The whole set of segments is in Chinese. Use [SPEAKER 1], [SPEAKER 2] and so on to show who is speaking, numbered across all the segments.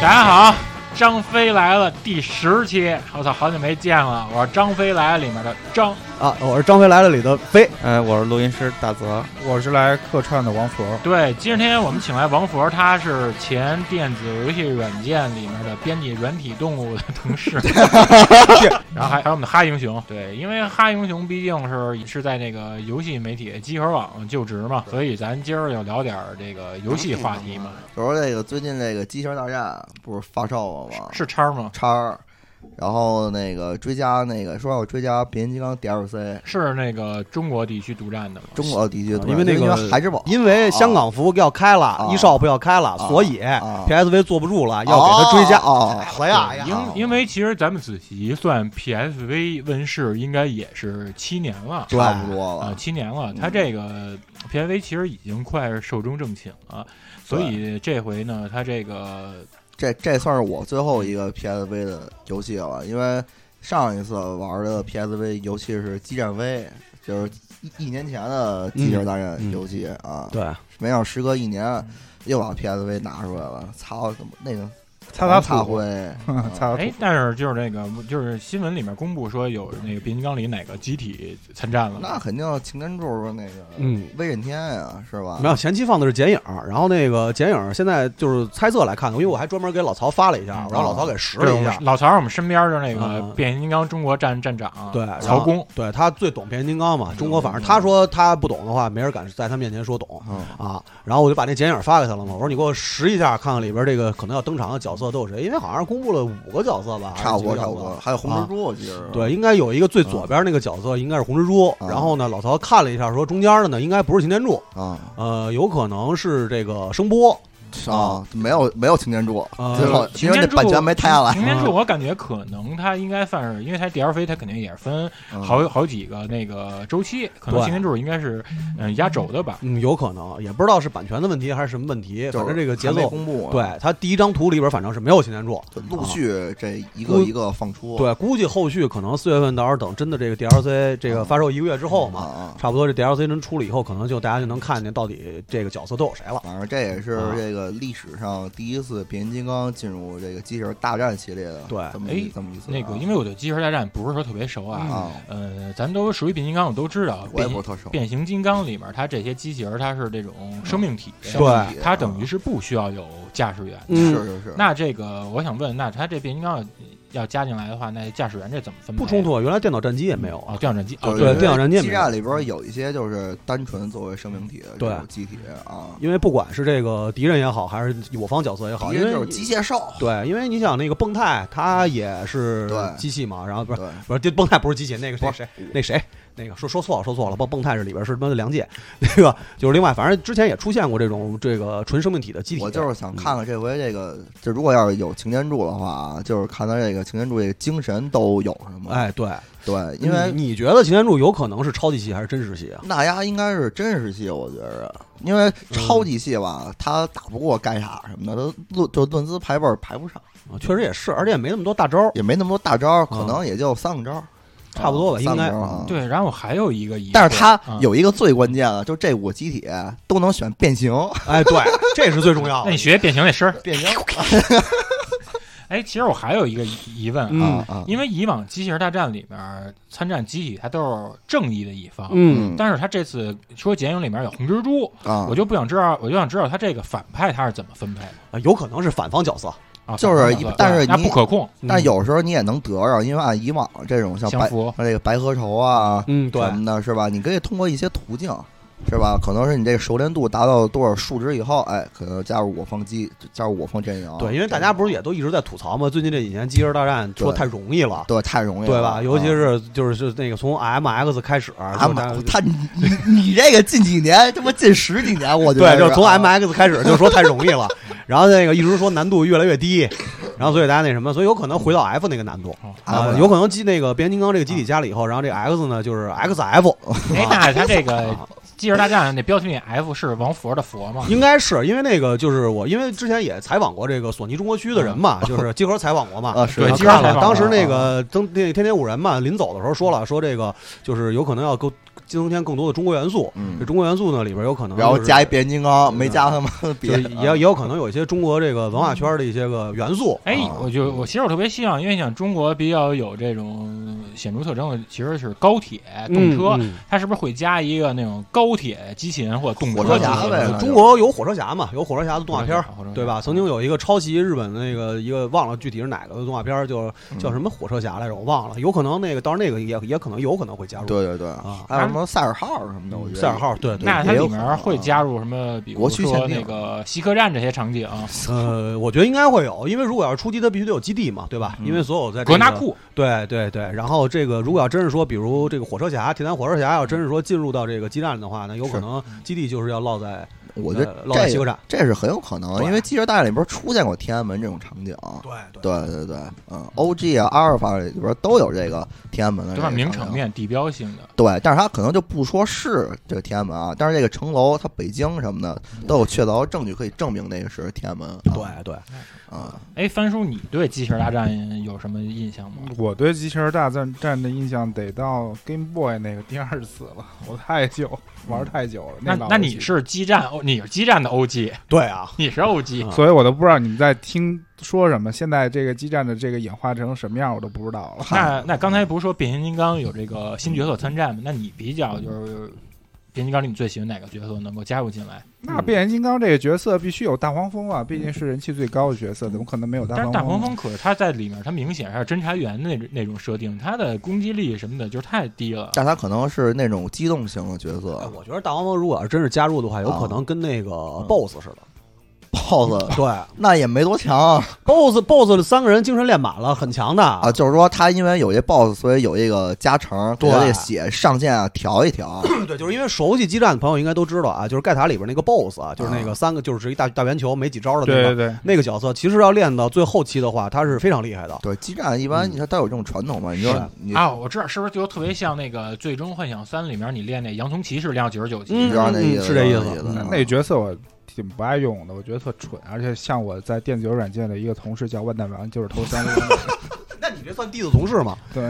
[SPEAKER 1] 大家好，张飞来了第十期，我操，好久没见了。我是张飞来了里面的张，
[SPEAKER 2] 啊，我是张飞来了里的飞，
[SPEAKER 3] 呃，我是录音师大泽，
[SPEAKER 4] 我是来客串的王佛。
[SPEAKER 1] 对，今天我们请来王佛，他是前电子游戏软件里面的编辑软体动物的同事，然后还还有我们的哈英雄，对，因为哈英雄毕竟是是在那个游戏媒体集合网就职嘛，所以咱今儿就聊点儿这个游戏话题嘛，
[SPEAKER 2] 就说这个最近这个《机器人大战》不是发售了吗？
[SPEAKER 1] 是叉儿吗？
[SPEAKER 2] 叉儿，然后那个追加那个说要追加变形金刚 DLC
[SPEAKER 1] 是那个中国地区独占的吗？
[SPEAKER 2] 中国地区的，
[SPEAKER 5] 啊因为那个
[SPEAKER 2] 孩之宝，
[SPEAKER 5] 因为香港服务要开了
[SPEAKER 2] 啊
[SPEAKER 5] ，eShop 要开了，所以
[SPEAKER 2] 啊
[SPEAKER 5] PSV 坐不住了，哎要给它追加。
[SPEAKER 2] 哦
[SPEAKER 5] 哎呀呀，
[SPEAKER 1] 因因为其实咱们仔细一算，PSV 问世应该也是七年了。
[SPEAKER 5] 对
[SPEAKER 2] 差不多
[SPEAKER 1] 啊，
[SPEAKER 2] 了，嗯
[SPEAKER 1] 七年了，它这个 PSV 其实已经快是寿终正寝了，所以这回呢，它这个
[SPEAKER 2] 这这算是我最后一个 PSV 的游戏了，因为上一次玩的 PSV 游戏是《激战 V》，就是一一年前的《机器人大战》
[SPEAKER 5] 嗯嗯
[SPEAKER 2] 游戏啊，
[SPEAKER 5] 对，
[SPEAKER 2] 没想到时隔一年又把 PSV 拿出来了，操，怎么那个
[SPEAKER 4] 擦擦
[SPEAKER 2] 擦
[SPEAKER 4] 土，
[SPEAKER 2] 灰，嗯
[SPEAKER 4] 擦擦
[SPEAKER 1] 哎
[SPEAKER 4] 土，，
[SPEAKER 1] 但是就是那个就是新闻里面公布说有那个变形金刚里哪个集体参战了，
[SPEAKER 2] 那肯定要擎天柱那个，
[SPEAKER 5] 嗯，
[SPEAKER 2] 威震天呀、是吧？
[SPEAKER 5] 没有前期放的是剪影，然后那个剪影现在就是猜测来看看，因为我还专门给老曹发了一下
[SPEAKER 1] 嗯，
[SPEAKER 5] 然后老曹给拾
[SPEAKER 1] 就是
[SPEAKER 5] 了
[SPEAKER 1] 我
[SPEAKER 5] 一
[SPEAKER 1] 们
[SPEAKER 3] 啊
[SPEAKER 5] 下。
[SPEAKER 1] 老曹，我们身边就是那个
[SPEAKER 5] 嗯
[SPEAKER 1] 变形金刚中国站站长
[SPEAKER 5] 对，然后
[SPEAKER 1] 曹公，
[SPEAKER 5] 对他最懂变形金刚嘛，中国
[SPEAKER 3] 嗯
[SPEAKER 5] 反正他说他不懂的话，没人敢在他面前说懂
[SPEAKER 2] 嗯，
[SPEAKER 5] 啊。然后我就把那剪影发给他了嘛，我说你给我拾一下，看看里边这个可能要登场的角色都有谁，因为好像是公布了五个角色吧，还
[SPEAKER 2] 差
[SPEAKER 5] 是
[SPEAKER 2] 不
[SPEAKER 5] 几个
[SPEAKER 2] 多
[SPEAKER 5] 角
[SPEAKER 2] 差不
[SPEAKER 5] 色
[SPEAKER 2] 多，嗯还有红蜘蛛，我记着。
[SPEAKER 5] 啊对，应该有一个最左边那个角色应该是红蜘蛛，
[SPEAKER 2] 啊
[SPEAKER 5] 然后呢，老曹看了一下，说中间的呢应该不是擎天柱，
[SPEAKER 2] 啊
[SPEAKER 5] 呃，有可能是这个声波，
[SPEAKER 2] 啊，没有没有擎天柱，
[SPEAKER 5] 啊
[SPEAKER 2] 最后因
[SPEAKER 1] 擎
[SPEAKER 2] 为
[SPEAKER 1] 天
[SPEAKER 2] 那
[SPEAKER 1] 柱
[SPEAKER 2] 版权没拍下来。
[SPEAKER 1] 擎天柱，我感觉可能它应该算是，因为它 DLC 它肯定也是分
[SPEAKER 2] 嗯
[SPEAKER 1] 好好几个那个周期，可能
[SPEAKER 5] 对
[SPEAKER 1] 擎天柱应该是嗯压轴的吧。
[SPEAKER 5] 嗯，有可能，也不知道是版权的问题还是什么问题，
[SPEAKER 2] 就是
[SPEAKER 5] 反正这个节
[SPEAKER 2] 还没
[SPEAKER 5] 奏，
[SPEAKER 2] 公布，，啊
[SPEAKER 5] 对他第一张图里边反正是没有擎天柱，啊
[SPEAKER 2] 陆续这一个一个放出。
[SPEAKER 5] 对，估计后续可能四月份到时候等真的这个 DLC 这个发售一个月之后
[SPEAKER 2] 啊
[SPEAKER 5] 嘛，
[SPEAKER 2] 啊，
[SPEAKER 5] 差不多这 DLC 真出了以后，可能就大家就能看见到底这个角色都有谁了。
[SPEAKER 2] 反正这也是
[SPEAKER 5] 啊
[SPEAKER 2] 这个历史上第一次变形金刚进入这个机器人大战系列的，
[SPEAKER 5] 对
[SPEAKER 2] 这么一
[SPEAKER 1] 哎
[SPEAKER 2] 这么一次啊。
[SPEAKER 1] 那个，因为我对《机器人大战》不是说特别熟啊，
[SPEAKER 2] 啊，
[SPEAKER 1] 呃，咱都属于变形金刚，我都知道。
[SPEAKER 2] 我也
[SPEAKER 1] 变
[SPEAKER 2] 不是
[SPEAKER 1] 形
[SPEAKER 2] 特熟。嗯
[SPEAKER 1] 变形金刚里面，它这些机器人它是这种生命体，
[SPEAKER 2] 生命体啊
[SPEAKER 1] 它等于是不需要有驾驶员。
[SPEAKER 5] 嗯
[SPEAKER 2] 是是是，
[SPEAKER 1] 那这个我想问，那它这变形金刚要加进来的话，那驾驶员这怎么分配？
[SPEAKER 5] 不冲突，原来电脑战机也没有
[SPEAKER 2] 嗯
[SPEAKER 1] 啊，
[SPEAKER 5] 啊。
[SPEAKER 1] 电脑战机哦，
[SPEAKER 2] 就是
[SPEAKER 5] 对
[SPEAKER 2] 因为
[SPEAKER 5] 电脑战舰
[SPEAKER 2] 基
[SPEAKER 5] 没
[SPEAKER 2] 站里边有一些就是单纯作为生命体的这种
[SPEAKER 5] 对
[SPEAKER 2] 机体啊，
[SPEAKER 5] 因为不管是这个敌人也好，还是我方角色也好，
[SPEAKER 2] 敌
[SPEAKER 5] 因
[SPEAKER 2] 人
[SPEAKER 5] 为
[SPEAKER 2] 就是机械兽，
[SPEAKER 5] 对，因为你想那个蹦泰，它也是
[SPEAKER 2] 对
[SPEAKER 5] 机器嘛，然后不是
[SPEAKER 2] 对，
[SPEAKER 5] 不是蹦泰不是机器，那个谁
[SPEAKER 2] 不
[SPEAKER 5] 谁那谁那个说说错了说错了，蹦蹦泰是里边是他妈的梁界，那个就是另外，反正之前也出现过这种这个纯生命体的机体，嗯
[SPEAKER 2] 我就是想看看这回这个，就如果要是有擎天柱的话啊，就是看他这个擎天柱这个精神都有什么。，
[SPEAKER 5] 哎对，
[SPEAKER 2] 对，因为
[SPEAKER 5] 你你觉得擎天柱有可能是超级系还是真实系啊？
[SPEAKER 2] 那丫应该是真实系，我觉着，因
[SPEAKER 5] 嗯
[SPEAKER 2] 为超级系吧，他打不过盖塔什么的，都论就论资排辈儿排不上，
[SPEAKER 5] 啊确实也是，而且也没那么多大招，
[SPEAKER 2] 也没那么多大招，可能也就三个招，
[SPEAKER 5] 嗯差不多吧，
[SPEAKER 2] 啊
[SPEAKER 5] 应
[SPEAKER 2] 三个
[SPEAKER 5] 该
[SPEAKER 2] 招啊。
[SPEAKER 1] 对，然后还有一个疑惑，
[SPEAKER 2] 但是他
[SPEAKER 5] 啊
[SPEAKER 1] 嗯
[SPEAKER 2] 有一个最关键的，就这五个机体都能选 变形，
[SPEAKER 5] 哎对，这是最重要
[SPEAKER 1] 那
[SPEAKER 5] 的
[SPEAKER 1] 你。学变形那声儿。
[SPEAKER 2] 变形
[SPEAKER 1] 哎，其实我还有一个疑疑问啊，
[SPEAKER 5] 嗯
[SPEAKER 2] 啊啊！
[SPEAKER 1] 因为以往机器人大战里面参战机体它都是正义的一方，
[SPEAKER 5] 嗯，
[SPEAKER 1] 但是他这次说剪影里面有红蜘蛛，
[SPEAKER 2] 啊
[SPEAKER 1] 我，就不想知道，我就想知道他这个反派他是怎么分配的
[SPEAKER 5] 啊有可能是反方角色，
[SPEAKER 1] 啊？
[SPEAKER 2] 就是
[SPEAKER 1] 反派
[SPEAKER 2] 一
[SPEAKER 1] 角色
[SPEAKER 2] 但是
[SPEAKER 1] 那
[SPEAKER 2] 你
[SPEAKER 1] 不可控，
[SPEAKER 5] 嗯
[SPEAKER 2] 但有时候你也能得着，因为按以往这种像
[SPEAKER 1] 降
[SPEAKER 2] 白
[SPEAKER 1] 服
[SPEAKER 2] 像这个白河愁啊
[SPEAKER 5] 嗯对
[SPEAKER 2] 什么的，是吧？你可以通过一些途径，是吧？可能是你这个熟练度达到多少数值以后，哎，可能加入我方机，加入我方阵营。
[SPEAKER 5] 对，因为大家不是也都一直在吐槽嘛，最近这几年机器人大战说
[SPEAKER 2] 对
[SPEAKER 5] 太容易了。
[SPEAKER 2] 对太容易了，
[SPEAKER 5] 对吧？尤其
[SPEAKER 2] 啊
[SPEAKER 5] 是就是是那个从 M X 开始，就
[SPEAKER 2] 啊
[SPEAKER 5] 是大
[SPEAKER 2] 妈他你你你这个近几年，这不近十几年，我觉得
[SPEAKER 5] 对，就是从 M
[SPEAKER 2] 啊
[SPEAKER 5] X 开始就说太容易了，然后那个一直说难度越来越低，然后所以大家那什么，所以有可能回到 F 那个难度
[SPEAKER 1] 哦
[SPEAKER 5] 啊、
[SPEAKER 2] F
[SPEAKER 5] 有可能机那个变形金刚这个机体加了以后，然后这个 X 呢就是 X F，
[SPEAKER 1] 哎，那他这个机器人大战那标题里 F 是王佛的佛吗？
[SPEAKER 5] 应该是因为那个就是我因为之前也采访过这个索尼中国区的人 嘛，就是集合采访过嘛，
[SPEAKER 2] 啊是
[SPEAKER 1] 对
[SPEAKER 5] 然后
[SPEAKER 1] 集合
[SPEAKER 5] 看
[SPEAKER 1] 采
[SPEAKER 5] 了
[SPEAKER 1] 访
[SPEAKER 5] 当时
[SPEAKER 1] 过
[SPEAKER 2] 啊
[SPEAKER 5] 那个登那个天天五人嘛，临走的时候说了，说这个就是有可能要够金增添更多的中国元素。这
[SPEAKER 2] 嗯，
[SPEAKER 5] 中国元素呢，里边有可能
[SPEAKER 2] 然后
[SPEAKER 5] 就是
[SPEAKER 2] 加一变形金刚，没加他妈的别
[SPEAKER 5] 就
[SPEAKER 2] 的，啊
[SPEAKER 5] 是也也有可能有一些中国这个文化圈的一些个元素。
[SPEAKER 1] 哎
[SPEAKER 2] 啊，
[SPEAKER 1] 我就我其实我特别希望，因为像中国比较有这种显著特征的，其实是高铁、哎动车，
[SPEAKER 5] 嗯
[SPEAKER 1] 它是不是会加一个那种高铁机器人或者动
[SPEAKER 2] 火
[SPEAKER 1] 车
[SPEAKER 2] 车
[SPEAKER 1] 机
[SPEAKER 2] 侠
[SPEAKER 1] 器
[SPEAKER 2] 呗
[SPEAKER 1] 人？
[SPEAKER 5] 嗯中国有火车侠嘛，有火车侠的动
[SPEAKER 1] 动
[SPEAKER 5] 画片儿，对
[SPEAKER 2] 嗯
[SPEAKER 5] 吧？曾经有一个抄袭日本的那个一个忘了具体是哪个的动画片儿，就叫什
[SPEAKER 2] 么？
[SPEAKER 5] 么火车侠来着，我忘了。有可能那个到时候那个也也可能有可能会加入
[SPEAKER 2] 对对对，
[SPEAKER 5] 啊，
[SPEAKER 2] 还有什么赛尔号什么的，我觉得
[SPEAKER 5] 赛尔号对对。
[SPEAKER 1] 那它
[SPEAKER 2] 也有
[SPEAKER 1] 里
[SPEAKER 2] 可能
[SPEAKER 1] 面会加入什么？比如
[SPEAKER 2] 国区
[SPEAKER 1] 说
[SPEAKER 2] 限定
[SPEAKER 1] 那个西客站这些场景，
[SPEAKER 5] 呃，我觉得应该会有，因为如果要是出击，它必须得有基地嘛，对吧？
[SPEAKER 2] 嗯
[SPEAKER 5] 因为所有在这个
[SPEAKER 1] 格纳库
[SPEAKER 5] 对对对，然后这个如果要真是说，比如这个火车侠、铁胆火车侠，要真是说进入到这个基站的话，那有可能基地就是要落在
[SPEAKER 2] 我觉
[SPEAKER 5] 呃
[SPEAKER 2] 得
[SPEAKER 5] 落在
[SPEAKER 2] 这
[SPEAKER 5] 西
[SPEAKER 2] 个
[SPEAKER 5] 客站。
[SPEAKER 2] 这是很有可能，
[SPEAKER 5] 对
[SPEAKER 2] 因为《机器人大战》里边出现过天安门这种场景。
[SPEAKER 5] 对对
[SPEAKER 2] 对对对，嗯，O G 啊，阿尔法里边都有这个天安门的
[SPEAKER 1] 对
[SPEAKER 2] 这
[SPEAKER 1] 吧？
[SPEAKER 2] 个
[SPEAKER 1] 名
[SPEAKER 2] 场
[SPEAKER 1] 场
[SPEAKER 2] 景。
[SPEAKER 1] 面地标性的，
[SPEAKER 2] 对，但是他可能就不说是这个天安门啊，但是这个城楼，它北京什么的都有确凿证据可以证明那个是天安门。
[SPEAKER 5] 对对，
[SPEAKER 2] 啊，
[SPEAKER 1] 哎，番叔，你对《机器人大战》有什么印象吗？
[SPEAKER 4] 我对机器人大战战的印象得到 Game Boy 那个第二次了，我太久玩太久了。
[SPEAKER 1] 那
[SPEAKER 4] 老
[SPEAKER 1] 那
[SPEAKER 4] 游
[SPEAKER 1] 你
[SPEAKER 4] 戏，
[SPEAKER 1] 是基站欧，你是基站的 OG，
[SPEAKER 5] 对啊，
[SPEAKER 1] 你是 OG，、
[SPEAKER 5] 嗯
[SPEAKER 4] 所以我都不知道你们在听说什么。现在这个基站的这个演化成什么样，我都不知道了。
[SPEAKER 1] 那那刚才不是说变形金刚有这个新角色参战吗？那你比较就是变形金刚里你最喜欢哪个角色能够加入进来？
[SPEAKER 4] 那变形金刚这个角色必须有大黄蜂啊，毕竟是人气最高的角色，怎么可能没有大
[SPEAKER 1] 但是
[SPEAKER 4] 黄
[SPEAKER 1] 大
[SPEAKER 4] 蜂
[SPEAKER 1] 黄
[SPEAKER 4] 呢？
[SPEAKER 1] 蜂可是他在里面，他明显还是侦查员那那种设定，他的攻击力什么的就是太低了。
[SPEAKER 2] 但他可能是那种机动型的角
[SPEAKER 5] 哎
[SPEAKER 2] 色
[SPEAKER 5] 我觉得大黄蜂如果要是真是加入的话，有可
[SPEAKER 2] 啊
[SPEAKER 5] 能跟那个 BOSS 似的。
[SPEAKER 2] ，BOSS
[SPEAKER 5] 对
[SPEAKER 2] 那也没多强啊，
[SPEAKER 5] ，BOSS BOSS 的三个人精神练满了，很强的
[SPEAKER 2] 啊，
[SPEAKER 5] 啊。
[SPEAKER 2] 就是说他因为有一 BOSS，所以有一个加成，给
[SPEAKER 5] 对
[SPEAKER 2] 他这血上限啊调一调。
[SPEAKER 5] 对，就是因为熟悉基站的朋友应该都知道啊，就是盖塔里边那个 BOSS 啊，就是那个
[SPEAKER 2] 啊
[SPEAKER 5] 三个就是一大大圆球没几招的那
[SPEAKER 4] 对对
[SPEAKER 5] 个
[SPEAKER 4] 对，
[SPEAKER 5] 那个角色，其实要练到最后期的话，他是非常厉害的。
[SPEAKER 2] 对，基站一般
[SPEAKER 5] 嗯
[SPEAKER 2] 你看它有这种传统嘛，你
[SPEAKER 5] 是
[SPEAKER 2] 说你
[SPEAKER 1] 啊，我知道，是不是就特别像那个《最终幻想三》里面你练那洋葱骑士练到九十九级？啊
[SPEAKER 5] 嗯
[SPEAKER 2] 你知道那意思
[SPEAKER 5] 是这意思
[SPEAKER 2] 思
[SPEAKER 5] 嗯
[SPEAKER 2] 啊
[SPEAKER 4] 那个角色我挺不爱用的，我觉得特蠢，而且像我在电子游软件的一个同事叫万代王，就是头三
[SPEAKER 5] 那你这算弟子同事吗？
[SPEAKER 4] 对，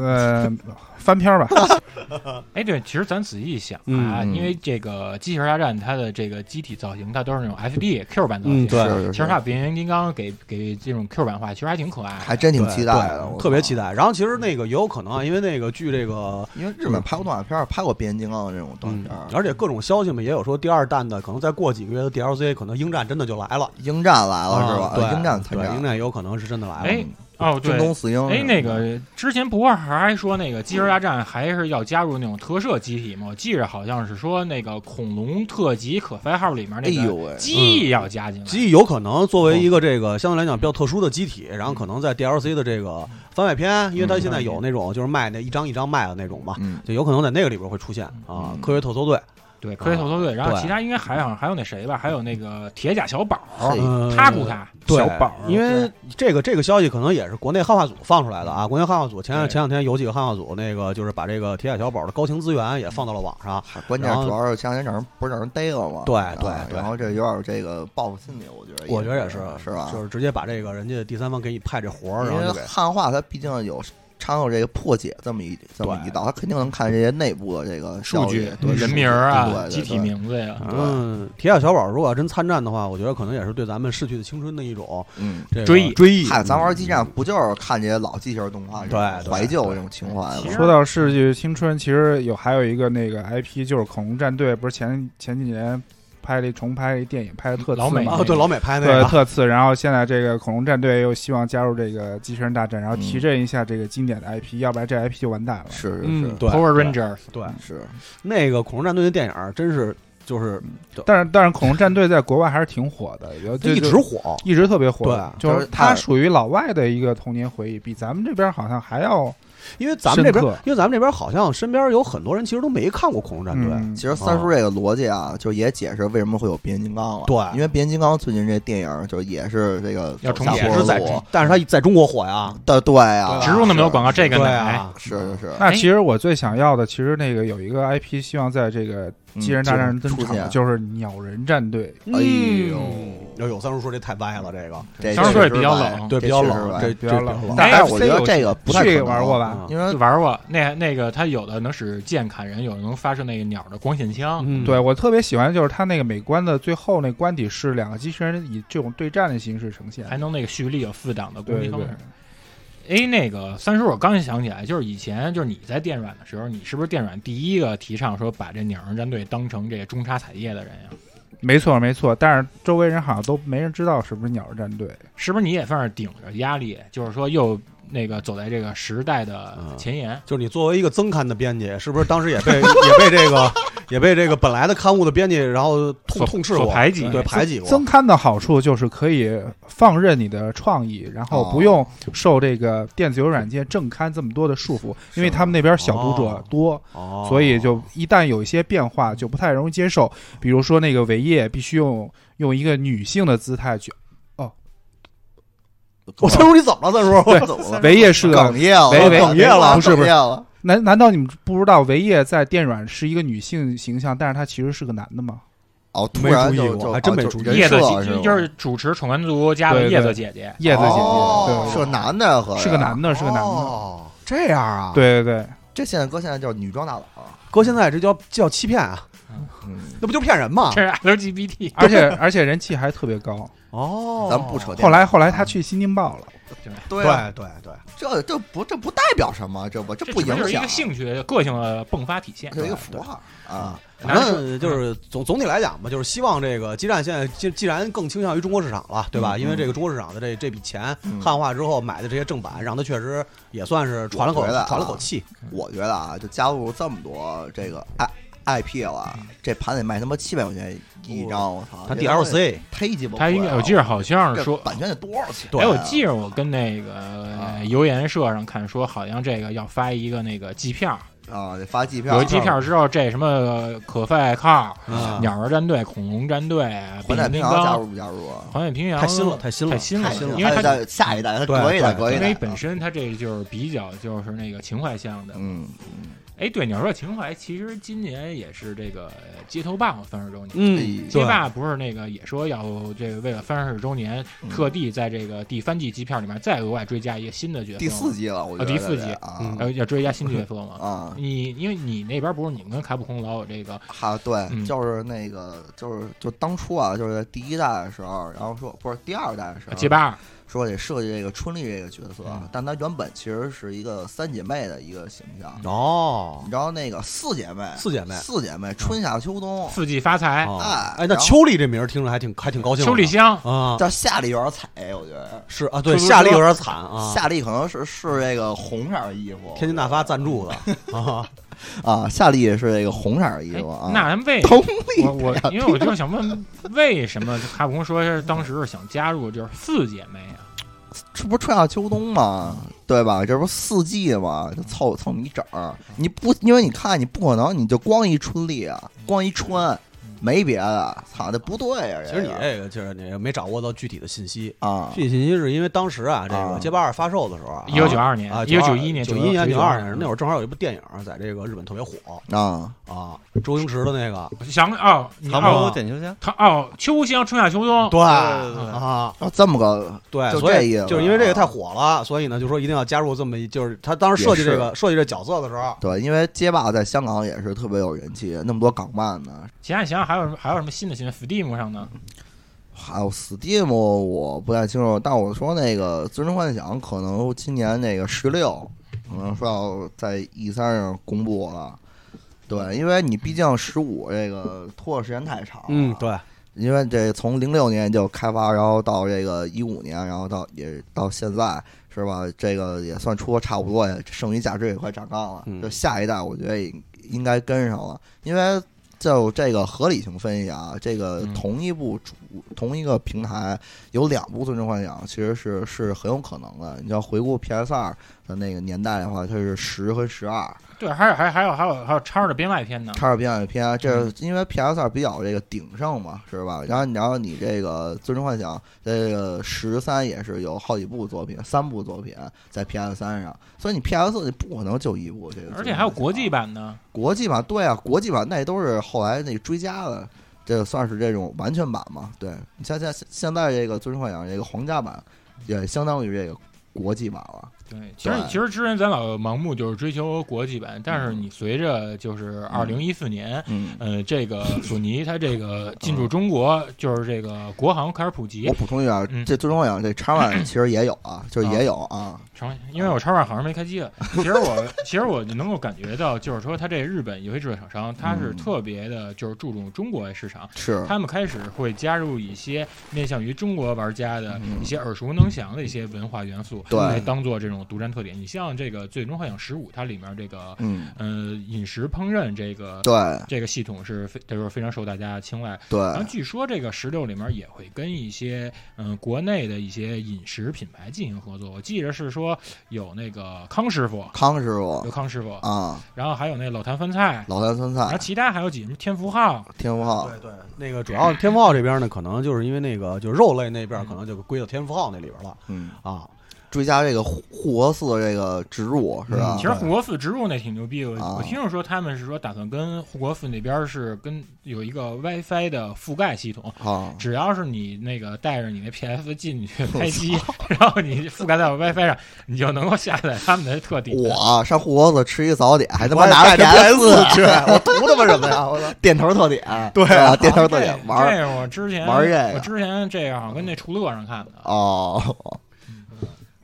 [SPEAKER 4] 呃，翻篇儿吧，
[SPEAKER 1] 哎，对，其实咱仔细一想啊，
[SPEAKER 2] 嗯
[SPEAKER 1] 因为这个《机器人大战》它的这个机体造型，它都是那种 FB Q 版造型。啊
[SPEAKER 5] 嗯，对，
[SPEAKER 2] 是是
[SPEAKER 1] 其实它变形金刚给给这种 Q 版画，其实还挺可爱的。
[SPEAKER 2] 还真挺
[SPEAKER 5] 对
[SPEAKER 2] 期待的，
[SPEAKER 5] 对
[SPEAKER 2] 我
[SPEAKER 5] 特别
[SPEAKER 2] 靠
[SPEAKER 5] 期。待。然后其实那个也有可能啊，因为那个据这个。
[SPEAKER 2] 因为日本拍过动画片儿，拍过变形金刚的这种动
[SPEAKER 5] 嗯
[SPEAKER 2] 画片，儿，
[SPEAKER 5] 而且各种消息嘛，也有说第二弹的，可能再过几个月的 DLC，可能鹰战真的就来了，
[SPEAKER 2] 鹰战来了是
[SPEAKER 5] 啊
[SPEAKER 2] 吧？
[SPEAKER 5] 对，
[SPEAKER 2] 鹰战参
[SPEAKER 5] 对鹰
[SPEAKER 2] 战，
[SPEAKER 5] 战有可能是真的来了。
[SPEAKER 1] 哎，哦，
[SPEAKER 2] 嗯军
[SPEAKER 1] 对
[SPEAKER 2] 嗯工，四鹰。
[SPEAKER 1] 哎，那个之前不是还说那个《机器人大战》还是要加入那种特摄机体吗？我记着好像是说那个《恐龙特级可赛号》里面
[SPEAKER 2] 哎
[SPEAKER 1] 那
[SPEAKER 2] 呦
[SPEAKER 1] 个
[SPEAKER 2] 喂，
[SPEAKER 1] 机翼要加进来。
[SPEAKER 5] 机翼有可能作
[SPEAKER 2] 哦
[SPEAKER 5] 为一个这个相对来讲比较特殊的机体，然后可能在 DLC 的这个番外篇，因为它现在有那种就是卖那一张一张卖的那种嘛，
[SPEAKER 2] 嗯，
[SPEAKER 5] 就有可能在那个里边会出现啊
[SPEAKER 2] 嗯。
[SPEAKER 5] 科学特搜队，
[SPEAKER 1] 对，科学特搜队，然后
[SPEAKER 5] 对
[SPEAKER 1] 其他应该还好像还有那谁吧，还有那个铁甲小宝，
[SPEAKER 2] 嘿
[SPEAKER 5] 嗯，
[SPEAKER 1] 他古塔，
[SPEAKER 5] 对
[SPEAKER 4] 小宝
[SPEAKER 5] 因为这个这个消息可能也是国内汉化组放出来的啊。国内汉化组前
[SPEAKER 1] 对
[SPEAKER 5] 前两天有几个汉化组，那个就是把这个铁甲小宝的高清资源也放到了网上。
[SPEAKER 2] 嗨关键
[SPEAKER 5] 然后
[SPEAKER 2] 主要是前两天让人不是让人逮了吗？
[SPEAKER 5] 对
[SPEAKER 2] 啊
[SPEAKER 5] 对对
[SPEAKER 2] 然后这有点这个报复心理，我觉得
[SPEAKER 5] 我觉得也是
[SPEAKER 2] 是，，吧？
[SPEAKER 5] 就是直接把这个人家第三方给你派这活儿，然
[SPEAKER 2] 因
[SPEAKER 5] 后
[SPEAKER 2] 为
[SPEAKER 5] 就给
[SPEAKER 2] 汉化它毕竟有掺和这个破解这么一这么一道，它肯定能看这些内部的这个消
[SPEAKER 1] 数
[SPEAKER 2] 息
[SPEAKER 1] 据、
[SPEAKER 2] 对
[SPEAKER 1] 人名儿
[SPEAKER 2] 对
[SPEAKER 1] 啊、
[SPEAKER 2] 对对
[SPEAKER 1] 机体名字呀，
[SPEAKER 5] 嗯，铁甲小宝如果要真参战的话，我觉得可能也是对咱们逝去的青春的一种
[SPEAKER 2] 嗯。
[SPEAKER 5] 这个
[SPEAKER 1] 追忆
[SPEAKER 5] 追忆。
[SPEAKER 2] 嗨，咱
[SPEAKER 4] 嗯
[SPEAKER 2] 玩基站不就是看这些老机器人动画，这种
[SPEAKER 5] 对对
[SPEAKER 2] 怀旧这种情怀
[SPEAKER 1] 其
[SPEAKER 2] 吗
[SPEAKER 1] 实？
[SPEAKER 4] 说到逝去青春，其实有还有一个那个 IP 就是恐龙战队，不是前前几年拍了一重拍了一电影，拍的特次
[SPEAKER 1] 老美
[SPEAKER 4] 嘛
[SPEAKER 5] 哦，对，老美拍那
[SPEAKER 4] 对
[SPEAKER 5] 个，
[SPEAKER 4] 特次，然后现在这个恐龙战队又希望加入这个机器人大战，然后提
[SPEAKER 2] 嗯
[SPEAKER 4] 振一下这个经典的 IP，要不然这 IP 就完蛋了。
[SPEAKER 2] 是是
[SPEAKER 5] 嗯，
[SPEAKER 2] 是
[SPEAKER 5] 对
[SPEAKER 1] Power Rangers，
[SPEAKER 5] 对，
[SPEAKER 2] 是，
[SPEAKER 5] 那个恐龙战队的电影儿真是就是
[SPEAKER 4] 但是但是恐龙战队在国外还是挺火的，有
[SPEAKER 5] 它一
[SPEAKER 4] 就
[SPEAKER 5] 直火，
[SPEAKER 4] 一直特别火，啊
[SPEAKER 5] 对
[SPEAKER 4] 就是它
[SPEAKER 2] 它
[SPEAKER 4] 属于老外的一个童年回忆，比咱们这边好像还要
[SPEAKER 5] 因为咱们这边
[SPEAKER 4] 深刻，
[SPEAKER 5] 因为咱们这边好像身边有很多人其实都没看过恐龙战队，
[SPEAKER 4] 嗯
[SPEAKER 2] 其实三叔这个逻辑啊，就也解释为什么会有变形金刚了。
[SPEAKER 5] 对
[SPEAKER 2] 因为变形金刚最近这电影就也是这个
[SPEAKER 1] 要重
[SPEAKER 2] 走下
[SPEAKER 1] 也
[SPEAKER 5] 也
[SPEAKER 1] 是
[SPEAKER 2] 坡
[SPEAKER 5] 是
[SPEAKER 2] 路
[SPEAKER 5] 在，但是他在中国火呀，
[SPEAKER 2] 的对啊，
[SPEAKER 1] 植入那么多广告，这个
[SPEAKER 5] 对
[SPEAKER 1] 奶
[SPEAKER 5] 啊，
[SPEAKER 2] 是是是，
[SPEAKER 4] 那其实我最想要的，其实那个有一个 IP，希望在这个《
[SPEAKER 2] 嗯
[SPEAKER 4] 机器人大战》
[SPEAKER 2] 就
[SPEAKER 4] 登
[SPEAKER 2] 出
[SPEAKER 4] 场的，
[SPEAKER 2] 现，
[SPEAKER 4] 就是鸟人战队。
[SPEAKER 2] 哎呦，
[SPEAKER 5] 要有三叔说这太歪了，这个
[SPEAKER 2] 这
[SPEAKER 1] 三
[SPEAKER 2] 这
[SPEAKER 1] 十岁
[SPEAKER 2] 是
[SPEAKER 1] 比较
[SPEAKER 2] 歪
[SPEAKER 1] 冷，
[SPEAKER 5] 对
[SPEAKER 2] 这
[SPEAKER 5] 比较
[SPEAKER 2] 确实是
[SPEAKER 5] 冷，
[SPEAKER 2] 吧
[SPEAKER 5] 这嗯
[SPEAKER 4] 比较
[SPEAKER 5] 这
[SPEAKER 4] 冷
[SPEAKER 5] 冷
[SPEAKER 2] 但是
[SPEAKER 4] FC
[SPEAKER 2] 我觉得
[SPEAKER 4] 有
[SPEAKER 2] 这个不太可
[SPEAKER 4] 哎去
[SPEAKER 2] 能
[SPEAKER 4] 玩过吧？
[SPEAKER 5] 啊
[SPEAKER 2] 因为
[SPEAKER 1] 玩过那那个，它有的能使箭砍人，有的能发射那个鸟的光线枪。
[SPEAKER 5] 嗯，
[SPEAKER 4] 对我特别喜欢的就是它那个美观的最后那官邸是两个机器人以这种对战的形式呈现
[SPEAKER 1] 还，能那个蓄力有四档的攻
[SPEAKER 4] 对
[SPEAKER 1] 击方
[SPEAKER 4] 对
[SPEAKER 1] 式。哎，那个三叔，我刚想起来，就是以前就是你在电软的时候，你是不是电软第一个提倡说把这鸟人战队当成这个中插彩叶的人呀？
[SPEAKER 4] 没错没错。但是周围人好像都没人知道是不是鸟儿战队，
[SPEAKER 1] 是不是你也算是顶着压力，就是说又那个走在这个时代的
[SPEAKER 2] 嗯
[SPEAKER 1] 前沿？
[SPEAKER 5] 就是你作为一个增刊的编辑，是不是当时也被也被这个也被这个本来的刊物的编辑，然后痛
[SPEAKER 1] 所
[SPEAKER 5] 痛斥
[SPEAKER 1] 所
[SPEAKER 5] 过、
[SPEAKER 1] 排挤
[SPEAKER 5] 对排挤过
[SPEAKER 4] 增。刊的好处就是可以放任你的创意，然后不
[SPEAKER 2] 哦
[SPEAKER 4] 用受这个电子游软件正刊这么多的束缚，因为他们那边小读者
[SPEAKER 5] 哦
[SPEAKER 4] 多，
[SPEAKER 5] 哦，
[SPEAKER 4] 所以就一旦有一些变化，就不太容易接受。比如说那个维叶必须用用一个女性的姿态去，
[SPEAKER 5] 我三叔你怎么了？三叔，
[SPEAKER 2] 怎么了？
[SPEAKER 4] 维叶是个
[SPEAKER 2] 哽咽了，
[SPEAKER 4] 喂喂
[SPEAKER 2] 哽咽
[SPEAKER 4] 不是不是
[SPEAKER 2] 哽咽了
[SPEAKER 4] 难难道你们不知道维叶在电软是一个女性形象，但是她其实是个男的吗？
[SPEAKER 2] 哦，突
[SPEAKER 5] 没
[SPEAKER 2] 然
[SPEAKER 5] 注意
[SPEAKER 2] 就
[SPEAKER 5] 过
[SPEAKER 2] 就
[SPEAKER 5] 还真
[SPEAKER 2] 哦
[SPEAKER 5] 没
[SPEAKER 2] 就
[SPEAKER 5] 注意
[SPEAKER 2] 人
[SPEAKER 1] 叶子
[SPEAKER 2] 设
[SPEAKER 1] 姐
[SPEAKER 2] 是吧
[SPEAKER 1] 就是主持《宠文族》加了
[SPEAKER 4] 对对
[SPEAKER 1] 叶子姐
[SPEAKER 2] 啊
[SPEAKER 1] 姐，
[SPEAKER 4] 叶子姐姐，
[SPEAKER 2] 哦
[SPEAKER 4] 对
[SPEAKER 2] 是个男的，合着
[SPEAKER 4] 是个男的，是个男的，
[SPEAKER 5] 哦，
[SPEAKER 2] 这样啊？，
[SPEAKER 4] 对对对。
[SPEAKER 2] 这现在搁现在叫女装大佬，啊
[SPEAKER 5] 搁现在这叫叫欺骗啊，
[SPEAKER 2] 嗯，
[SPEAKER 5] 那不就是骗人吗？
[SPEAKER 1] 这是 LGBT。
[SPEAKER 4] 而且而且人气还特别高，
[SPEAKER 5] 哦，
[SPEAKER 2] 咱们不扯。。
[SPEAKER 4] 后来后来他去新京报了，
[SPEAKER 2] 对
[SPEAKER 5] 对
[SPEAKER 2] 啊，
[SPEAKER 5] 对对，
[SPEAKER 2] 这这不这不代表什么，这不这
[SPEAKER 1] 这
[SPEAKER 2] 不
[SPEAKER 1] 只不过
[SPEAKER 2] 影
[SPEAKER 1] 就是一
[SPEAKER 2] 响
[SPEAKER 1] 个，兴趣、个性的迸发体现
[SPEAKER 2] 这。是一个符号啊。
[SPEAKER 5] 反正就是总总体来讲吧，就是希望这个基站现在既既然更倾向于中国市场了，对吧？
[SPEAKER 2] 嗯
[SPEAKER 5] 因为这个中国市场的这这笔钱
[SPEAKER 2] 嗯
[SPEAKER 5] 汉化之后买的这些正版，让它确实也算是喘了口
[SPEAKER 2] 我觉得啊
[SPEAKER 5] 喘了口气。
[SPEAKER 2] 我觉得啊，就加入这么多这个 I IP 了，啊这盘得卖他妈七百块钱一张，我操！
[SPEAKER 5] 它
[SPEAKER 2] 这东西
[SPEAKER 5] DLC
[SPEAKER 2] 忒鸡巴
[SPEAKER 1] 他
[SPEAKER 2] 贵
[SPEAKER 1] 应该
[SPEAKER 2] 了，
[SPEAKER 1] 我记着好像是
[SPEAKER 2] 啊这
[SPEAKER 1] 说，
[SPEAKER 2] 版权得多少钱啊？啊
[SPEAKER 1] 哎，我记着我跟那个呃游研社上看说，好像这个要发一个那个机票，
[SPEAKER 2] 啊，得发机票，啊嗯
[SPEAKER 1] 有一机票之后，这什么可赛靠、
[SPEAKER 5] 啊
[SPEAKER 1] 鸟儿战队、恐龙战队、
[SPEAKER 2] 环太
[SPEAKER 1] 变形金
[SPEAKER 2] 平洋加
[SPEAKER 1] 刚、
[SPEAKER 2] 入不加入啊？
[SPEAKER 1] 环太平洋
[SPEAKER 5] 太新了，太新了，
[SPEAKER 1] 太新了
[SPEAKER 2] 太新了，
[SPEAKER 1] 因为它
[SPEAKER 2] 还得在下一代，它
[SPEAKER 5] 对
[SPEAKER 2] 隔一代，
[SPEAKER 5] 对
[SPEAKER 2] 隔一
[SPEAKER 1] 因
[SPEAKER 2] 代
[SPEAKER 1] 为
[SPEAKER 2] 啊，
[SPEAKER 1] 本身它这就是比较就是那个情怀向的。
[SPEAKER 2] 嗯，
[SPEAKER 1] 哎，对，你要说情怀，其实今年也是这个呃街头霸王三十周年。
[SPEAKER 5] 嗯，
[SPEAKER 1] 街
[SPEAKER 5] 对，
[SPEAKER 1] 霸不是那个也说要这个为了三十周年，
[SPEAKER 2] 嗯
[SPEAKER 1] 特地在这个第三季机票里面再额外追加一个新的角色吗，
[SPEAKER 2] 第四季了，我觉得
[SPEAKER 1] 啊第四季
[SPEAKER 2] 这啊
[SPEAKER 5] 嗯
[SPEAKER 1] 要要追加新角色吗？
[SPEAKER 2] 啊
[SPEAKER 1] 你因为你那边不是你们跟卡普空老有这个
[SPEAKER 2] 哈，对，
[SPEAKER 1] 嗯
[SPEAKER 2] 就是那个，就是就当初啊，就是第一代的时候，然后说不是第二代的时候，
[SPEAKER 1] 啊街霸二，
[SPEAKER 2] 说得设计这个春丽这个角色啊
[SPEAKER 1] 嗯，
[SPEAKER 2] 但她原本其实是一个三姐妹的一个形象。
[SPEAKER 1] 嗯
[SPEAKER 5] 哦
[SPEAKER 2] 你，知道那个四姐妹，
[SPEAKER 5] 四姐妹
[SPEAKER 2] 四姐妹春
[SPEAKER 1] 嗯
[SPEAKER 2] 夏秋冬，
[SPEAKER 1] 四季发财、
[SPEAKER 5] 哦
[SPEAKER 2] 哎
[SPEAKER 5] 哎，那
[SPEAKER 2] 然后
[SPEAKER 5] 秋丽这名儿听着还挺还挺高兴的，
[SPEAKER 1] 秋丽香、
[SPEAKER 5] 啊，
[SPEAKER 2] 叫夏丽有点惨，我觉得
[SPEAKER 5] 是啊，对，
[SPEAKER 1] 出租车
[SPEAKER 5] 夏丽有点惨啊，
[SPEAKER 2] 夏丽可能是是这个红色的衣服，
[SPEAKER 5] 天津大发赞助的啊，
[SPEAKER 2] 啊，夏丽是这个红色的衣
[SPEAKER 1] 哎
[SPEAKER 2] 服啊。
[SPEAKER 1] 那咱为
[SPEAKER 2] 同丽
[SPEAKER 1] 我我因为我就想问，为什么卡普空说是当时是想加入就是四姐妹啊？
[SPEAKER 2] 这不是春夏秋冬嘛，对吧？这不是四季嘛，就凑凑你一整儿。你不，因为你看，你不可能，你就光一春丽啊，光一春，没别的，操，这不对呀、啊。
[SPEAKER 5] 其实你这个就是你没掌握到具体的信息，
[SPEAKER 2] 啊，
[SPEAKER 5] 具体信息是因为当时啊，这
[SPEAKER 2] 啊
[SPEAKER 5] 个街霸二发售的时候啊，
[SPEAKER 1] 一九九二年
[SPEAKER 5] 啊，、
[SPEAKER 1] 一九九一年、
[SPEAKER 5] 九一年、
[SPEAKER 1] 九
[SPEAKER 5] 九二年那会儿正好有一部电影在这个日本特别火
[SPEAKER 2] 啊，
[SPEAKER 5] 啊，周星驰的那个，
[SPEAKER 1] 儿，想哦，你
[SPEAKER 3] 唐伯虎
[SPEAKER 1] 哦，
[SPEAKER 3] 点秋香，
[SPEAKER 1] 他哦，秋香春夏秋冬，
[SPEAKER 5] 对
[SPEAKER 3] 对
[SPEAKER 5] 啊，
[SPEAKER 2] 然后这么个
[SPEAKER 5] 对，
[SPEAKER 2] 就
[SPEAKER 5] 所
[SPEAKER 2] 这
[SPEAKER 5] 以
[SPEAKER 2] 意思
[SPEAKER 5] 就是因为这个太火了，所以呢，就说一定要加入这么一，就是他当时设计这
[SPEAKER 2] 也
[SPEAKER 5] 个设计这角色的时候，啊
[SPEAKER 2] 对，因为街霸在香港也是特别有人气，那么多港漫呢。
[SPEAKER 1] 想想想还有什么还有什么新的新闻？Steam 上呢？
[SPEAKER 2] 还有 Steam 我不太清楚，但我说那个《最终幻想》可能今年那个十六，可能说要在 E 三上公布了。对，因为你毕竟十五这个拖的时间太长了，
[SPEAKER 5] 嗯，对，
[SPEAKER 2] 因为这从零六年就开发，然后到这个一五年，然后到也到现在，是吧？这个也算出的差不多，也剩余价值也快涨杠了。
[SPEAKER 5] 嗯
[SPEAKER 2] 就下一代，我觉得也应该跟上了，因为就这个合理性分析啊，这个
[SPEAKER 1] 嗯
[SPEAKER 2] 同一部主、同一个平台有两部《最终幻想》，其实是是很有可能的。你要回顾 PS 二的那个年代的话，它是十和十二，
[SPEAKER 1] 对，还有还有还有还有还有叉的编外篇呢。
[SPEAKER 2] 叉二 P 二 P 啊，这
[SPEAKER 1] 嗯
[SPEAKER 2] 是因为 PS 二比较这个鼎盛嘛，是吧？然后你然后你这个《最终幻想》这个十三也是有好几部作品，三部作品在 PS 三上，所以你 PS 四不可能就一部这个，
[SPEAKER 1] 而且还有国际，版呢，
[SPEAKER 2] 国际版对啊，国际版那都是后来那追加的。这个算是这种完全版嘛。对，你像现现在这个《最终幻想》这个皇家版，也相当于这个国际版了。
[SPEAKER 1] 对，其实
[SPEAKER 2] 对
[SPEAKER 1] 其实之前咱老盲目就是追求国际版，但是你随着就是二零一四年。
[SPEAKER 2] 嗯，
[SPEAKER 1] 呃，这个索尼它这个进驻中国，就是这个国行开始普及
[SPEAKER 2] 我，补充一下，
[SPEAKER 1] 嗯
[SPEAKER 2] 这《最终幻想》这插 万其实也有啊，就是也有啊。
[SPEAKER 1] 成，因为我超话好像没开机了。其实我其实我就能够感觉到，就是说它这日本游戏制作厂商，它是
[SPEAKER 2] 嗯
[SPEAKER 1] 特别的，就是注重中国市场。
[SPEAKER 2] 是，
[SPEAKER 1] 他们开始会加入一些面向于中国玩家的
[SPEAKER 2] 嗯
[SPEAKER 1] 一些耳熟能详的一些文化元素，
[SPEAKER 2] 对
[SPEAKER 1] 来当做这种独占特点。你像这个《最终幻想十五》，它里面这个
[SPEAKER 2] 嗯，
[SPEAKER 1] 呃饮食烹饪这个
[SPEAKER 2] 对
[SPEAKER 1] 这个系统是非就是非常受大家青睐。
[SPEAKER 2] 对，
[SPEAKER 1] 然后据说这个石榴里面也会跟一些嗯、国内的一些饮食品牌进行合作。我记着是说有那个康师傅，
[SPEAKER 2] 康师傅
[SPEAKER 1] 有康师傅，
[SPEAKER 2] 啊，
[SPEAKER 1] 然后还有那老坛酸菜，
[SPEAKER 2] 老啊坛酸
[SPEAKER 1] 然后
[SPEAKER 2] 菜，
[SPEAKER 1] 其他还有几什么天福号，
[SPEAKER 2] 天福号，
[SPEAKER 5] 对，那个主要天福号这边呢，可能就是因为那个就是肉类那边可能就归到天福号那里边了
[SPEAKER 2] 嗯，
[SPEAKER 5] 啊。
[SPEAKER 2] 追加这个护护国寺这个植入是吧
[SPEAKER 1] 嗯其？实护国寺植入那挺牛逼，我、
[SPEAKER 2] 啊
[SPEAKER 1] 我听着说他们是说打算跟护国寺那边是跟有一个 WiFi 的覆盖系统。
[SPEAKER 2] 好，
[SPEAKER 1] 只要是你那个带着你那 PS 进去开机，然后你覆盖到 WiFi 上，你就能够下载他们的特点。
[SPEAKER 2] 我啊上护国寺吃一早点，还他
[SPEAKER 3] 我
[SPEAKER 2] 妈
[SPEAKER 3] 也
[SPEAKER 2] 拿着
[SPEAKER 3] 带着
[SPEAKER 2] PS 吃，我图他妈什么呀？我操，电头特点，对吧？电头
[SPEAKER 1] 这
[SPEAKER 2] 特 点玩儿
[SPEAKER 1] 这我之前
[SPEAKER 2] 玩这个
[SPEAKER 1] 我之前这样我跟那厨乐上看的，
[SPEAKER 2] 哦，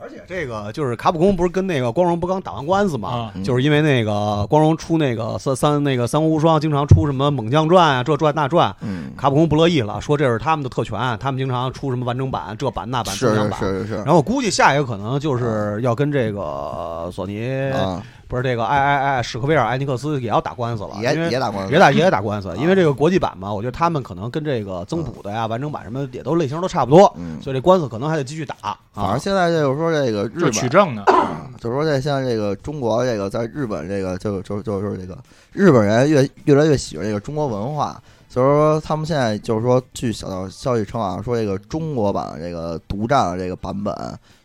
[SPEAKER 5] 而且这个就是卡普空不是跟那个光荣不刚打完官司嘛，
[SPEAKER 2] 啊
[SPEAKER 5] 就是因为那个光荣出那个三三那个三国无双，经常出什么猛将传啊，这传那传，
[SPEAKER 2] 嗯，
[SPEAKER 5] 卡普空不乐意了，说这是他们的特权，他们经常出什么完整版、这版那版、增
[SPEAKER 2] 是
[SPEAKER 5] 强
[SPEAKER 2] 是
[SPEAKER 5] 版。
[SPEAKER 2] 是是是
[SPEAKER 5] 然后我估计下一个可能就是要跟这个索尼，
[SPEAKER 2] 啊，
[SPEAKER 5] 不是这个艾艾艾史克威尔艾尼克斯也要打官司了，因
[SPEAKER 2] 也啊
[SPEAKER 5] 为
[SPEAKER 2] 也打官司
[SPEAKER 5] 也，打也得打官司，因为这个国际版嘛，我觉得他们可能跟这个增补的呀、完整版什么的也都类型都差不多，
[SPEAKER 2] 嗯，
[SPEAKER 5] 所以这官司可能还得继续打。啊
[SPEAKER 2] 反正现在就是说这个
[SPEAKER 1] 就
[SPEAKER 2] 日本哦
[SPEAKER 1] 取证呢。
[SPEAKER 2] 啊就是说这现在这个中国这个在日本这个就就就就是这个日本人越越来越喜欢这个中国文化，所以说他们现在就是说据小道消息称啊，说这个中国版这个独占的这个版本，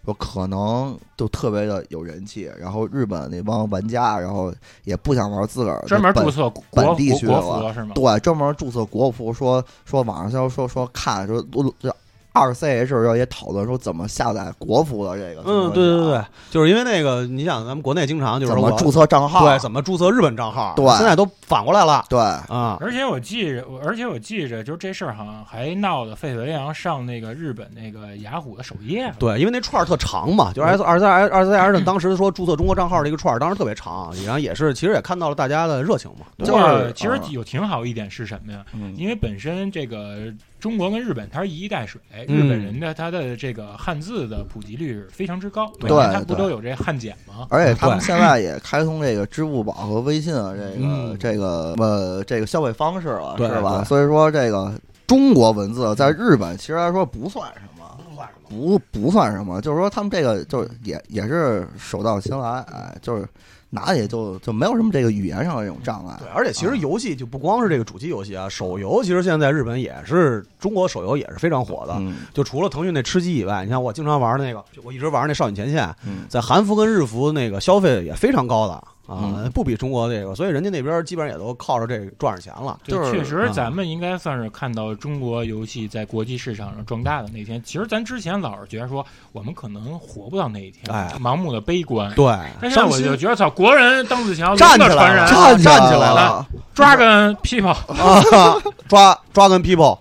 [SPEAKER 2] 说可能就特别的有人气，然后日本那帮玩家，然后也不想玩自个儿的
[SPEAKER 1] 专门
[SPEAKER 2] 本
[SPEAKER 1] 注册国
[SPEAKER 2] 本
[SPEAKER 1] 国
[SPEAKER 2] 地
[SPEAKER 1] 国
[SPEAKER 2] 区的
[SPEAKER 1] 服是吗？
[SPEAKER 2] 对，专门注册国服，说说网上说说看说这二 CH 时候也讨论说怎么下载国服的这个，啊
[SPEAKER 5] 嗯，对对对，就是因为那个，你想咱们国内经常就是
[SPEAKER 2] 怎
[SPEAKER 5] 我
[SPEAKER 2] 么注册账号？
[SPEAKER 5] 对怎么注册日本账号，
[SPEAKER 2] 对
[SPEAKER 5] 现在都反过来了
[SPEAKER 2] 对，
[SPEAKER 5] 啊。
[SPEAKER 1] 而且我记着，我而且我记着，就是这事儿好像还闹得沸沸扬扬，上那个日本那个雅虎的首页了。
[SPEAKER 5] 对，因为那串儿特长嘛，就是 S 二三 S 二三 S 当时说注册中国账号这个串儿，当时特别长，然后也是其实也看到了大家的热情嘛。
[SPEAKER 1] 不
[SPEAKER 2] 就是
[SPEAKER 1] 过其实
[SPEAKER 2] 嗯
[SPEAKER 1] 有挺好一点是什么呀？
[SPEAKER 2] 嗯
[SPEAKER 1] 因为本身这个中国跟日本它是一衣带水，
[SPEAKER 5] 嗯
[SPEAKER 1] 日本人的他的这个汉字的普及率是非常之高，每
[SPEAKER 2] 对
[SPEAKER 1] 年他不
[SPEAKER 2] 对
[SPEAKER 1] 都有这汉检吗？
[SPEAKER 5] 嗯
[SPEAKER 2] 而且他们现在也开通这个支付宝和微信啊，这个、
[SPEAKER 5] 嗯
[SPEAKER 2] 这个呃这个消费方式了，
[SPEAKER 5] 对
[SPEAKER 2] 是吧？
[SPEAKER 5] 对
[SPEAKER 2] 所以说这个中国文字在日本其实来说不算什么，不不算什么，就是说他们这个就是也也是手到擒来，哎，就是拿的也就就没有什么这个语言上的这种障碍
[SPEAKER 5] 对，。而且其实游戏就不光是这个主机游戏啊，手游其实现在日本也是中国手游也是非常火的。
[SPEAKER 2] 嗯
[SPEAKER 5] 就除了腾讯那吃鸡以外，你像我经常玩那个，就我一直玩那《少女前线》，
[SPEAKER 2] 嗯，
[SPEAKER 5] 在韩服跟日服那个消费也非常高的啊
[SPEAKER 2] 嗯，
[SPEAKER 5] 不比中国这个，所以人家那边基本上也都靠着这个赚着钱了。
[SPEAKER 1] 对
[SPEAKER 2] 就是
[SPEAKER 1] 确实
[SPEAKER 5] 嗯，
[SPEAKER 1] 咱们应该算是看到中国游戏在国际市场上壮大的那天。其实咱之前老是觉得说，我们可能活不到那一天，
[SPEAKER 5] 哎
[SPEAKER 1] 盲目的悲观。
[SPEAKER 5] 对，
[SPEAKER 1] 但现在
[SPEAKER 5] 伤
[SPEAKER 1] 我
[SPEAKER 5] 心
[SPEAKER 1] 就觉得，操，国人邓紫棋
[SPEAKER 5] 站起来
[SPEAKER 1] 传
[SPEAKER 5] 了
[SPEAKER 1] 人，
[SPEAKER 2] 站
[SPEAKER 5] 站起
[SPEAKER 2] 来
[SPEAKER 5] 来
[SPEAKER 1] 了，抓跟 people，
[SPEAKER 5] 啊，抓抓 跟 people，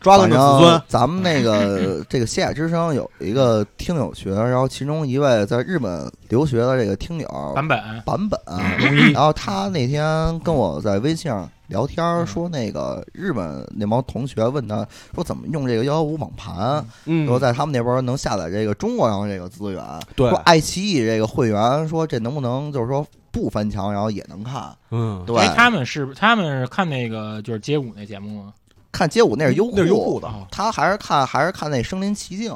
[SPEAKER 5] 抓
[SPEAKER 2] 反
[SPEAKER 5] 跟这子孙
[SPEAKER 2] 正，咱们那个这个西海之声有一个听友群，然后其中一位在日本留学的这个听友
[SPEAKER 1] 版本
[SPEAKER 2] 版本，
[SPEAKER 1] 嗯
[SPEAKER 2] 然后他那天跟我在微信上聊天
[SPEAKER 1] 嗯
[SPEAKER 2] 儿，说那个日本那帮同学问他说怎么用这个幺幺五网盘，说
[SPEAKER 5] 嗯，
[SPEAKER 2] 在他们那边能下载这个中国上这个资源，
[SPEAKER 5] 对
[SPEAKER 2] 说，爱奇艺这个会员，说这能不能就是说不翻墙，然后也能看？
[SPEAKER 5] 嗯，
[SPEAKER 2] 对，
[SPEAKER 1] 哎，他们是他们是看那个就是街舞那节目吗？
[SPEAKER 2] 看街舞那是优酷，
[SPEAKER 5] 那是优酷的，
[SPEAKER 1] 哦，
[SPEAKER 2] 他还是看还是看那《身临其境》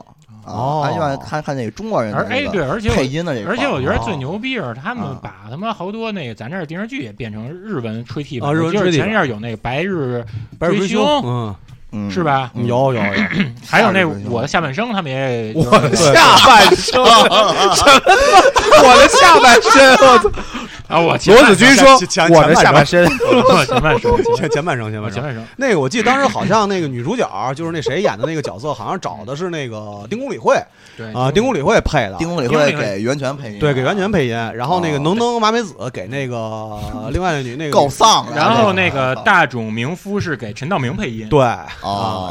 [SPEAKER 5] 哦
[SPEAKER 2] 啊，他就爱看看那个中国人
[SPEAKER 1] 而
[SPEAKER 2] 的
[SPEAKER 1] 哎
[SPEAKER 2] 这
[SPEAKER 1] 对，
[SPEAKER 2] 个
[SPEAKER 1] 而且
[SPEAKER 2] 配
[SPEAKER 1] 我
[SPEAKER 2] 音的这个，
[SPEAKER 1] 而且我觉得
[SPEAKER 5] 哦
[SPEAKER 1] 最牛逼是他们
[SPEAKER 2] 啊
[SPEAKER 1] 把他妈好多那个咱这儿电视剧也变成日文吹替版
[SPEAKER 5] 啊
[SPEAKER 1] 的，
[SPEAKER 5] 日文
[SPEAKER 1] 就是
[SPEAKER 5] 吹替
[SPEAKER 1] 前
[SPEAKER 5] 版
[SPEAKER 1] 一阵儿有那个白日，
[SPEAKER 5] 白日追
[SPEAKER 1] 追凶
[SPEAKER 5] 嗯，
[SPEAKER 2] 嗯
[SPEAKER 1] 是？吧？
[SPEAKER 2] 嗯
[SPEAKER 5] 有有 有，
[SPEAKER 1] 还有那
[SPEAKER 2] 夏日追凶
[SPEAKER 1] 我的下半生，他们也
[SPEAKER 5] 我的
[SPEAKER 1] 就是
[SPEAKER 5] 下半身，我的下半身，我操！
[SPEAKER 1] 啊，我前
[SPEAKER 4] 罗子君说
[SPEAKER 5] 前前：“
[SPEAKER 4] 我的
[SPEAKER 5] 前半
[SPEAKER 4] 下半身，
[SPEAKER 1] 我前半生，
[SPEAKER 5] 前前半生，前
[SPEAKER 1] 我
[SPEAKER 5] 半
[SPEAKER 1] 前半
[SPEAKER 5] 生。
[SPEAKER 1] 生
[SPEAKER 5] 那个我记得当时好像那个女主角就是那谁演的那个角色，好像找的是那个丁公理惠
[SPEAKER 1] 对
[SPEAKER 5] 啊，丁公理惠配的，
[SPEAKER 2] 哎丁公理
[SPEAKER 1] 丁公
[SPEAKER 2] 会
[SPEAKER 1] 理会
[SPEAKER 2] 给袁泉配音，
[SPEAKER 5] 对，给袁泉配音。然后那个
[SPEAKER 2] 哦
[SPEAKER 5] 能能麻美子给那个 另外那女那个
[SPEAKER 2] 够丧的。
[SPEAKER 1] 然后那
[SPEAKER 2] 这
[SPEAKER 5] 啊
[SPEAKER 2] 个
[SPEAKER 1] 个大冢明夫是给陈道明配音，
[SPEAKER 5] 对
[SPEAKER 2] 哦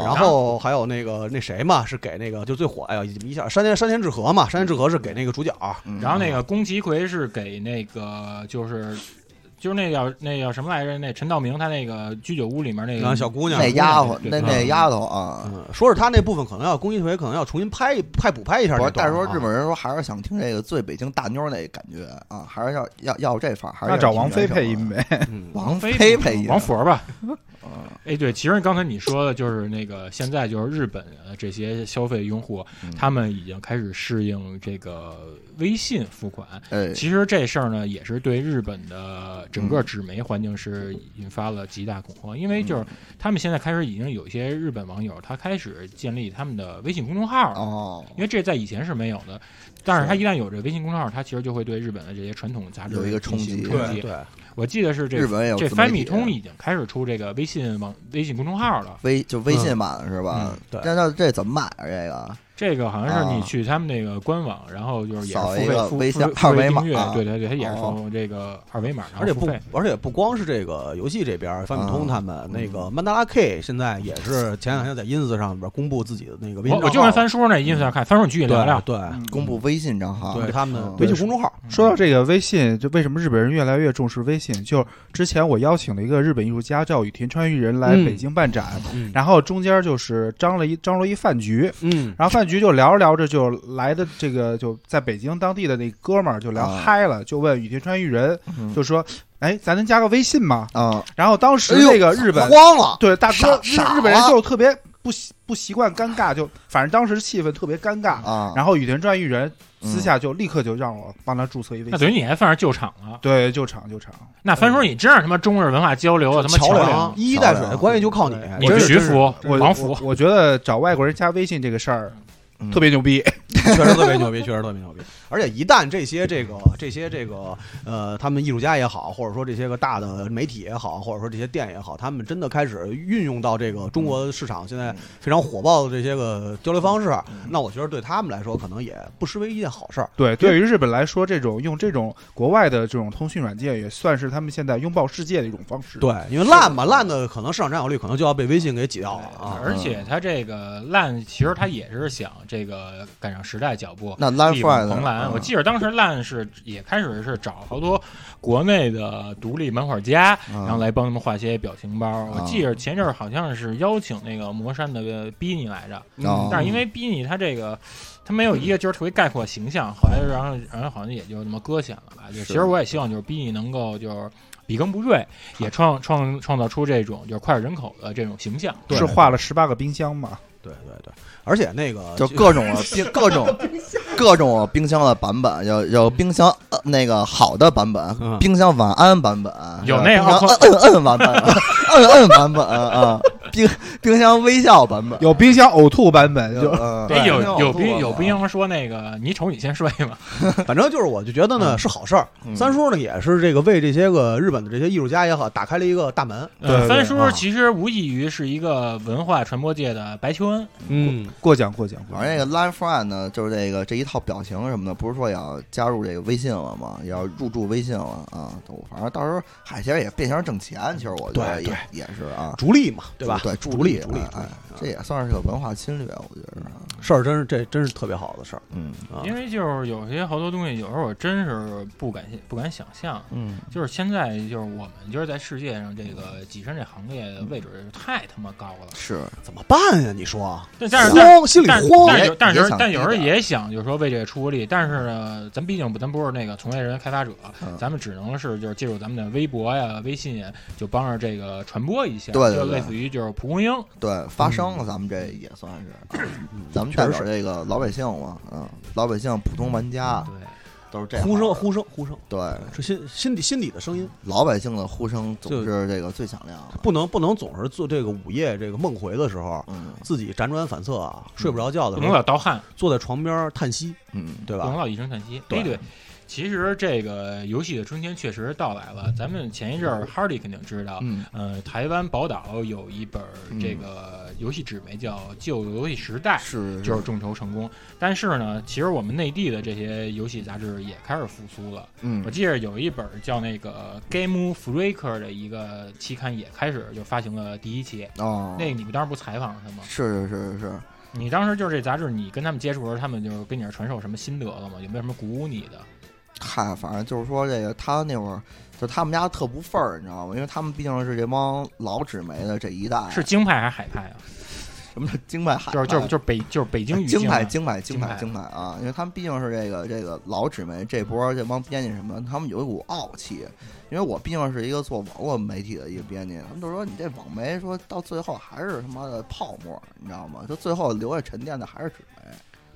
[SPEAKER 5] 啊，然后还有那个那谁嘛，是给那个就最火哎呦一下山田山田智和嘛，山田智和是给那个主角，
[SPEAKER 2] 嗯
[SPEAKER 1] 然后那个宫崎葵是给那个就是就是那叫那叫什么来着？那陈道明他那个居酒屋里面那
[SPEAKER 5] 然后
[SPEAKER 1] 个
[SPEAKER 5] 小姑娘
[SPEAKER 2] 那丫鬟，
[SPEAKER 1] 对
[SPEAKER 2] 那
[SPEAKER 1] 对
[SPEAKER 2] 那丫头啊，
[SPEAKER 5] 嗯，说是他那部分可能要宫崎葵可能要重新拍拍补拍一下
[SPEAKER 2] 不
[SPEAKER 5] 这
[SPEAKER 2] 是，
[SPEAKER 5] 段
[SPEAKER 2] 但
[SPEAKER 5] 啊。
[SPEAKER 2] 是说日本人说还是想听这个最北京大妞儿那感觉啊，还是要要要这范儿，还是
[SPEAKER 4] 那
[SPEAKER 2] 要
[SPEAKER 4] 找
[SPEAKER 2] 听
[SPEAKER 4] 王菲
[SPEAKER 2] 原声
[SPEAKER 4] 配音
[SPEAKER 2] 的。
[SPEAKER 4] 呗。
[SPEAKER 5] 嗯
[SPEAKER 2] 王菲
[SPEAKER 1] 菲
[SPEAKER 2] 配音，
[SPEAKER 1] 王佛儿吧？
[SPEAKER 2] 嗯
[SPEAKER 1] 哎，对，其实刚才你说的就是那个现在就是日本呃这些消费用户，
[SPEAKER 2] 嗯
[SPEAKER 1] 他们已经开始适应这个微信付款。
[SPEAKER 2] 哎，
[SPEAKER 1] 其实这事儿呢，也是对日本的整个纸媒环境是引发了极大恐慌，因
[SPEAKER 2] 嗯
[SPEAKER 1] 为就是他们现在开始已经有一些日本网友，他开始建立他们的微信公众号了，
[SPEAKER 2] 哦，
[SPEAKER 1] 因为这在以前是没有的。但是他一旦有这微信公众号，他其实就会对日本的这些传统杂志
[SPEAKER 2] 有一个冲击
[SPEAKER 1] 进行
[SPEAKER 5] 对
[SPEAKER 1] 击。
[SPEAKER 5] 对，
[SPEAKER 2] 嗯
[SPEAKER 1] 我记得是这
[SPEAKER 2] 日本也有
[SPEAKER 1] 这
[SPEAKER 2] 自
[SPEAKER 1] f a
[SPEAKER 2] 媒
[SPEAKER 1] m
[SPEAKER 2] 体
[SPEAKER 1] 通已经开始出这个微信网微信公众号了。
[SPEAKER 2] 微就微信版是吧？
[SPEAKER 5] 对
[SPEAKER 2] 那那这怎么买啊？这个
[SPEAKER 1] 这个好像是你
[SPEAKER 2] 啊
[SPEAKER 1] 去他们那个官网，然后就是也是
[SPEAKER 2] 扫
[SPEAKER 1] 付
[SPEAKER 2] 一
[SPEAKER 1] 费
[SPEAKER 2] 个
[SPEAKER 1] 付
[SPEAKER 2] 微信
[SPEAKER 1] 付付费
[SPEAKER 2] 二维码
[SPEAKER 1] 订阅
[SPEAKER 2] 啊
[SPEAKER 1] 对对对，它也是
[SPEAKER 2] 哦
[SPEAKER 1] 付这个二维码，然后
[SPEAKER 5] 而且
[SPEAKER 1] 付
[SPEAKER 5] 不
[SPEAKER 1] 费
[SPEAKER 5] 而且不光是这个游戏这边，范米
[SPEAKER 2] 嗯
[SPEAKER 5] 通他们那个曼达拉 K 现在也是前两天在 ins 上边公布自己的那个微
[SPEAKER 1] 我
[SPEAKER 5] 信
[SPEAKER 1] 我就
[SPEAKER 5] 账号
[SPEAKER 1] 按三叔那意思上看，三叔你具体聊
[SPEAKER 5] 对
[SPEAKER 1] 聊。
[SPEAKER 5] 对
[SPEAKER 2] 公布微信账号，
[SPEAKER 5] 对他们的
[SPEAKER 2] 嗯
[SPEAKER 5] 微信公众号，
[SPEAKER 4] 说到这个微信，就为什么日本人越来越重视微信？就是之前我邀请了一个日本艺术家叫雨田川裕人来
[SPEAKER 5] 嗯
[SPEAKER 4] 北京办展，
[SPEAKER 5] 嗯
[SPEAKER 4] 然后中间就是张了一张罗一饭局，
[SPEAKER 5] 嗯
[SPEAKER 4] 然后饭局就聊着聊着就来的这个就在北京当地的那哥们儿就聊
[SPEAKER 2] 啊
[SPEAKER 4] 嗨了，就问雨田川裕人
[SPEAKER 2] 嗯
[SPEAKER 4] 就说：“哎，咱能加个微信吗
[SPEAKER 2] 啊，？”
[SPEAKER 4] 然后当时
[SPEAKER 2] 哎呦
[SPEAKER 4] 那个日本
[SPEAKER 2] 慌了，
[SPEAKER 4] 对大哥日
[SPEAKER 2] 傻傻啊
[SPEAKER 4] 日本人
[SPEAKER 2] 了
[SPEAKER 4] 就特别不习不习惯尴尬，就反正当时气氛特别尴尬。
[SPEAKER 2] 啊，
[SPEAKER 4] 然后雨田川裕人私
[SPEAKER 2] 嗯
[SPEAKER 4] 下就立刻就让我帮他注册一微
[SPEAKER 1] 那
[SPEAKER 4] 信，
[SPEAKER 1] 等于你还算是救场了。
[SPEAKER 4] 对，就场就场。
[SPEAKER 1] 那三叔，你真让他妈中日文化交流啊，他妈
[SPEAKER 5] 桥
[SPEAKER 1] 梁
[SPEAKER 5] 梁，一衣带水，关系就靠你，哎
[SPEAKER 1] 你
[SPEAKER 5] 真
[SPEAKER 1] 是
[SPEAKER 5] 是
[SPEAKER 1] 徐 福，
[SPEAKER 4] 我
[SPEAKER 1] 王福
[SPEAKER 4] 我，我觉得找外国人加微信这个事儿
[SPEAKER 2] 嗯
[SPEAKER 4] 特别牛逼，
[SPEAKER 5] 确实特别牛逼，确实特别牛逼。而且一旦这些这个这些这个呃，他们艺术家也好，或者说这些个大的媒体也好，或者说这些店也好，他们真的开始运用到这个中国市场现在非常火爆的这些个交流方式，那我觉得对他们来说可能也不失为一件好事儿。
[SPEAKER 4] 对，对于日本来说，这种用这种国外的这种通讯软件，也算是他们现在拥抱世界的一种方式。，
[SPEAKER 5] 对，因为烂吧，烂的可能市场占有率可能就要被微信给挤掉了啊。
[SPEAKER 1] 而且他这个烂，其实他也是想这个赶上时代脚步。
[SPEAKER 2] 那 Line
[SPEAKER 1] 力
[SPEAKER 2] Friend，
[SPEAKER 1] 挽狂澜，我记得当时烂是也开始是找好多国内的独立漫画家，然后
[SPEAKER 2] 啊，
[SPEAKER 1] 来帮他们画些表情包。我
[SPEAKER 2] 啊
[SPEAKER 1] 记着前阵儿好像是邀请那个魔山的逼你来着，
[SPEAKER 2] 哦
[SPEAKER 1] 但是因为逼你他这个他没有一个就是特别概括形象，后来然后然后好像也就那么搁浅了吧。就是其实我也希望就是逼你能够就是笔耕不辍，也创创创造出这种就是脍炙人口的这种形象。
[SPEAKER 4] 是画了十八个冰箱嘛？
[SPEAKER 5] 对对对，而且那个
[SPEAKER 2] 就各 种啊冰各种各种啊冰箱的版本，有有冰箱呃那个好的版本，
[SPEAKER 5] 嗯
[SPEAKER 2] 冰箱晚安版本，
[SPEAKER 1] 有
[SPEAKER 2] 是吧
[SPEAKER 1] 那
[SPEAKER 2] 冰箱
[SPEAKER 1] 奥克
[SPEAKER 2] 嗯嗯嗯版本，嗯嗯版本啊，冰冰箱微笑版本，
[SPEAKER 4] 有冰箱呕吐版本，就
[SPEAKER 2] 嗯
[SPEAKER 1] 哎，有有
[SPEAKER 2] 冰
[SPEAKER 1] 冰
[SPEAKER 2] 箱
[SPEAKER 1] 有冰箱说那个你瞅你先睡吧，
[SPEAKER 5] 反正就是，我就觉得呢是好事儿。
[SPEAKER 2] 嗯
[SPEAKER 5] 三叔呢也是这个为这些个日本的这些艺术家也好，打开了一个大门。
[SPEAKER 4] 对对
[SPEAKER 1] 呃三
[SPEAKER 5] 啊
[SPEAKER 1] 叔其实无异于是一个文化传播界的白求恩，
[SPEAKER 5] 嗯，
[SPEAKER 4] 过奖过奖。过
[SPEAKER 2] 反正
[SPEAKER 4] 奖
[SPEAKER 2] 这个 Line Friend 呢，就是这个这一套表情什么的，不是说也要加入这个微信了吗？也要入驻微信了啊！都反正到时候海鲜也变相挣钱，其实我觉得
[SPEAKER 5] 对
[SPEAKER 2] 也
[SPEAKER 5] 对
[SPEAKER 2] 也是啊，
[SPEAKER 5] 逐利嘛，对吧？
[SPEAKER 2] 对，
[SPEAKER 5] 逐
[SPEAKER 2] 力
[SPEAKER 5] 利，逐利
[SPEAKER 2] 哎，哎，
[SPEAKER 1] 啊
[SPEAKER 2] 这也算是个文化侵略，我觉得。
[SPEAKER 1] 嗯
[SPEAKER 5] 事儿真是这真是特别好的事儿。
[SPEAKER 2] 嗯
[SPEAKER 5] 啊
[SPEAKER 1] 因为就是有些好多东西，有时候我真是不敢不敢想象。
[SPEAKER 2] 嗯，
[SPEAKER 1] 就是现在，就是我们就是在世界上这个跻身这行业的位置太他妈高了，
[SPEAKER 2] 是
[SPEAKER 5] 怎么办呀？你说啊
[SPEAKER 1] 但但是但
[SPEAKER 5] 慌，心里
[SPEAKER 1] 但
[SPEAKER 5] 慌
[SPEAKER 1] 但
[SPEAKER 2] 也
[SPEAKER 1] 是有但是
[SPEAKER 2] 也
[SPEAKER 1] 有
[SPEAKER 2] 想
[SPEAKER 1] 但有时候
[SPEAKER 2] 低点
[SPEAKER 1] 也想就是说为这个出力，但是呢，咱毕竟不咱不是那个从业人员、开发者
[SPEAKER 2] 嗯，
[SPEAKER 1] 咱们只能是就是借助咱们的微博呀、微信呀，就帮着这个传播一下，
[SPEAKER 2] 对对
[SPEAKER 1] 就
[SPEAKER 2] 对
[SPEAKER 1] 类似于就是蒲公英。
[SPEAKER 2] 对发声
[SPEAKER 1] 嗯
[SPEAKER 2] 了，咱们这也算是，啊咱们代表这个老百姓嘛，嗯，老百姓、普通玩家
[SPEAKER 1] 对，
[SPEAKER 2] 都是这样嗯
[SPEAKER 5] 呼声
[SPEAKER 2] 的
[SPEAKER 5] 呼声呼声，
[SPEAKER 2] 对
[SPEAKER 5] 这心心底心底的声音，
[SPEAKER 2] 老百姓的呼声总
[SPEAKER 5] 就是
[SPEAKER 2] 这个最响亮的。
[SPEAKER 5] 不能不能总是做这个午夜这个梦回的时候，
[SPEAKER 2] 嗯
[SPEAKER 5] 自己辗转反侧啊，睡不着觉
[SPEAKER 1] 不
[SPEAKER 5] 的时
[SPEAKER 1] 能
[SPEAKER 5] 候，
[SPEAKER 1] 老盗汗，
[SPEAKER 5] 坐在床边儿叹息，
[SPEAKER 2] 嗯，
[SPEAKER 5] 对
[SPEAKER 1] 不能
[SPEAKER 5] 吧？
[SPEAKER 1] 老一声叹息。
[SPEAKER 5] 对
[SPEAKER 1] 哎对，其实这个游戏的春天确实到来了。咱们前一阵儿 Hardy 肯定知道，
[SPEAKER 2] 嗯
[SPEAKER 1] 呃，台湾宝岛有一本儿
[SPEAKER 2] 嗯
[SPEAKER 1] 这个游戏纸媒叫《旧游戏时代》，
[SPEAKER 2] 是
[SPEAKER 1] 哎就是众筹成功。但是呢，其实我们内地的这些游戏杂志也开始复苏了。
[SPEAKER 2] 嗯
[SPEAKER 1] 我记得有一本叫那个《Game Freaker》的一个期刊也开始就发行了第一期。
[SPEAKER 2] 哦，
[SPEAKER 1] 那个你们当时不采访了他吗？
[SPEAKER 2] 是是是是，
[SPEAKER 1] 你当时就是这杂志，你跟他们接触的时候，他们就是跟你传授什么心得了吗？有没有什么鼓舞你的？
[SPEAKER 2] 嗨，反正就是说这个他那会儿，就他们家特不份儿，你知道吗？因为他们毕竟是这帮老纸媒的这一代，
[SPEAKER 1] 是京派还是海派啊？
[SPEAKER 2] 什么叫京派海派，
[SPEAKER 1] 就是就是就是北就是北京语境
[SPEAKER 2] 啊
[SPEAKER 1] 啊
[SPEAKER 2] 京派京派京派
[SPEAKER 1] 京
[SPEAKER 2] 京派啊！因为他们毕竟是这个这个老纸媒这波这帮编辑什么的，他们有一股傲气。因为我毕竟是一个做网络媒体的一个编辑，他们就说你这网媒说到最后还是他妈的泡沫，你知道吗？就最后留下沉淀的还是纸媒。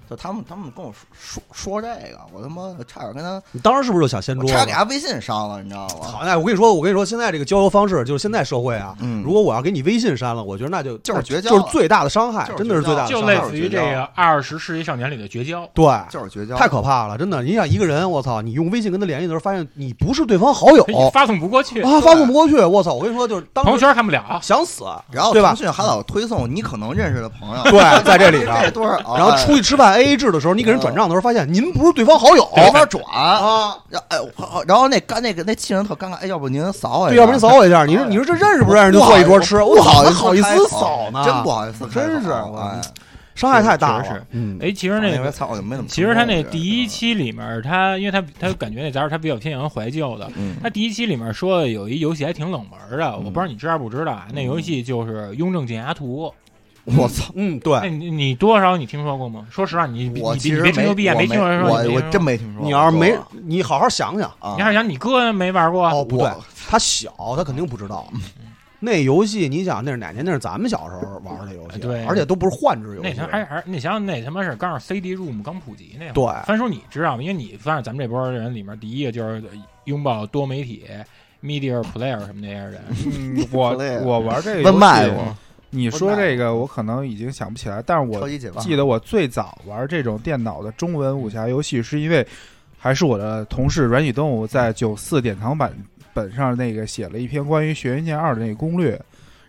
[SPEAKER 2] 就他们他们跟我说说说这个，我他妈差点跟他，
[SPEAKER 5] 你当时是不是就想掀
[SPEAKER 2] 我
[SPEAKER 5] 桌
[SPEAKER 2] 差点给
[SPEAKER 5] 子？
[SPEAKER 2] 他微信删了，你知道吗？
[SPEAKER 5] 好哎家伙！我跟你说，我跟你说，现在这个交流方式就是现在社会啊，
[SPEAKER 2] 嗯，
[SPEAKER 5] 如果我要给你微信删了，我觉得那就
[SPEAKER 2] 就是绝交
[SPEAKER 5] 就是最大的伤害
[SPEAKER 2] 就，是
[SPEAKER 5] 真的是最大的
[SPEAKER 1] 就
[SPEAKER 5] 伤
[SPEAKER 1] 类
[SPEAKER 5] 害。
[SPEAKER 1] 似于这个二十世纪少年里的绝
[SPEAKER 2] 哦
[SPEAKER 1] 交。
[SPEAKER 5] 对，
[SPEAKER 2] 就是绝交，
[SPEAKER 5] 太可怕了，真的。你想一个人，我操，你用微信跟他联系的时候，发现你不是对方好友
[SPEAKER 1] 哎你发送不过去，
[SPEAKER 2] 哦
[SPEAKER 5] 啊，发送不过去，我操！我跟你说，就是
[SPEAKER 1] 朋友
[SPEAKER 5] 当时
[SPEAKER 1] 圈看不了。
[SPEAKER 5] 想死，啊
[SPEAKER 2] 然后
[SPEAKER 5] 对吧
[SPEAKER 2] 腾讯还老推送你可能认识的朋友，
[SPEAKER 5] 对，在这里头。
[SPEAKER 2] 这啊多少？
[SPEAKER 5] 然后出去吃饭 AA 制的时候，你给人转账的时候，发现您不是对方好友，
[SPEAKER 2] 没法转啊。
[SPEAKER 5] 啊，
[SPEAKER 2] 然后哎，我然后那干那个那气人特尴尬，哎，要不您扫我
[SPEAKER 5] 对，
[SPEAKER 2] 一下？
[SPEAKER 5] 要啊不您 扫我一下，你说你说这认识不认识？就坐一桌吃，
[SPEAKER 2] 不
[SPEAKER 5] 我
[SPEAKER 2] 好
[SPEAKER 5] 操不好意
[SPEAKER 2] 意思，开口
[SPEAKER 5] 思扫呢，
[SPEAKER 2] 真不好意思开口，
[SPEAKER 5] 真是
[SPEAKER 2] 哎
[SPEAKER 1] 哦
[SPEAKER 5] 伤害太大
[SPEAKER 1] 确实
[SPEAKER 5] 了
[SPEAKER 1] 是。
[SPEAKER 5] 嗯，
[SPEAKER 1] 哎，其实那
[SPEAKER 2] 哦那哦回
[SPEAKER 1] 个，
[SPEAKER 2] 操我就没怎么。
[SPEAKER 1] 其实他那第一，期里面，他因为他他感觉那杂志他比较偏向怀旧的。
[SPEAKER 2] 嗯
[SPEAKER 1] 他第一期里面说的有一游戏还挺冷门的，我不知道你知道不知道
[SPEAKER 2] 嗯
[SPEAKER 1] 啊？那游戏就是《雍正剑侠图》，
[SPEAKER 2] 我操，
[SPEAKER 5] 嗯，对
[SPEAKER 1] 那，你你多少你听说过吗？说实话，你你
[SPEAKER 2] 我
[SPEAKER 1] 你
[SPEAKER 2] 其
[SPEAKER 1] 别
[SPEAKER 2] 实
[SPEAKER 1] 你别吹牛逼啊，
[SPEAKER 2] 我
[SPEAKER 1] 听说说
[SPEAKER 2] 我
[SPEAKER 1] 你
[SPEAKER 2] 我
[SPEAKER 1] 没
[SPEAKER 2] 真没听说过。
[SPEAKER 5] 你要是没，你好好想想。
[SPEAKER 2] 啊
[SPEAKER 1] 你还，是想你哥没玩过？
[SPEAKER 5] 哦，不对
[SPEAKER 2] 我，
[SPEAKER 5] 他小，他肯定不知道。那游戏，你想那是哪年？那是咱们小时候玩的游戏，
[SPEAKER 1] 哎对
[SPEAKER 5] 而且都不是幻制游
[SPEAKER 1] 那
[SPEAKER 5] 戏
[SPEAKER 1] 他。还还那想想那他妈是刚是 CD room 刚普及那会儿。
[SPEAKER 5] 对，
[SPEAKER 1] 翻叔你知道吗？因为你算是咱们这波人里面第一个，就是拥抱多媒体 media player 什么那样的人。
[SPEAKER 4] 嗯，我
[SPEAKER 2] 不累啊
[SPEAKER 4] 我玩这个
[SPEAKER 2] 问麦
[SPEAKER 4] 游戏
[SPEAKER 2] 我
[SPEAKER 4] 你说这个我可能已经想不起来，但是
[SPEAKER 2] 超
[SPEAKER 4] 我
[SPEAKER 2] 级解放，
[SPEAKER 4] 记得我最早玩这种电脑的中文武侠游戏，是因为还是我的同事软体动物在九四典藏版本上那个写了一篇关于《轩辕剑二》的那个攻略。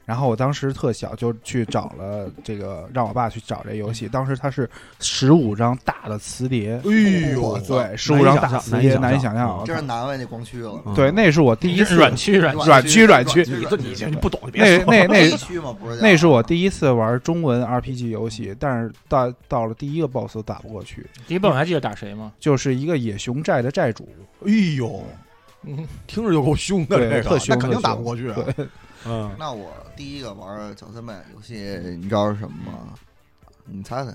[SPEAKER 4] 然后我当时特小，就去找了这个，让我爸去找这游戏。当时它是十五张大的磁碟，
[SPEAKER 5] 哎呦，
[SPEAKER 4] 对，十五张大磁碟，难以想象。
[SPEAKER 2] 真是难为那光驱了。
[SPEAKER 5] 嗯
[SPEAKER 4] 对，那是我第一次
[SPEAKER 1] 软驱 软驱，
[SPEAKER 4] 软驱
[SPEAKER 2] 软
[SPEAKER 4] 软驱
[SPEAKER 5] 你这 你这你不懂，你别
[SPEAKER 4] 那那
[SPEAKER 2] 那
[SPEAKER 4] 那
[SPEAKER 2] 区嘛，不是
[SPEAKER 4] 那是我第一次玩中文 RPG 游戏，但是到到了第一个 BOSS 都打不过去，
[SPEAKER 1] 第一本我还记得打谁吗？
[SPEAKER 4] 就是一个野熊寨的寨主，
[SPEAKER 5] 哎呦，听着就够凶的，
[SPEAKER 4] 对
[SPEAKER 5] 这
[SPEAKER 4] 特
[SPEAKER 5] 个那
[SPEAKER 4] 凶
[SPEAKER 5] 肯定
[SPEAKER 4] 特
[SPEAKER 5] 打
[SPEAKER 4] 凶
[SPEAKER 5] 不过去啊。嗯，
[SPEAKER 2] 那我第一个玩角色扮演游戏，你知道是什么吗？你猜猜？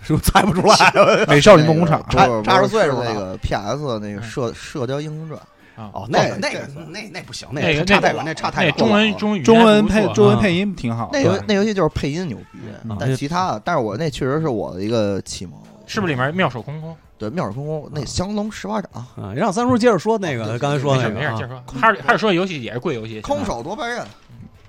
[SPEAKER 5] 是不是猜不出来？啊
[SPEAKER 4] 美少女梦工厂。
[SPEAKER 2] 那个
[SPEAKER 5] 差差
[SPEAKER 2] 不
[SPEAKER 5] 点
[SPEAKER 2] 是不是
[SPEAKER 5] 岁数
[SPEAKER 2] 是那
[SPEAKER 5] 了
[SPEAKER 2] 个 PS 那个射《射雕英雄传》，
[SPEAKER 1] 啊，
[SPEAKER 5] 哦，
[SPEAKER 2] 那
[SPEAKER 5] 那
[SPEAKER 2] 个
[SPEAKER 5] 个那个那
[SPEAKER 2] 这个
[SPEAKER 5] 那不行，
[SPEAKER 1] 那个
[SPEAKER 5] 差
[SPEAKER 1] 那
[SPEAKER 5] 太
[SPEAKER 1] 个
[SPEAKER 5] 远，那差太
[SPEAKER 1] 那
[SPEAKER 5] 远。
[SPEAKER 1] 中文中语
[SPEAKER 4] 中文配
[SPEAKER 1] 啊
[SPEAKER 4] 中文配音挺好的，
[SPEAKER 2] 那游那游戏就是配音牛逼，
[SPEAKER 1] 嗯
[SPEAKER 2] 但其他的，但是我那确实是我的一个启蒙，
[SPEAKER 1] 是不是里面妙手空空？
[SPEAKER 2] 对妙手空空那降龙十八掌，
[SPEAKER 5] 啊，让三叔接着说那
[SPEAKER 2] 哦
[SPEAKER 5] 个
[SPEAKER 2] 对
[SPEAKER 5] 刚才说
[SPEAKER 1] 没
[SPEAKER 5] 那
[SPEAKER 1] 事没
[SPEAKER 5] 个
[SPEAKER 1] 事，
[SPEAKER 5] 啊
[SPEAKER 1] 接着说。还是还是说游戏也是贵游戏，
[SPEAKER 2] 空手夺白刃，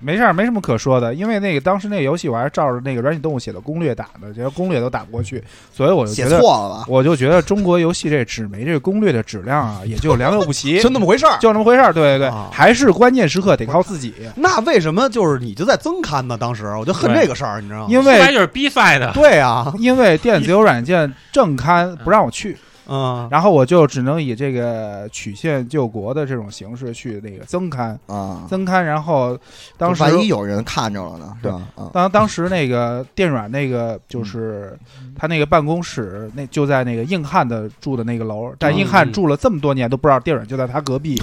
[SPEAKER 4] 没事儿，没什么可说的，因为那个当时那个游戏我还是照着那个软体动物写的攻略打的，结果攻略都打不过去，所以我就
[SPEAKER 2] 写
[SPEAKER 4] 觉
[SPEAKER 2] 错
[SPEAKER 4] 得，
[SPEAKER 2] 了吧？
[SPEAKER 4] 我就觉得中国游戏这纸媒这个攻略的质量啊，也就良莠不齐
[SPEAKER 5] 就，那么回事儿。
[SPEAKER 4] 就那么回事儿。对对对，
[SPEAKER 5] 啊
[SPEAKER 4] 还是关键时刻得靠自己，
[SPEAKER 2] 啊
[SPEAKER 5] 那为什么就是你就在增刊呢？当时我就恨
[SPEAKER 1] 对
[SPEAKER 5] 这个事儿，你知道吗？
[SPEAKER 4] 因
[SPEAKER 1] 说白
[SPEAKER 4] 为
[SPEAKER 1] 就是逼赛的。
[SPEAKER 5] 对啊，
[SPEAKER 4] 因为电子游软件正刊不让我去，
[SPEAKER 2] 啊
[SPEAKER 5] 嗯，
[SPEAKER 4] 然后我就只能以这个曲线救国的这种形式去那个增刊，
[SPEAKER 2] 啊，
[SPEAKER 4] 增刊，然后当时嗯
[SPEAKER 2] 万一有人看着了呢，是吧？啊，
[SPEAKER 4] 当当时那个电软那个就是他那个办公室，那就在那个硬汉的住的那个楼，但硬汉住了这么多年都不知道电软就在他隔壁。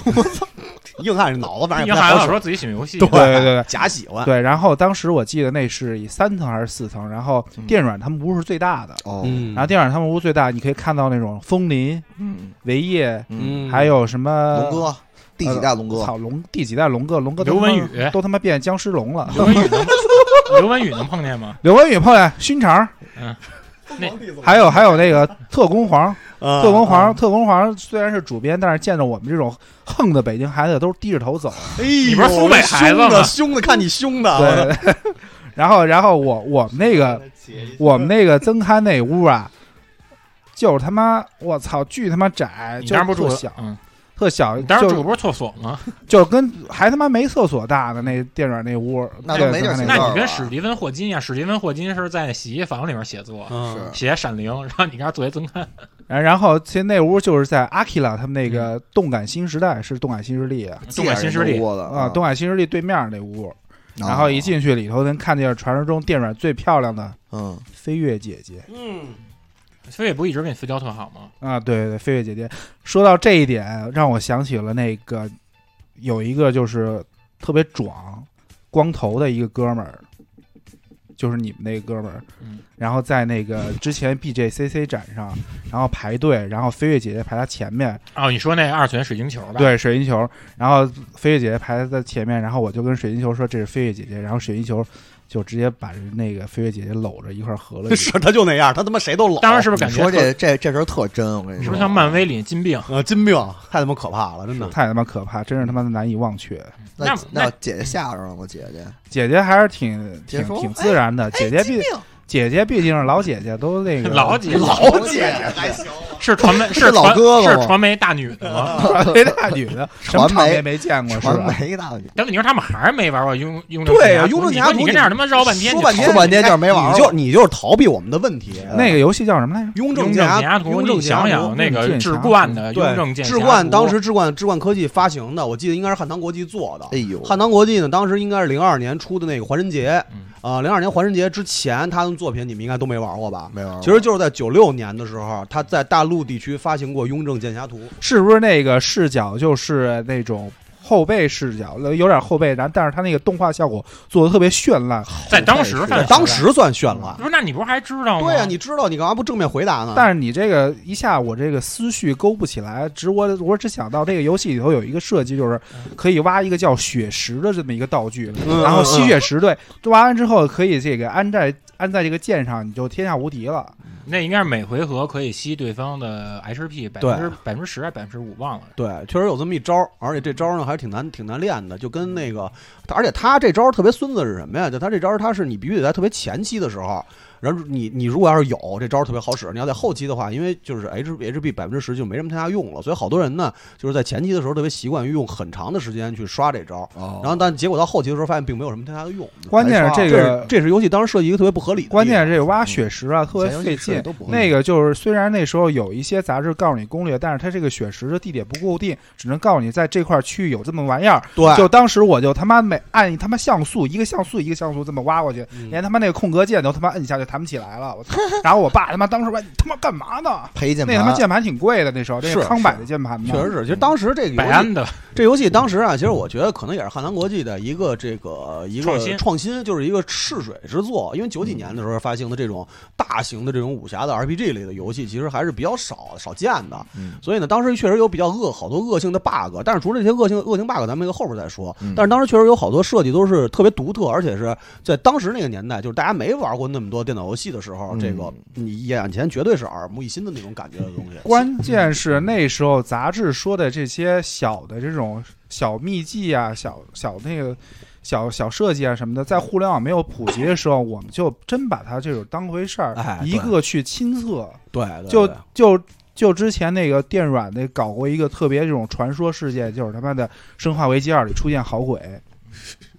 [SPEAKER 5] 硬汉是脑子反正也
[SPEAKER 1] 英
[SPEAKER 5] 不
[SPEAKER 1] 还
[SPEAKER 5] 太
[SPEAKER 1] 老
[SPEAKER 5] 好使，
[SPEAKER 1] 说自己喜欢游戏，
[SPEAKER 4] 对对对
[SPEAKER 5] 假喜欢。
[SPEAKER 4] 对，然后当时我记得那是以三层还是四层，然后电软他们屋是最大的，
[SPEAKER 2] 哦，
[SPEAKER 5] 嗯，
[SPEAKER 4] 然后电软他们屋最大，你可以看到那种枫林、
[SPEAKER 2] 嗯
[SPEAKER 4] 维业，
[SPEAKER 2] 嗯，
[SPEAKER 4] 还有什么
[SPEAKER 2] 龙哥，第几代龙哥？
[SPEAKER 4] 草龙第几代龙哥，龙哥都
[SPEAKER 1] 刘
[SPEAKER 4] 他妈
[SPEAKER 1] 文宇
[SPEAKER 4] 都他妈变僵尸龙了，
[SPEAKER 1] 刘文宇能刘文宇能碰见吗？
[SPEAKER 4] 刘文宇碰见熏肠，
[SPEAKER 1] 那
[SPEAKER 4] 还有还有那个特工皇。
[SPEAKER 5] 嗯啊
[SPEAKER 4] 特工皇，特工皇虽然是主编，但是见着我们这种横的北京孩子，都是低着头走。
[SPEAKER 5] 哎呦，你
[SPEAKER 1] 不是苏北孩子吗
[SPEAKER 5] 凶的，看你凶
[SPEAKER 2] 啊
[SPEAKER 5] 的。啊我的，
[SPEAKER 4] 对， 然后然后我我们那个我们那个增刊那屋啊，就是他妈我操，巨他妈窄，
[SPEAKER 1] 你
[SPEAKER 4] 就
[SPEAKER 1] 当时不
[SPEAKER 4] 是
[SPEAKER 1] 住
[SPEAKER 4] 特小，
[SPEAKER 1] 嗯，
[SPEAKER 4] 特小，
[SPEAKER 1] 你当时
[SPEAKER 4] 就
[SPEAKER 1] 住不是厕所吗？
[SPEAKER 4] 就跟还他妈没厕所大的那电软那屋，
[SPEAKER 2] 那
[SPEAKER 4] 对
[SPEAKER 2] 就没地儿
[SPEAKER 4] 他
[SPEAKER 2] 洗
[SPEAKER 1] 那
[SPEAKER 4] 那
[SPEAKER 2] 澡
[SPEAKER 4] 个
[SPEAKER 1] 你跟史蒂芬霍金一样，史蒂芬霍金是在洗衣房里面写作，
[SPEAKER 5] 嗯，
[SPEAKER 1] 写《闪灵》，然后你跟那儿作为增刊，
[SPEAKER 4] 然然后其实那屋就是在阿基拉他们那
[SPEAKER 2] 嗯
[SPEAKER 4] 个动感新时代是动感新势力啊，
[SPEAKER 1] 动感新势力。
[SPEAKER 2] 啊，
[SPEAKER 4] 动感新势力对面那屋，然后一，进去里头能看见传说中电软最漂亮的
[SPEAKER 2] 嗯，
[SPEAKER 4] 飞跃姐姐
[SPEAKER 5] 嗯，
[SPEAKER 1] 所以不一直给你私教特好吗？
[SPEAKER 4] 啊，对对对，飞跃姐姐。说到这一点，让我想起了那个有一个就是特别壮光头的一个哥们儿，就是你们那哥们儿，
[SPEAKER 1] 嗯
[SPEAKER 4] 然后在那个之前 BJCC 展上，然后排队，然后飞跃姐姐排他前面，
[SPEAKER 1] 哦，你说那二次元水晶球吧？，
[SPEAKER 4] 对，水晶球。然后飞跃姐姐排在前面，然后我就跟水晶球说这是飞跃姐姐，然后水晶球就直接把那个飞跃姐姐搂着一块儿合了一下。
[SPEAKER 5] 是他就那样，他他妈谁都老，
[SPEAKER 1] 当时是不是感
[SPEAKER 2] 你
[SPEAKER 1] 觉
[SPEAKER 5] 哦
[SPEAKER 2] 说
[SPEAKER 1] 特
[SPEAKER 2] 这这这事儿特真，我跟你说，
[SPEAKER 1] 是不是像漫威里金病？
[SPEAKER 5] 呃金病，太他妈可怕了，真的。
[SPEAKER 4] 太他妈可怕，真是他妈的难以忘却。
[SPEAKER 2] 那
[SPEAKER 1] 那
[SPEAKER 2] 那姐姐吓着了吗？姐姐，
[SPEAKER 4] 姐姐还是挺
[SPEAKER 2] 姐
[SPEAKER 4] 挺
[SPEAKER 2] 说哎
[SPEAKER 4] 挺自然的，姐姐毕姐姐毕竟是老姐姐，都那 个
[SPEAKER 1] 老 姐
[SPEAKER 5] 老姐姐还行，
[SPEAKER 1] 是传媒
[SPEAKER 2] 是老
[SPEAKER 1] 传
[SPEAKER 2] 哥哥
[SPEAKER 1] 是
[SPEAKER 2] 吗
[SPEAKER 1] 传媒大女的
[SPEAKER 5] 嗯
[SPEAKER 1] 吗？
[SPEAKER 4] 没大女的，什
[SPEAKER 2] 传
[SPEAKER 4] 么场
[SPEAKER 2] 媒
[SPEAKER 4] 面没见过是
[SPEAKER 2] 传
[SPEAKER 4] 吧？
[SPEAKER 2] 媒大女，
[SPEAKER 1] 但问题是他们还是没玩过雍雍正
[SPEAKER 5] 对啊
[SPEAKER 1] 雍
[SPEAKER 5] 雍正
[SPEAKER 1] 你
[SPEAKER 5] 家
[SPEAKER 1] 说
[SPEAKER 5] 族
[SPEAKER 1] 你跟
[SPEAKER 5] 你
[SPEAKER 1] 这儿他妈绕半天，
[SPEAKER 5] 说
[SPEAKER 1] 你
[SPEAKER 5] 半天
[SPEAKER 2] 说半天就是没玩儿
[SPEAKER 5] 你就你就是逃避我们的问题。
[SPEAKER 2] 嗯
[SPEAKER 4] 那个游戏叫什么来着？
[SPEAKER 5] 雍
[SPEAKER 1] 雍
[SPEAKER 5] 正
[SPEAKER 1] 正
[SPEAKER 5] 家
[SPEAKER 1] 家图，
[SPEAKER 5] 雍正
[SPEAKER 1] 你想
[SPEAKER 5] 家
[SPEAKER 1] 想
[SPEAKER 4] 图
[SPEAKER 1] 那
[SPEAKER 4] 雍
[SPEAKER 1] 个
[SPEAKER 4] 正
[SPEAKER 1] 志
[SPEAKER 4] 家
[SPEAKER 1] 冠
[SPEAKER 4] 图
[SPEAKER 1] 的雍正
[SPEAKER 5] 对，
[SPEAKER 1] 剑
[SPEAKER 5] 置
[SPEAKER 1] 侠
[SPEAKER 5] 冠
[SPEAKER 1] 图
[SPEAKER 5] 当时置冠置冠科技发行的，我记得应该是汉唐国际做的。
[SPEAKER 2] 哎呦，
[SPEAKER 5] 汉唐国际呢，当时应该是零二年出的那个《还神节》
[SPEAKER 1] 嗯
[SPEAKER 5] 啊，零二年《还神节》之前，他的作品你们应该都没玩过吧？
[SPEAKER 2] 没玩过，
[SPEAKER 5] 其实就是在九六年的时候，他在大陆地区发行过《雍正剑侠图》。
[SPEAKER 4] 是不是那个视角就是那种后背视角，有点后背，然后但是它那个动画效果做的特别绚烂，
[SPEAKER 1] 在当时
[SPEAKER 4] 对
[SPEAKER 1] 犯
[SPEAKER 5] 当时算绚烂
[SPEAKER 1] 不，是？那你不是还知道吗？
[SPEAKER 5] 对呀、啊你知道你干嘛不正面回答呢？
[SPEAKER 4] 啊但是你这个一下，我这个思绪勾不起来，只我我只想到这个游戏里头有一个设计，就是可以挖一个叫血石的这么一个道具，
[SPEAKER 5] 嗯
[SPEAKER 4] 然后吸血石对，挖完之后可以这个安在安在这个剑上，你就天下无敌了。
[SPEAKER 5] 嗯
[SPEAKER 1] 那应该是每回合可以吸对方的 HP 百分之百分之十还是百分之五忘了。
[SPEAKER 5] 对，确实有这么一招儿，而且这招儿呢还是挺难挺难练的，就跟那个，而且他这招儿特别孙子是什么呀？就他这招儿，他是你必须得在特别前期的时候，然后你你如果要是有这招儿特别好使，你要在后期的话，因为就是 H H B 百分之十就没什么太大用了，所以好多人呢就是在前期的时候特别习惯于用很长的时间去刷这招儿，
[SPEAKER 2] 哦，
[SPEAKER 5] 然后但结果到后期的时候发现并没有什么太大的用。
[SPEAKER 4] 关键是这
[SPEAKER 5] 啊这是
[SPEAKER 4] 个，
[SPEAKER 5] 这是游戏当时设计一个特别不合理的地方，
[SPEAKER 4] 关键是这个挖血石啊，特别
[SPEAKER 2] 前游戏
[SPEAKER 4] 费
[SPEAKER 2] 设
[SPEAKER 4] 劲
[SPEAKER 5] 嗯
[SPEAKER 2] 计都不。会
[SPEAKER 4] 那个就是虽然那时候有一些杂志告诉你攻略，但是它这个血石的地点不固定，只能告诉你在这块区域有这么玩意儿，
[SPEAKER 5] 对
[SPEAKER 4] 就当时我就他妈每按他妈像素一个像素一个像素这么挖过去，
[SPEAKER 5] 嗯
[SPEAKER 4] 连他妈那个空格键都他妈摁下去弹不起来了，我操！然后我爸他妈当时问你他妈干嘛呢？
[SPEAKER 2] 赔键
[SPEAKER 4] 那
[SPEAKER 2] 盘，
[SPEAKER 4] 他妈键盘挺贵的，那时候那
[SPEAKER 5] 是
[SPEAKER 4] 个康柏的键盘嘛，
[SPEAKER 5] 确实是，其实当时这个游
[SPEAKER 1] 百
[SPEAKER 5] 戏
[SPEAKER 1] 安的
[SPEAKER 5] 这游戏当时啊，其实我觉得可能也是汉唐国际的一个这个一个
[SPEAKER 1] 创新
[SPEAKER 5] 创新就是一个试水之作。因为九几年的时候发行的这种大型的这种武侠的 RPG 类的游戏，其实还是比较少少见的。
[SPEAKER 2] 嗯
[SPEAKER 5] 所以呢，当时确实有比较恶好多恶性的 bug，但是除了这些恶性恶性 bug，咱们那个后边再说
[SPEAKER 2] 嗯。
[SPEAKER 5] 但是当时确实有好多设计都是特别独特，而且是在当时那个年代，就是大家没玩过那么多电脑游戏的时候，
[SPEAKER 2] 嗯
[SPEAKER 5] 这个你眼前绝对是耳目一新的那种感觉的东西。
[SPEAKER 4] 关键是那时候杂志说的这些小的这种小秘技啊、小小那个小小设计啊什么的，在互联网没有普及的时候，我们就真把它这种当回事儿，
[SPEAKER 5] 哎
[SPEAKER 4] 一
[SPEAKER 5] 对
[SPEAKER 4] 个去亲测。
[SPEAKER 5] 对，对
[SPEAKER 4] 就
[SPEAKER 5] 对
[SPEAKER 4] 就就之前那个电软那搞过一个特别这种传说事件，就是他妈的《生化危机二》里出现好鬼，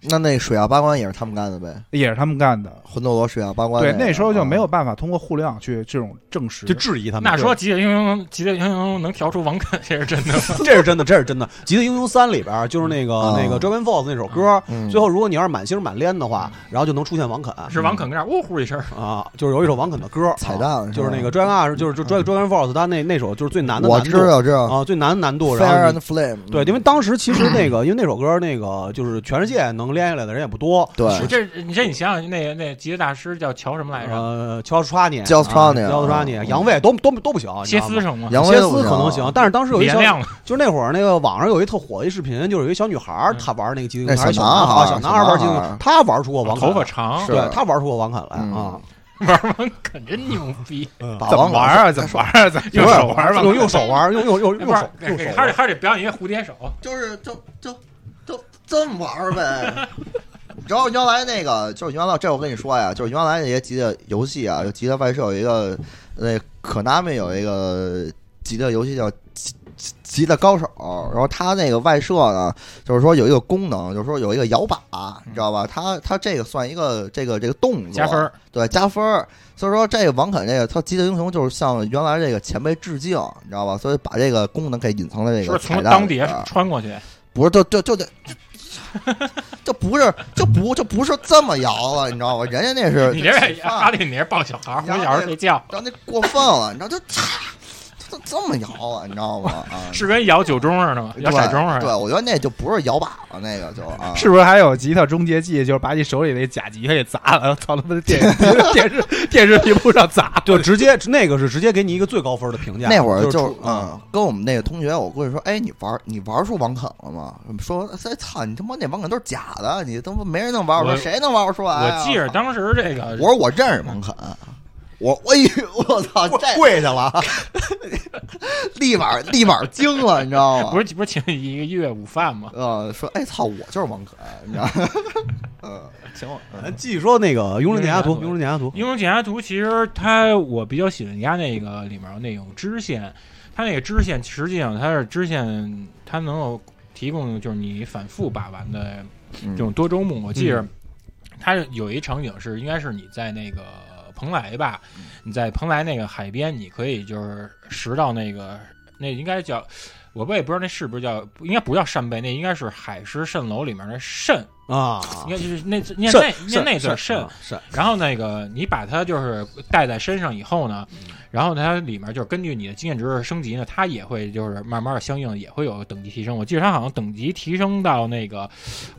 [SPEAKER 2] 那那水下八关也是他们干的呗，
[SPEAKER 4] 也是他们干的。
[SPEAKER 2] 魂斗罗水下八关
[SPEAKER 4] 对，
[SPEAKER 2] 个
[SPEAKER 4] 那时候就没有
[SPEAKER 2] 啊
[SPEAKER 4] 办法通过互联网去这种证实。
[SPEAKER 5] 就质疑他们。
[SPEAKER 1] 那说《极限英雄》《极限英雄》能调出王肯，这是真的吗？
[SPEAKER 5] 这是真的，这是真的。《极限英雄三》里边儿就是那个、
[SPEAKER 2] 嗯
[SPEAKER 5] 那个 Dragon Force 那首歌，
[SPEAKER 2] 嗯
[SPEAKER 5] 最后如果你要是满星满连的话，然后就能出现王肯
[SPEAKER 1] 是王肯跟那儿呜呼一声，
[SPEAKER 5] 啊，就是有一首王肯的歌，
[SPEAKER 2] 彩
[SPEAKER 5] 啊、
[SPEAKER 2] 蛋，
[SPEAKER 5] 就是那
[SPEAKER 2] 吧嗯
[SPEAKER 5] 个 Dragon 就是就 Dragon Dragon Force 它那那首就是最难的
[SPEAKER 2] 我
[SPEAKER 5] 难
[SPEAKER 2] 知
[SPEAKER 5] 度
[SPEAKER 2] 道知道
[SPEAKER 5] 啊，最难的难度，然后
[SPEAKER 2] ，Fire
[SPEAKER 5] 你
[SPEAKER 2] and。Flame，
[SPEAKER 5] 对，因为当时其实那个，因为那首歌，那个就是全世界能连下来的人也不 多。
[SPEAKER 2] 对
[SPEAKER 1] 这你这你想想，那那吉他大师叫乔什么来着？
[SPEAKER 5] 呃，乔斯川尼，啊
[SPEAKER 2] 乔斯川尼
[SPEAKER 5] 乔斯川尼，
[SPEAKER 2] 嗯
[SPEAKER 5] 杨卫都都都不行，你知
[SPEAKER 1] 歇
[SPEAKER 5] 道
[SPEAKER 1] 斯
[SPEAKER 5] 吗
[SPEAKER 1] 成吗？
[SPEAKER 2] 杨威
[SPEAKER 5] 歇
[SPEAKER 2] 都不啊
[SPEAKER 5] 斯可能行，，但是当时有一
[SPEAKER 1] 连
[SPEAKER 5] 小
[SPEAKER 1] 亮了，
[SPEAKER 5] 就是那会儿，那个网上有一特火的一视频，就是有一小女孩儿，
[SPEAKER 1] 嗯
[SPEAKER 5] 她玩那个机
[SPEAKER 2] 那
[SPEAKER 5] 动，还是
[SPEAKER 2] 小
[SPEAKER 5] 小
[SPEAKER 2] 男孩
[SPEAKER 5] 孩
[SPEAKER 2] 儿
[SPEAKER 5] 啊，小男孩儿玩机
[SPEAKER 2] 小男孩儿嗯
[SPEAKER 5] 动，她玩出过哦王
[SPEAKER 1] 啊头发
[SPEAKER 5] 凯，
[SPEAKER 1] 长，
[SPEAKER 2] 是
[SPEAKER 5] 对她玩出过王凯来啊，
[SPEAKER 1] 玩王肯真牛逼，
[SPEAKER 2] 把
[SPEAKER 4] 怎么
[SPEAKER 2] 嗯王
[SPEAKER 4] 玩
[SPEAKER 2] 卡
[SPEAKER 4] 啊？怎么玩啊？咱用手玩儿吧。
[SPEAKER 5] 用用手玩儿，用用用用
[SPEAKER 1] 哎不是
[SPEAKER 5] 手，
[SPEAKER 1] 给
[SPEAKER 5] 用手
[SPEAKER 1] 给
[SPEAKER 5] 玩
[SPEAKER 1] 还得
[SPEAKER 5] 儿。
[SPEAKER 1] 还得表演一个蝴蝶手，
[SPEAKER 2] 就是就就就这么玩儿呗。你知道原来那个，就是原来这我跟你说呀，就是原来那些吉他游戏啊，就吉他外设有一个那可纳米有一个极乐游戏叫《极极极乐高手》，然后它那个外设呢，就是说有一个功能，就是说有一个摇把，你知道吧？它它这个算一个这个这个动作
[SPEAKER 1] 加分，儿，
[SPEAKER 2] 对加分儿。所以说这个王肯这个他极乐英雄就是向原来这个前辈致敬，你知道吧？所以把这个功能给隐藏在这
[SPEAKER 1] 是
[SPEAKER 2] 个
[SPEAKER 1] 不是
[SPEAKER 2] 彩
[SPEAKER 1] 从
[SPEAKER 2] 蛋
[SPEAKER 1] 当
[SPEAKER 2] 里
[SPEAKER 1] 碟
[SPEAKER 2] 边
[SPEAKER 5] 啊
[SPEAKER 2] 儿
[SPEAKER 1] 穿过去？
[SPEAKER 2] 不是，就就就得。就不是，就不就不是这么摇了，你知道吗？人家那是
[SPEAKER 1] 你这
[SPEAKER 2] 吃
[SPEAKER 1] 是
[SPEAKER 2] 饭
[SPEAKER 1] 阿里，你这抱小孩儿，哄小孩儿睡觉，
[SPEAKER 2] 然后那过分了，你知道就就这么摇啊，你知道吗？啊，
[SPEAKER 1] 是跟摇酒盅似的吗？摇
[SPEAKER 2] 对
[SPEAKER 1] 骰盅似
[SPEAKER 2] 对，
[SPEAKER 1] 的。
[SPEAKER 2] 我觉得那就不是摇把了，那个就啊，
[SPEAKER 4] 是不是还有吉他终结技，就是把你手里那假吉他给砸了，然后朝他们 电电视电视屏幕上砸？
[SPEAKER 5] 就直接那个是直接给你一个最高分的评价。
[SPEAKER 2] 那会儿
[SPEAKER 5] 就
[SPEAKER 2] 就是
[SPEAKER 5] 出
[SPEAKER 2] 嗯，跟我们那个同学，我过去说，哎，你玩你玩出王肯了吗？说，哎操，你他妈那王肯都是假的，你他妈没人能玩。我说
[SPEAKER 1] 我
[SPEAKER 2] 谁能玩出来啊？
[SPEAKER 1] 我记着当时这个
[SPEAKER 2] 我说我认识王肯，我哎呦我操，这跪 下了，立马立马惊了，你知道吗？
[SPEAKER 1] 不是不是请一个月午饭吗？
[SPEAKER 2] 呃，说哎操，我就是王肯，你知道吗？ 嗯，行，我
[SPEAKER 1] 哎
[SPEAKER 5] 咱继续说那个《幽灵
[SPEAKER 1] 灵
[SPEAKER 5] 解压
[SPEAKER 1] 解
[SPEAKER 5] 图》，《
[SPEAKER 1] 压
[SPEAKER 5] 幽灵解压图》
[SPEAKER 1] 英雄解压图其实它我比较喜欢压那个里面那种支线，它那个支线实际上它是支线，它能够提供就是你反复把玩的这种多周目。我记着它有一场景是应该是你在那个蓬莱吧，你在蓬莱那个海边，你可以就是拾到那个那应该叫。我不也不知道那是不是叫，应该不叫扇贝，那应该是海市蜃楼里面的蜃，
[SPEAKER 5] 啊，
[SPEAKER 1] 应该就是那字念那念
[SPEAKER 5] 是
[SPEAKER 1] 那字儿
[SPEAKER 5] 是
[SPEAKER 1] 蜃，
[SPEAKER 5] 是
[SPEAKER 1] 然后那个你把它就是带在身上以后呢，
[SPEAKER 5] 嗯
[SPEAKER 1] 然后它里面就是根据你的经验值的升级呢，它也会就是慢慢的相应也会有等级提升。我记得它好像等级提升到那个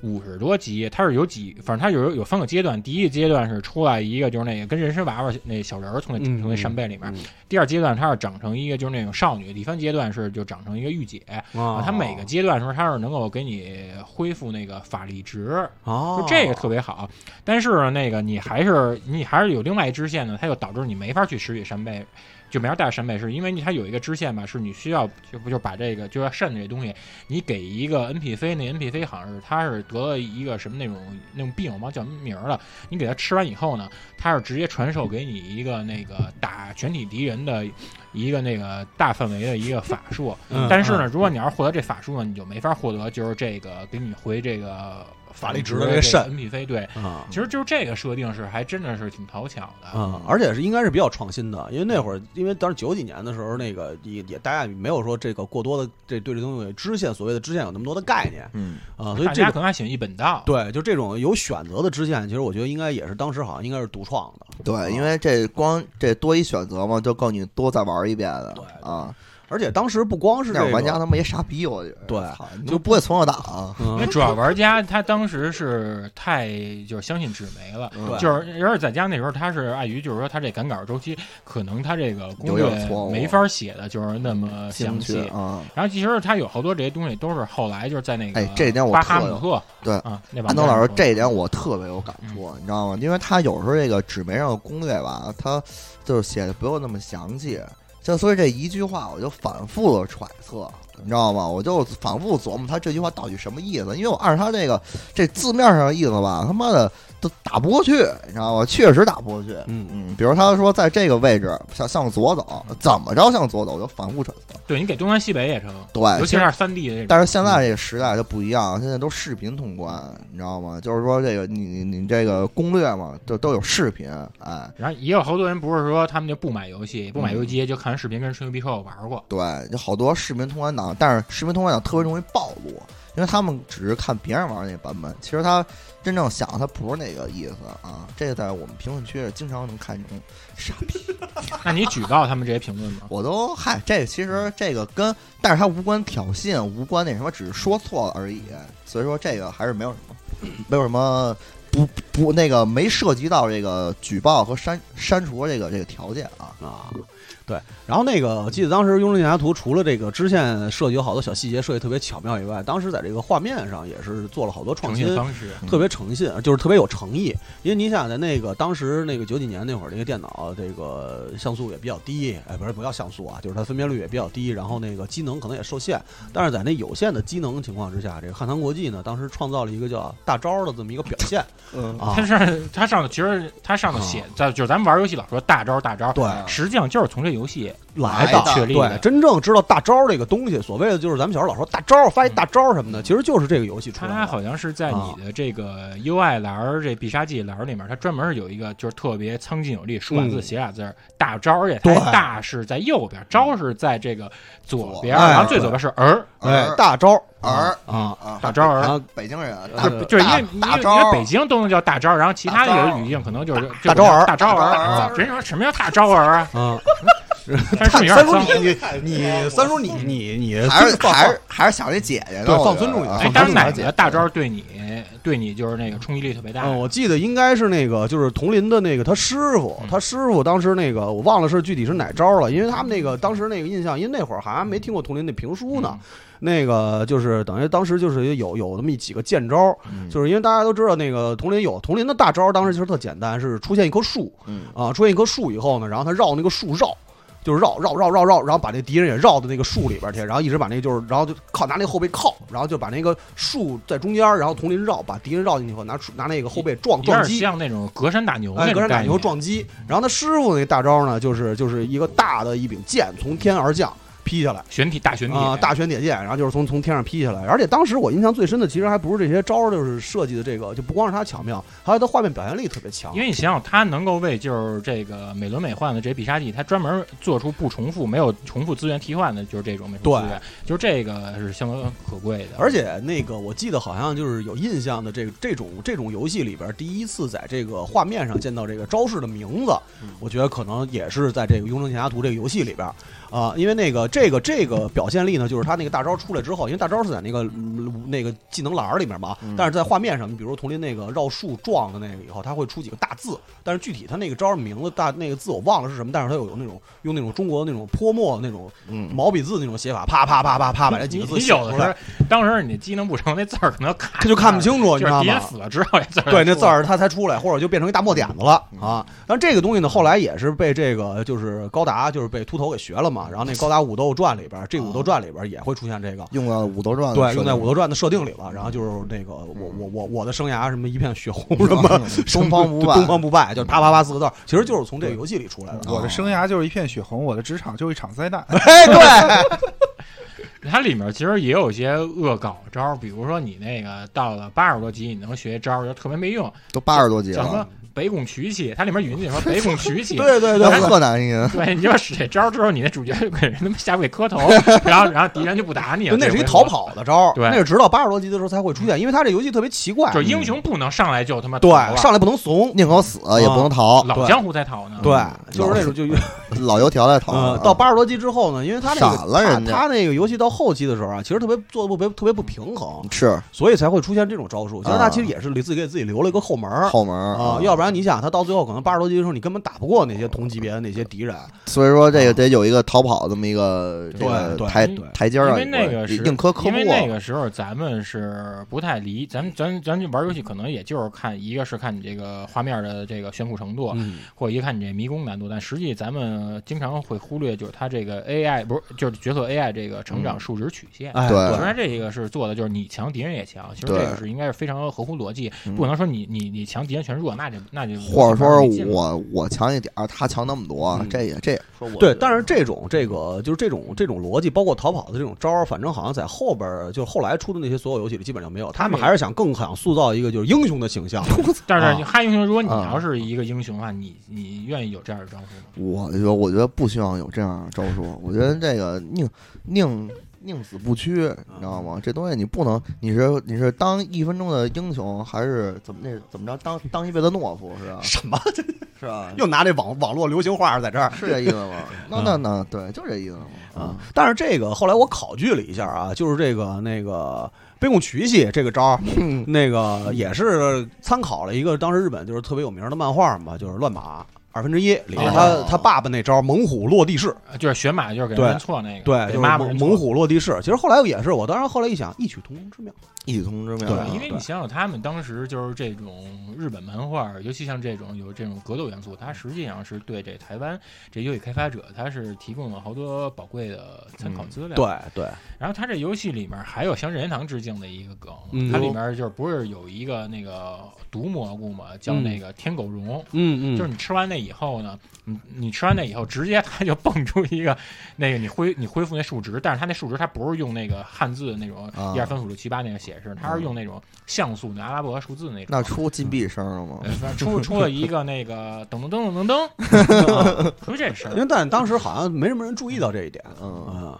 [SPEAKER 1] 五十多级，它是有几，反正它有有三个阶段。第一个阶段是出来一个就是那个跟人参娃娃那小人儿从那
[SPEAKER 5] 嗯
[SPEAKER 1] 从那扇贝里面
[SPEAKER 5] 嗯，
[SPEAKER 1] 第二阶段它是长成一个就是那种少女，第三阶段是就长成一个御姐。
[SPEAKER 5] 啊
[SPEAKER 1] 啊，它每个阶段的时候，它是能够给你恢复那个法力值，
[SPEAKER 5] 哦，
[SPEAKER 1] 就这个特别好。但是呢，那个你还是你还是有另外一支线呢，它就导致你没法去拾取扇贝，就没法带扇贝，是因为你它有一个支线吧，是你需要就不就把这个就要扇这东西，你给一个 NPC，那 NPC 好像是他是得了一个什么那种那种病，我忘叫什么名儿了。你给他吃完以后呢，他是直接传授给你一个那个打全体敌人的。一个那个大范围的一个法术，
[SPEAKER 5] 嗯
[SPEAKER 1] 但是呢，如果你要是获得这法术呢，你就没法获得就是这个给你回这个
[SPEAKER 5] 法力值的
[SPEAKER 1] 的
[SPEAKER 5] 这个肾
[SPEAKER 1] NPC 对，
[SPEAKER 5] 啊
[SPEAKER 1] 其实就是这个设定是还真的是挺讨巧的。
[SPEAKER 2] 嗯
[SPEAKER 5] 啊，而且是应该是比较创新的，因为那会儿，因为当时九几年的时候，那个也也大家也没有说这个过多的这对这东西支线所谓的支线有那么多的概念
[SPEAKER 2] 嗯，
[SPEAKER 5] 啊，所以
[SPEAKER 1] 大
[SPEAKER 5] 这
[SPEAKER 1] 家
[SPEAKER 5] 个
[SPEAKER 1] 可能还喜欢一本道，
[SPEAKER 5] 对就这种有选择的支线，其实我觉得应该也是当时好像应该是独创的，
[SPEAKER 2] 对，因为这光这多一选择嘛，就够你多再玩一遍的
[SPEAKER 5] 对
[SPEAKER 2] 啊。
[SPEAKER 5] 而且当时不光是
[SPEAKER 2] 那
[SPEAKER 5] 这个
[SPEAKER 2] 会儿玩家他妈也傻逼，我觉得。
[SPEAKER 5] 对
[SPEAKER 2] 操你就不会从小打啊。
[SPEAKER 1] 因
[SPEAKER 5] 嗯
[SPEAKER 1] 为主要玩家他当时是太就是相信纸媒了。
[SPEAKER 2] 嗯
[SPEAKER 5] 对
[SPEAKER 1] 就是，而且在家那时候，他是碍于，就是说他这赶稿周期，可能他这个攻
[SPEAKER 2] 有点
[SPEAKER 1] 略
[SPEAKER 2] 错误
[SPEAKER 1] 没法写的，就是那么详
[SPEAKER 2] 进
[SPEAKER 1] 细
[SPEAKER 2] 去。啊，
[SPEAKER 1] 然后其实他有好多这些东西都是后来就是在那个
[SPEAKER 2] 哎这一点我
[SPEAKER 1] 巴哈
[SPEAKER 2] 特
[SPEAKER 1] 姆
[SPEAKER 2] 有
[SPEAKER 1] 特
[SPEAKER 2] 对
[SPEAKER 1] 啊，那
[SPEAKER 2] 安
[SPEAKER 1] 王
[SPEAKER 2] 东老师这一点我特别有感触，
[SPEAKER 1] 嗯
[SPEAKER 2] 你知道吗？因为他有时候这个纸媒上的攻略吧，他就是写的不用那么详细，就所以这一句话我就反复的揣测，你知道吗？我就反复琢磨他这句话到底什么意思，因为我按照他这个这字面上的意思吧，他妈的都打不过去，你知道吗？确实打不过去。
[SPEAKER 5] 嗯，
[SPEAKER 2] 嗯，比如他说在这个位置向向左走，怎么着向左走，我就反复揣测。
[SPEAKER 1] 对你给东南西北也成，
[SPEAKER 2] 对，
[SPEAKER 1] 尤
[SPEAKER 2] 哎其
[SPEAKER 1] 其
[SPEAKER 2] 实
[SPEAKER 1] 是三 D 的这种。
[SPEAKER 2] 但是现在这个时代就不一样，现在都视频通关，你知道吗？就是说这个你你你这个攻略嘛，就都有视频，哎，
[SPEAKER 1] 然后也有好多人不是说他们就不买游戏，不买游戏机就看视频，跟吹牛逼说我玩过。
[SPEAKER 2] 对，就好多视频通关党，但是视频通关党特别容易暴露，因为他们只是看别人玩那版本，其实他真正想他不是那个意思啊。这个在我们评论区是经常能看见，
[SPEAKER 1] 那你举报他们这些评论 吗？
[SPEAKER 2] 我都嗨，这个其实这个跟，但是它无关挑衅，无关那什么，只是说错了而已。所以说这个还是没有什么，没有什么不不那个没涉及到这个举报和删删除这个这个条件啊。
[SPEAKER 5] 啊，对，然后那个我记得当时《雍正剑侠图》除了这个支线设计有好多小细节设计特别巧妙以外，当时在这个画面上也是做了好多创
[SPEAKER 1] 呈
[SPEAKER 5] 新
[SPEAKER 1] 现，方式，
[SPEAKER 5] 特别诚信，啊就是特别有诚意。因为你想在那个当时那个九几年那会儿，那个电脑这个像素也比较低，哎，不是不叫像素啊，就是它分辨率也比较低，然后那个机能可能也受限。但是在那有限的机能情况之下，这个汉唐国际呢，当时创造了一个叫大招的这么一个表现
[SPEAKER 2] 嗯
[SPEAKER 5] 啊
[SPEAKER 1] 他。上他上头其实他上头写，咱就是咱们玩游戏老说大招大招，
[SPEAKER 5] 对
[SPEAKER 1] 实际上就是从这游戏
[SPEAKER 5] 来
[SPEAKER 1] 到
[SPEAKER 5] 的
[SPEAKER 1] 确立
[SPEAKER 5] 对，
[SPEAKER 1] 的。
[SPEAKER 5] 真正知道大招这个东西，所谓的就是咱们小时候老说大招，发一
[SPEAKER 1] 嗯
[SPEAKER 5] 大招什么的，其实就是这个游戏出来
[SPEAKER 1] 它
[SPEAKER 5] 的。
[SPEAKER 1] 好像是在你的这个 UI 栏儿、这必杀技栏儿里面，它专门是有一个就是特别苍劲有力，书俩字
[SPEAKER 5] 嗯
[SPEAKER 1] 写俩字儿，大招儿，而且
[SPEAKER 5] 对
[SPEAKER 1] 它大是在右边，招是在这个左边，
[SPEAKER 5] 左哎
[SPEAKER 1] 然后最左边是儿
[SPEAKER 5] 哎
[SPEAKER 2] 而，
[SPEAKER 5] 大招
[SPEAKER 2] 而
[SPEAKER 5] 啊，
[SPEAKER 2] 啊，
[SPEAKER 1] 大招儿呃
[SPEAKER 5] 然，后
[SPEAKER 2] 北京人啊
[SPEAKER 5] 大
[SPEAKER 2] 大
[SPEAKER 1] 就就是因为因
[SPEAKER 2] 大
[SPEAKER 1] 为
[SPEAKER 2] 招
[SPEAKER 1] 因
[SPEAKER 2] 儿
[SPEAKER 1] 为北京都能叫大招儿，然后其他
[SPEAKER 2] 大招儿
[SPEAKER 1] 有语境可能就是
[SPEAKER 5] 大
[SPEAKER 1] 就
[SPEAKER 5] 招儿
[SPEAKER 1] 大招
[SPEAKER 2] 大
[SPEAKER 1] 儿，
[SPEAKER 2] 招儿
[SPEAKER 1] 啊人说什么叫大招儿 啊？
[SPEAKER 2] 嗯
[SPEAKER 5] 啊，
[SPEAKER 1] 但是这么有点
[SPEAKER 5] 三叔
[SPEAKER 1] 脏。
[SPEAKER 5] 你 你三叔你你你
[SPEAKER 2] 还是
[SPEAKER 5] 放
[SPEAKER 2] 还是还是想这姐姐呢，
[SPEAKER 5] 对
[SPEAKER 2] 我
[SPEAKER 5] 放
[SPEAKER 2] 觉
[SPEAKER 5] 尊
[SPEAKER 2] 得
[SPEAKER 5] 重一点
[SPEAKER 2] 啊
[SPEAKER 1] 哎，
[SPEAKER 5] 放
[SPEAKER 1] 但
[SPEAKER 5] 尊
[SPEAKER 1] 是
[SPEAKER 5] 重
[SPEAKER 1] 哪
[SPEAKER 5] 了解
[SPEAKER 1] 个大招儿对你对你就是那个冲击力特别大？
[SPEAKER 5] 嗯，我记得应该是那个，就是佟林的那个他师傅，
[SPEAKER 1] 嗯
[SPEAKER 5] 他师傅当时那个我忘了是具体是哪招了，因为他们那个当时那个印象，因为那会儿好像没听过佟林那评书呢。那个就是等于当时就是有有那么几个剑招，
[SPEAKER 2] 嗯
[SPEAKER 5] 就是因为大家都知道那个佟林有佟林的大招，当时其实特简单，是出现一棵树
[SPEAKER 2] 嗯
[SPEAKER 5] 啊，出现一棵树以后呢，然后他绕那个树绕。就是绕绕绕绕绕，然后把那敌人也绕到那个树里边去，然后一直把那个就是，然后就靠拿那后背靠，然后就把那个树在中间，然后佟林绕把敌人绕进去以后，拿出拿那个后背撞
[SPEAKER 1] 有
[SPEAKER 5] 撞
[SPEAKER 1] 点
[SPEAKER 5] 击，
[SPEAKER 1] 像那种隔山打牛那
[SPEAKER 5] 哎，
[SPEAKER 1] 种
[SPEAKER 5] 隔山打
[SPEAKER 1] 概
[SPEAKER 5] 牛
[SPEAKER 1] 念
[SPEAKER 5] 撞击。然后他师傅那大招呢，就是就是一个大的一柄剑从天而降劈下来
[SPEAKER 1] 玄体大玄体
[SPEAKER 5] 啊、大玄铁剑，然后就是从从天上劈下来。而且当时我印象最深的，其实还不是这些招儿，就是设计的这个，就不光是它巧妙，还有它画面表现力特别强
[SPEAKER 1] 因。为你想想，他能够为就是这个美轮美奂的这些必杀技，他专门做出不重复、没有重复资源替换的，就是这种美术资源，就是这个是相当可贵的。
[SPEAKER 5] 而且那个我记得好像就是有印象的这个这种这种游戏里边，第一次在这个画面上见到这个招式的名字，
[SPEAKER 1] 嗯
[SPEAKER 5] 我觉得可能也是在这个《雍正剑侠图》这个游戏里边啊、因为那个这个这个表现力呢，就是他那个大招出来之后，因为大招是在那个、嗯那个技能栏儿里面嘛
[SPEAKER 2] 嗯，
[SPEAKER 5] 但是在画面上，你比如佟林那个绕树撞的那个以后，他会出几个大字，但是具体他那个招儿名字大那个字我忘了是什么，但是他有有那种用那种中国那种泼墨那种
[SPEAKER 2] 嗯，
[SPEAKER 5] 毛笔字那种写法，啪啪啪啪啊啪把这几
[SPEAKER 1] 你
[SPEAKER 5] 个字
[SPEAKER 1] 你
[SPEAKER 5] 写
[SPEAKER 1] 有
[SPEAKER 5] 出
[SPEAKER 1] 的时
[SPEAKER 5] 来
[SPEAKER 1] 候。，当时你机能不成，那字儿可能看
[SPEAKER 5] 他就看不，清楚，
[SPEAKER 1] 哎就是
[SPEAKER 5] 你知道
[SPEAKER 1] 敌人
[SPEAKER 5] 吗？
[SPEAKER 1] 死了之后，那字儿
[SPEAKER 5] 对，那字儿它才出来，或者就变成一大墨点子了
[SPEAKER 1] 嗯
[SPEAKER 5] 啊。但这个东西呢，后来也是被这个就是高达，就是被秃头给学了嘛。然后那高达武斗传里边，这武斗传里边也会出现这个，
[SPEAKER 2] 用到《武斗
[SPEAKER 1] 嗯
[SPEAKER 2] 传》
[SPEAKER 5] 对，用在武
[SPEAKER 2] 武
[SPEAKER 5] 斗传的设定里了。然后就是那个我我我我的生涯什么一片血红什么，
[SPEAKER 1] 嗯
[SPEAKER 2] 东方不败
[SPEAKER 5] 东方不败，就是啪啪啪四个字儿，其实就是从这个游戏里出来
[SPEAKER 1] 嗯
[SPEAKER 5] 的。啊
[SPEAKER 4] 我的生涯就是一片血红，我的职场就是一场灾难。
[SPEAKER 5] 哎，对，
[SPEAKER 1] 它里面其实也有一些恶搞招儿，比如说你那个到了八十多级，你能学招儿就特别没用，
[SPEAKER 2] 都八十多集
[SPEAKER 1] 叫什么
[SPEAKER 2] 了，
[SPEAKER 1] 北拱渠气，它里面语音里说北拱渠气，
[SPEAKER 5] 对对
[SPEAKER 2] 那
[SPEAKER 5] 对。
[SPEAKER 2] 河南音，
[SPEAKER 1] 对，你就使这招儿之后，你那主角就给人他妈下跪磕头，然后然后敌人就不打你了。
[SPEAKER 5] 就那是一
[SPEAKER 1] 这回合
[SPEAKER 5] 逃，跑的招儿，
[SPEAKER 1] 嗯对
[SPEAKER 5] 那是直到八十多级的时候才会出现，因为它这游戏特别奇怪，
[SPEAKER 1] 就是英雄不能上来就他妈
[SPEAKER 5] 对
[SPEAKER 1] 逃啊
[SPEAKER 5] 上来不能怂，
[SPEAKER 2] 宁可死也不能逃，
[SPEAKER 1] 老江湖才逃呢。
[SPEAKER 5] 对
[SPEAKER 2] 嗯，
[SPEAKER 5] 就是那种就
[SPEAKER 2] 老油条在逃
[SPEAKER 5] 呃
[SPEAKER 2] 啊，，
[SPEAKER 5] 到八十多级之后呢，因为他那个
[SPEAKER 2] 闪了人家
[SPEAKER 5] 他他那个游戏到后期的时候啊，其实特别做的不特别不平衡，
[SPEAKER 2] 是
[SPEAKER 5] 所以才会出现这种招数。其实
[SPEAKER 2] 啊
[SPEAKER 5] 他其实也是给自己给自己留了一个后门儿
[SPEAKER 2] 后门儿
[SPEAKER 5] 啊，要不然你想，他到最后可能八十多级的时候，你根本打不过那些同级别的那些敌人。
[SPEAKER 2] 所以说这个得有一个逃跑这么一个这个
[SPEAKER 5] 对对
[SPEAKER 2] 台
[SPEAKER 1] 对
[SPEAKER 2] 台阶儿
[SPEAKER 1] 因
[SPEAKER 2] 啊，
[SPEAKER 1] 为那个是
[SPEAKER 2] 硬磕磕
[SPEAKER 1] 因
[SPEAKER 2] 不
[SPEAKER 1] 为
[SPEAKER 2] 过
[SPEAKER 1] 那，个时候咱们是不太理，咱们咱咱玩游戏可能也就是看一个是看你这个画面的这个炫酷程度，
[SPEAKER 5] 嗯，
[SPEAKER 1] 或者一个看你这迷宫难度，但实际咱们经常会忽略就是它这个 AI 不是就是角色 AI 这个成长数值曲线。
[SPEAKER 5] 哎，
[SPEAKER 2] 啊对
[SPEAKER 1] 其实它这个是做的，就是你强敌人也强，其实这
[SPEAKER 2] 对
[SPEAKER 1] 个是应该是非常合乎逻辑，
[SPEAKER 2] 嗯
[SPEAKER 1] 不能说你你你强敌人全弱，那就那就
[SPEAKER 2] 或者说
[SPEAKER 1] 没劲了
[SPEAKER 2] 我我强一点儿，他强那么多，
[SPEAKER 5] 嗯
[SPEAKER 2] 这也这也说我
[SPEAKER 5] 对，但是这种这个就是这种这种逻辑，包括逃跑的这种招儿，反正好像在后边儿就后来出的那些所有游戏里基本上没有，他们还是想更想塑造一个就是英雄的形象。
[SPEAKER 1] 但是
[SPEAKER 5] 啊
[SPEAKER 1] 汉英雄，如果你
[SPEAKER 2] 啊
[SPEAKER 1] 要是一个英雄的话，你你愿意有这样的招数吗？
[SPEAKER 2] 我觉得我觉得不需要有这样的招数，我觉得这个宁宁宁死不屈，你知道吗？这东西你不能，你是你是当一分钟的英雄，还是怎么那怎么着当当一辈子懦夫是吧？
[SPEAKER 5] 什么？
[SPEAKER 2] 是吧？
[SPEAKER 5] 又拿这网网络流行话在这儿。
[SPEAKER 2] 是这意思吗？那那那对，就这意思嘛。
[SPEAKER 5] 嗯啊，但是这个后来我考据了一下啊，就是这个那个杯弓渠系这个招儿，
[SPEAKER 1] 嗯
[SPEAKER 5] 那个也是参考了一个当时日本就是特别有名的漫画嘛，就是乱马二分之一里边
[SPEAKER 2] 哦
[SPEAKER 5] 他他爸爸那招猛虎落地式，
[SPEAKER 1] 就是学马就是给
[SPEAKER 5] 对
[SPEAKER 1] 人认错那个，
[SPEAKER 5] 对，
[SPEAKER 1] 给
[SPEAKER 5] 就是
[SPEAKER 1] 妈妈认
[SPEAKER 5] 猛
[SPEAKER 1] 错
[SPEAKER 5] 猛。虎落地式。其实后来也是，我当时后来一想，异曲同工之妙。
[SPEAKER 2] 异曲同工之妙啊
[SPEAKER 5] 啊
[SPEAKER 1] 对，
[SPEAKER 5] 对
[SPEAKER 1] 因啊为你想想，他们当时就是这种日本漫画，尤其像这种有这种格斗元素，它实际上是对这台湾这游戏开发者，它是提供了好多宝贵的参考资料。
[SPEAKER 5] 嗯对对，
[SPEAKER 1] 然后它这游戏里面还有向任天堂致敬的一个梗，
[SPEAKER 5] 嗯
[SPEAKER 1] 它里面就是不是有一个那个毒蘑菇嘛，叫那个天狗绒，
[SPEAKER 5] 嗯
[SPEAKER 1] 就是你吃完那以后呢，你你吃完那以后，直接它就蹦出一个那个你恢你恢复那数值，但是它那数值它不是用那个汉字那种
[SPEAKER 2] 啊
[SPEAKER 1] 一二三四五六七八那个显示，它是用那种像素的阿拉伯数字 那种。
[SPEAKER 2] 那出禁闭声了吗
[SPEAKER 1] 呃？反正出出了一个那个噔噔噔噔噔噔， 啊出这事
[SPEAKER 5] 因
[SPEAKER 1] 儿。
[SPEAKER 5] 为但当时好像没什么人注意到这一点，
[SPEAKER 2] 嗯
[SPEAKER 5] 啊，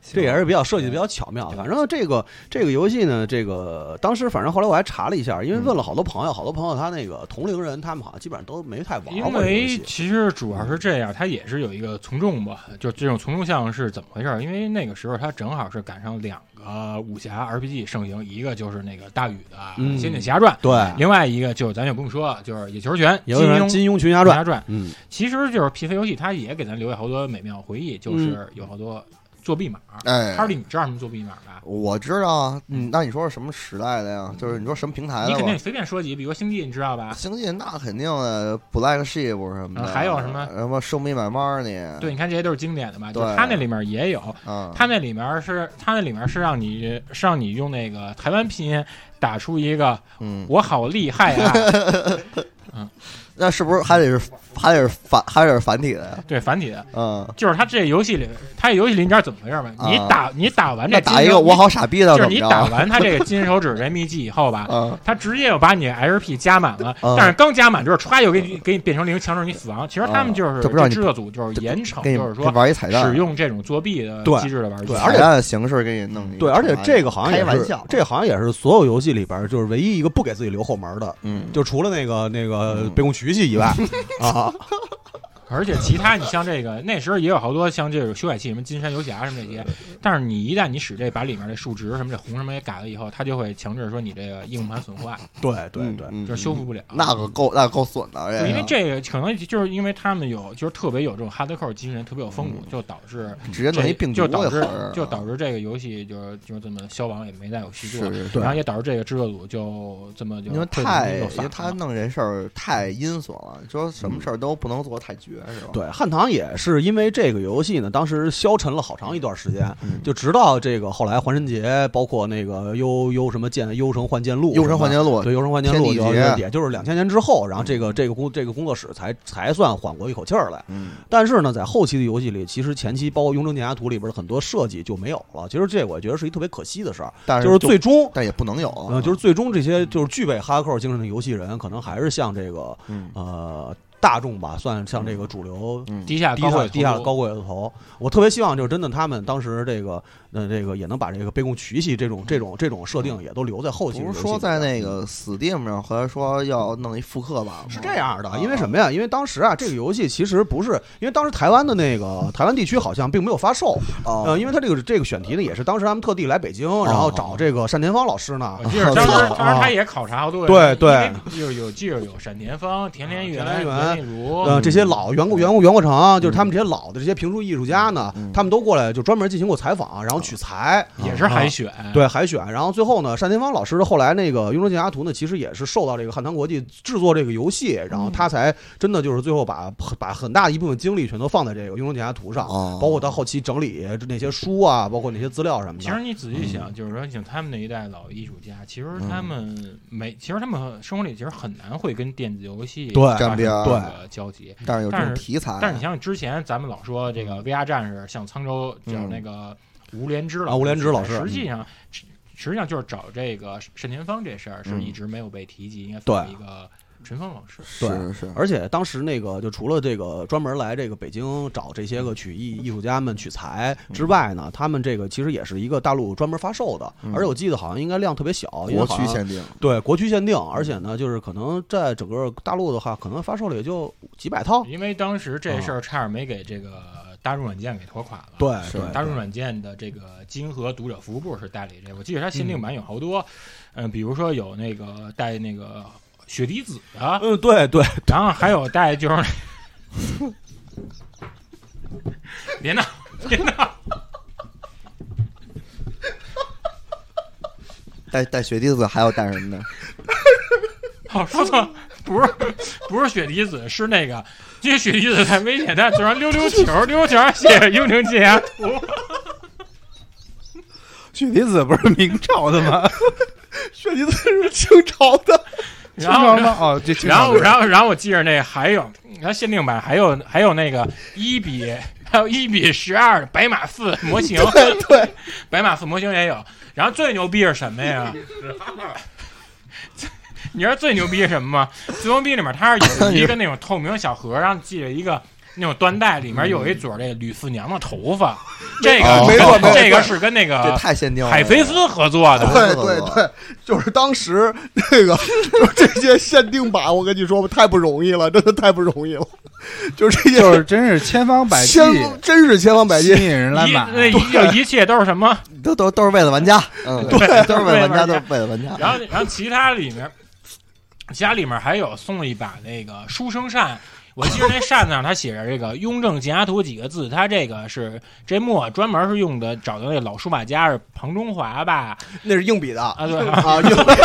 [SPEAKER 5] 这也是比较设计
[SPEAKER 2] 哎
[SPEAKER 5] 的比较巧妙。反正这个这个游戏呢，这个当时反正后来我还查了一下，因为
[SPEAKER 2] 嗯
[SPEAKER 5] 问了好多朋友，好多朋友他那个同龄人，他们好像基本上都没太玩
[SPEAKER 1] 因
[SPEAKER 5] 过这个游
[SPEAKER 1] 为
[SPEAKER 5] 戏。
[SPEAKER 1] 其实主要是这样，它也是有一个从众吧，就这种从众项是怎么回事儿？因为那个时候它正好是赶上两个武侠 RPG 盛行，一个就是那个大禹的
[SPEAKER 5] 嗯
[SPEAKER 1] 《仙剑奇侠传》，
[SPEAKER 5] 对，
[SPEAKER 1] 另外一个就是咱就不用说了，就是《野球拳》
[SPEAKER 5] 也
[SPEAKER 1] 金
[SPEAKER 5] 是
[SPEAKER 1] 庸
[SPEAKER 5] 《金庸群侠
[SPEAKER 1] 侠
[SPEAKER 5] 传》。
[SPEAKER 2] 哎
[SPEAKER 1] 传》，
[SPEAKER 5] 嗯，
[SPEAKER 1] 其实就是 PC 游戏，它也给咱留下好多美妙回忆，
[SPEAKER 2] 嗯
[SPEAKER 1] 就是有好多作弊码。
[SPEAKER 2] 哎
[SPEAKER 1] 哈利，你知道什么作弊码吧？
[SPEAKER 2] 我知道啊，嗯，那你说是什么时代的呀？就是你说什么平台
[SPEAKER 1] 嗯你
[SPEAKER 2] 的
[SPEAKER 1] 肯定
[SPEAKER 2] 吧？
[SPEAKER 1] 随便说几，比如《星际》，你知道吧？
[SPEAKER 2] 星际那肯定的，Black Sheep 什么的，
[SPEAKER 1] 啊还有什么
[SPEAKER 2] 什么 Show Me My Money，
[SPEAKER 1] 对，你看这些都是经典的吧？就
[SPEAKER 2] 嗯对
[SPEAKER 1] 它那里面也有，
[SPEAKER 2] 啊，
[SPEAKER 1] 它那里面是它那里面是让你是让你用那个台湾拼音打出一个“
[SPEAKER 2] 嗯，
[SPEAKER 1] 我好厉害啊？
[SPEAKER 2] 那是不是还得是还得是繁还得是繁体的呀？”
[SPEAKER 1] 对繁体的，
[SPEAKER 2] 嗯，
[SPEAKER 1] 就是它这游戏里，它这游戏里你知道怎么回事吗？
[SPEAKER 2] 啊
[SPEAKER 1] 你打你打完这
[SPEAKER 2] 那打一
[SPEAKER 1] 金
[SPEAKER 2] 个
[SPEAKER 1] 手
[SPEAKER 2] 我好傻逼的
[SPEAKER 1] 就是
[SPEAKER 2] 怎么
[SPEAKER 1] 你打哦
[SPEAKER 2] 着？啊
[SPEAKER 1] 完它这个金手指这秘技以后吧，
[SPEAKER 2] 嗯，
[SPEAKER 1] 他直接就把你 HP 加满了，
[SPEAKER 2] 嗯
[SPEAKER 1] 但是刚加满之后，歘又给你给你变成零，强制你死亡。其实他们就是
[SPEAKER 2] 这不让你
[SPEAKER 1] 制作组就是严惩，
[SPEAKER 2] 给你
[SPEAKER 1] 就是说
[SPEAKER 2] 玩一彩蛋，
[SPEAKER 1] 使用这种作弊的
[SPEAKER 5] 对
[SPEAKER 1] 机制的玩
[SPEAKER 5] 对
[SPEAKER 1] 家。
[SPEAKER 5] 而
[SPEAKER 2] 彩
[SPEAKER 5] 且
[SPEAKER 2] 蛋的形式给你弄一个
[SPEAKER 5] 对，而且这个好像也
[SPEAKER 2] 开
[SPEAKER 5] 是
[SPEAKER 2] 玩笑，啊
[SPEAKER 5] 这好像也是所有游戏里边就是唯一一个不给自己留后门的，
[SPEAKER 2] 嗯，
[SPEAKER 5] 就除了那个那个
[SPEAKER 2] 嗯
[SPEAKER 5] 北宫渠系以 外啊，
[SPEAKER 1] 而且其他你像这个那时候也有好多像这种修改器，什么金山游侠什么这些，但是你一旦你使这把里面这数值什么这红什么也改了以后，它就会强制说你这个硬盘损坏，
[SPEAKER 5] 对对对，
[SPEAKER 2] 嗯
[SPEAKER 1] 就是修复不了。
[SPEAKER 2] 那啊个够那个够损的，哎
[SPEAKER 1] 对因为
[SPEAKER 2] 这
[SPEAKER 1] 这个可能就是因为他们有就是特别有这种哈德克尔精神，特别有风骨，就导致
[SPEAKER 2] 个直接弄一病毒
[SPEAKER 1] 就导
[SPEAKER 2] 也
[SPEAKER 1] 致
[SPEAKER 2] 好使
[SPEAKER 1] 就导致这个游戏就是就这么消亡，也没再有续作
[SPEAKER 2] 是，是
[SPEAKER 5] 对
[SPEAKER 1] 然后也导致这个制作组就这么就
[SPEAKER 2] 因为
[SPEAKER 1] 退
[SPEAKER 2] 太，
[SPEAKER 1] 出又
[SPEAKER 2] 因
[SPEAKER 1] 散
[SPEAKER 2] 为
[SPEAKER 1] 了
[SPEAKER 2] 他弄这事儿太阴损了，你说什么事儿都不能做太绝，是吧？
[SPEAKER 5] 嗯对，汉唐也是因为这个游戏呢，当时消沉了好长一段时间，
[SPEAKER 2] 嗯
[SPEAKER 5] 就直到这个后来环神节，包括那个幽幽什么剑幽神幻剑录，
[SPEAKER 2] 幽神幻剑录，
[SPEAKER 5] 对幽神幻剑
[SPEAKER 2] 天嗯
[SPEAKER 5] 录
[SPEAKER 2] 地
[SPEAKER 5] 就
[SPEAKER 2] 劫
[SPEAKER 5] 是也就是两千年之后，然后这个这个工这个工作室才才算缓过一口气儿来。
[SPEAKER 2] 嗯，
[SPEAKER 5] 但是呢，在后期的游戏里，其实前期包括《雍正剑侠图》里边的很多设计就没有了。其实这我觉得是一特别可惜的事儿，
[SPEAKER 2] 但是
[SPEAKER 5] 就是最终。
[SPEAKER 2] 但也不能有啊，
[SPEAKER 5] 呃，就是最终这些就是具备哈扣精神的游戏人，可能还是像这个
[SPEAKER 2] 嗯
[SPEAKER 5] 呃大众吧，算像这个主流
[SPEAKER 2] 嗯，
[SPEAKER 1] 低下
[SPEAKER 5] 低
[SPEAKER 1] 高
[SPEAKER 5] 下
[SPEAKER 1] 会
[SPEAKER 5] 低下
[SPEAKER 1] 投入
[SPEAKER 5] 啊高贵的头。我特别希望就是真的，他们当时这个呃这个也能把这个卑贡曲系这种这种这种设定也都留在后期的
[SPEAKER 2] 嗯不
[SPEAKER 5] 游
[SPEAKER 2] 是
[SPEAKER 5] 戏里边。嗯
[SPEAKER 2] 说在那个 Steam 上后来说要弄一复刻版吗？
[SPEAKER 5] 是这样的
[SPEAKER 2] 啊，
[SPEAKER 5] 因为什么呀？因为当时啊，这个游戏其实不是，因为当时台湾的那个台湾地区好像并没有发售，
[SPEAKER 2] 哦
[SPEAKER 5] 呃，因为他这个这个选题呢，也是当时他们特地来北京，然后找这个单田芳老师呢
[SPEAKER 2] 哦
[SPEAKER 5] 啊
[SPEAKER 1] 我。记 得当时当时他也考察好多人，
[SPEAKER 5] 对啊
[SPEAKER 1] 因为有有记着有闪电方、田连元、
[SPEAKER 5] 田连
[SPEAKER 1] 袁
[SPEAKER 5] 元
[SPEAKER 1] 丽如，
[SPEAKER 5] 呃，这些
[SPEAKER 2] 嗯
[SPEAKER 5] 老员工、员工、员工成，啊就是他们这些老的这些评书艺术家呢
[SPEAKER 2] 嗯，哦
[SPEAKER 5] 他们都过来就专门进行过采访，然后取材，
[SPEAKER 1] 也是海选，
[SPEAKER 5] 啊
[SPEAKER 2] 哎
[SPEAKER 5] 对海选，然后最后呢，单田芳老师的后来那个《雍正剑侠图》呢，其实也是受到这个汉唐国际制作这个游戏，然
[SPEAKER 2] 嗯
[SPEAKER 5] 后他才真的就是最后把把很大一部分精力全都放在这个《雍正剑侠图》上，
[SPEAKER 2] 哦
[SPEAKER 5] 嗯包括到后期整理那些书啊，包括那些资料什么
[SPEAKER 1] 其实
[SPEAKER 5] 的。
[SPEAKER 1] 你仔细想，就是说，像他们那一代老艺术家，其实
[SPEAKER 5] 嗯
[SPEAKER 1] 他们没，其实他们生活里其实很难会跟电子游戏
[SPEAKER 5] 对
[SPEAKER 1] 发生
[SPEAKER 2] 沾边儿
[SPEAKER 1] 这个交集。
[SPEAKER 2] 但是有这
[SPEAKER 1] 但
[SPEAKER 2] 种
[SPEAKER 1] 是
[SPEAKER 2] 题
[SPEAKER 5] 哎
[SPEAKER 2] 材，
[SPEAKER 1] 但是你像之前咱们老说这
[SPEAKER 5] 嗯
[SPEAKER 1] 个 VR 战士，像沧州叫那个吴连枝老
[SPEAKER 5] 啊
[SPEAKER 1] 师
[SPEAKER 5] 吴连枝老师
[SPEAKER 1] 实际上实实际上就是找这个单田芳这事儿是
[SPEAKER 2] 嗯
[SPEAKER 1] 一直没有被提及，应该
[SPEAKER 5] 对
[SPEAKER 1] 放一个陈芳老师。
[SPEAKER 2] 是
[SPEAKER 5] 对
[SPEAKER 2] 是是，
[SPEAKER 5] 而且当时那个就除了这个专门来这个北京找这些个曲艺艺术家们取材
[SPEAKER 2] 嗯
[SPEAKER 5] 之外呢，他们这个其实也是一个大陆专门发售的，
[SPEAKER 2] 嗯
[SPEAKER 5] 而且我记得好像应该量特别小，因为
[SPEAKER 2] 国
[SPEAKER 5] 好啊
[SPEAKER 2] 区
[SPEAKER 5] 像
[SPEAKER 2] 限定，
[SPEAKER 5] 对国区限定，而且呢，就是可能在整个大陆的话，可能发售了也就几百套。
[SPEAKER 1] 因为当时这事儿差点没给这个大众软件给拖垮了。
[SPEAKER 5] 对
[SPEAKER 2] 是
[SPEAKER 5] 对，
[SPEAKER 1] 大众软件的这个金和读者服务部是代理这个，我记得它限定版有好多，嗯、比如说有那个带那个雪滴子的，
[SPEAKER 5] 嗯，对对，
[SPEAKER 1] 然后还有带就是 别闹，别闹！
[SPEAKER 2] 带带血滴子还要带 什么呢？
[SPEAKER 1] 我哦说错，了，不是不是雪滴子，是那个，因为雪滴子太危险，它就让溜溜球，溜溜球上写着幽灵解压图。
[SPEAKER 4] 血滴子不是明朝的吗？
[SPEAKER 5] 血滴子是清朝的，
[SPEAKER 4] 清
[SPEAKER 1] 然后
[SPEAKER 4] 朝吗？哦，这清
[SPEAKER 1] 然
[SPEAKER 4] 朝
[SPEAKER 1] 后，
[SPEAKER 4] 的
[SPEAKER 1] 然后，然后我记着那还有，它限定版还有还有那个一比，还有一比十二的白马寺模型，对，白马寺模型也有。然后最牛逼是什么呀？ 你知道最牛逼是什么吗？ 最牛逼里面它是有一个那种透明小盒，然后系着一个。那种缎带里面有一撮这吕四娘的头发，这个
[SPEAKER 2] 没错没错
[SPEAKER 1] 这个是跟那
[SPEAKER 2] 这
[SPEAKER 1] 个
[SPEAKER 2] 太限定了。
[SPEAKER 1] 海飞丝合作的，
[SPEAKER 2] 对
[SPEAKER 5] 对
[SPEAKER 2] 对
[SPEAKER 5] 对
[SPEAKER 2] 对
[SPEAKER 5] 对，就是当时那个就是这些限定版，我跟你说吧，太不容易了，真的太不容易了，就是这些
[SPEAKER 4] 就是真是千方百计
[SPEAKER 5] 千真是千方百
[SPEAKER 4] 吸
[SPEAKER 5] 计，
[SPEAKER 4] 引人来
[SPEAKER 1] 一 那
[SPEAKER 4] 买。
[SPEAKER 1] 一就一切都是什么？
[SPEAKER 2] 都都都是为 了玩家，嗯，
[SPEAKER 1] 对
[SPEAKER 2] 都是为了玩家，
[SPEAKER 1] 都
[SPEAKER 2] 都是
[SPEAKER 1] 是
[SPEAKER 2] 为了玩家。
[SPEAKER 1] 然后，然后其他里面，其他里面还有送了一把那个书生扇。我记得那扇子上它写着这个“雍正解压图”几个字，它这个是这墨专门是用的，找的那老书法家是彭中华吧？
[SPEAKER 5] 那是硬比的啊，
[SPEAKER 1] 啊，对，
[SPEAKER 5] 硬比的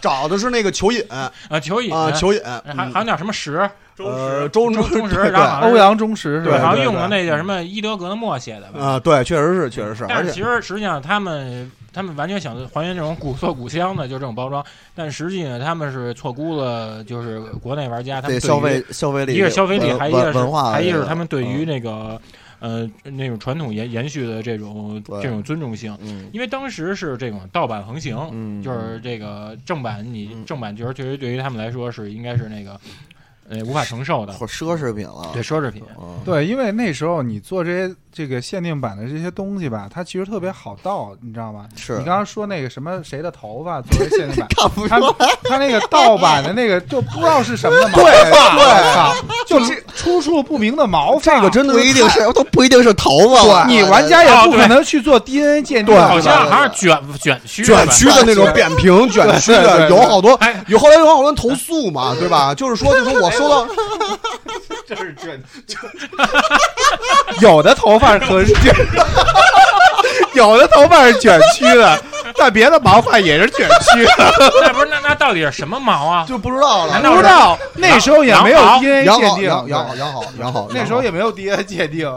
[SPEAKER 5] 找的是那个球引啊，
[SPEAKER 1] 啊， 球椅，
[SPEAKER 5] 球引，
[SPEAKER 1] 还还有叫什么石，
[SPEAKER 5] 呃，周
[SPEAKER 1] 中
[SPEAKER 5] 周
[SPEAKER 1] 中石，
[SPEAKER 5] 对
[SPEAKER 1] 然后好像
[SPEAKER 4] 欧阳中石是
[SPEAKER 1] 对，好
[SPEAKER 4] 吧？
[SPEAKER 1] 像用的那叫什么伊德格的墨写的吧？
[SPEAKER 5] 啊，对，确实是，确实是，
[SPEAKER 1] 但
[SPEAKER 5] 而
[SPEAKER 1] 是
[SPEAKER 5] 且
[SPEAKER 1] 其实实际上他们他们完全想还原这种古色古香的就这种包装，但实际呢他们是错估了就是国内玩家他们
[SPEAKER 2] 对
[SPEAKER 1] 对于
[SPEAKER 2] 消费消费力，
[SPEAKER 1] 一个是消费力，
[SPEAKER 2] 文
[SPEAKER 1] 还一个
[SPEAKER 2] 文
[SPEAKER 1] 是
[SPEAKER 2] 文化，
[SPEAKER 1] 还一个是他们对于那个呃那种传统延延续的这种
[SPEAKER 2] 对
[SPEAKER 1] 这种尊重性。
[SPEAKER 2] 嗯
[SPEAKER 1] 因为当时是这种盗版横行，
[SPEAKER 2] 嗯，
[SPEAKER 1] 就是这个正版你
[SPEAKER 2] 嗯
[SPEAKER 1] 正版就是对于对于他们来说是应该是那个呃无法承受的，
[SPEAKER 2] 或嗯奢侈品了，
[SPEAKER 1] 对奢侈品。
[SPEAKER 2] 嗯，
[SPEAKER 4] 对，因为那时候你做这些这个限定版的这些东西吧，它其实特别好盗，你知道吗？
[SPEAKER 2] 是，
[SPEAKER 4] 你刚刚说那个什么谁的头发作为限 定版
[SPEAKER 2] 看不
[SPEAKER 4] 他
[SPEAKER 2] 出
[SPEAKER 4] 他那个盗版的那个就不知道是什么 的毛，对对，就是出处不明的毛发，
[SPEAKER 5] 这个真的
[SPEAKER 2] 不一定是都不一定是头发了，
[SPEAKER 4] 啊你玩家也不可能去做 DNA 鉴定，
[SPEAKER 5] 对
[SPEAKER 1] 啊好
[SPEAKER 4] 对吧
[SPEAKER 1] 像还是卷卷曲
[SPEAKER 5] 卷
[SPEAKER 1] 吧
[SPEAKER 5] 曲的那种扁平卷曲的，
[SPEAKER 4] 对对对
[SPEAKER 5] 有好多
[SPEAKER 1] 哎，
[SPEAKER 5] 有后 来有好多人投诉嘛，对吧？就是说，就是我收到
[SPEAKER 4] 有的头发可是卷， 有的头发是卷曲的，但别的毛发也是卷曲的，
[SPEAKER 1] 那不是那那到底是什么毛啊？
[SPEAKER 5] 就不知道了
[SPEAKER 1] 难。
[SPEAKER 4] 不知道 那时候也没有
[SPEAKER 1] 羊毛
[SPEAKER 4] DNA
[SPEAKER 5] 养
[SPEAKER 4] 鉴
[SPEAKER 5] 好，养
[SPEAKER 4] 定，
[SPEAKER 5] 养好，养好，养好。
[SPEAKER 4] 那时候也没有 DNA 鉴定，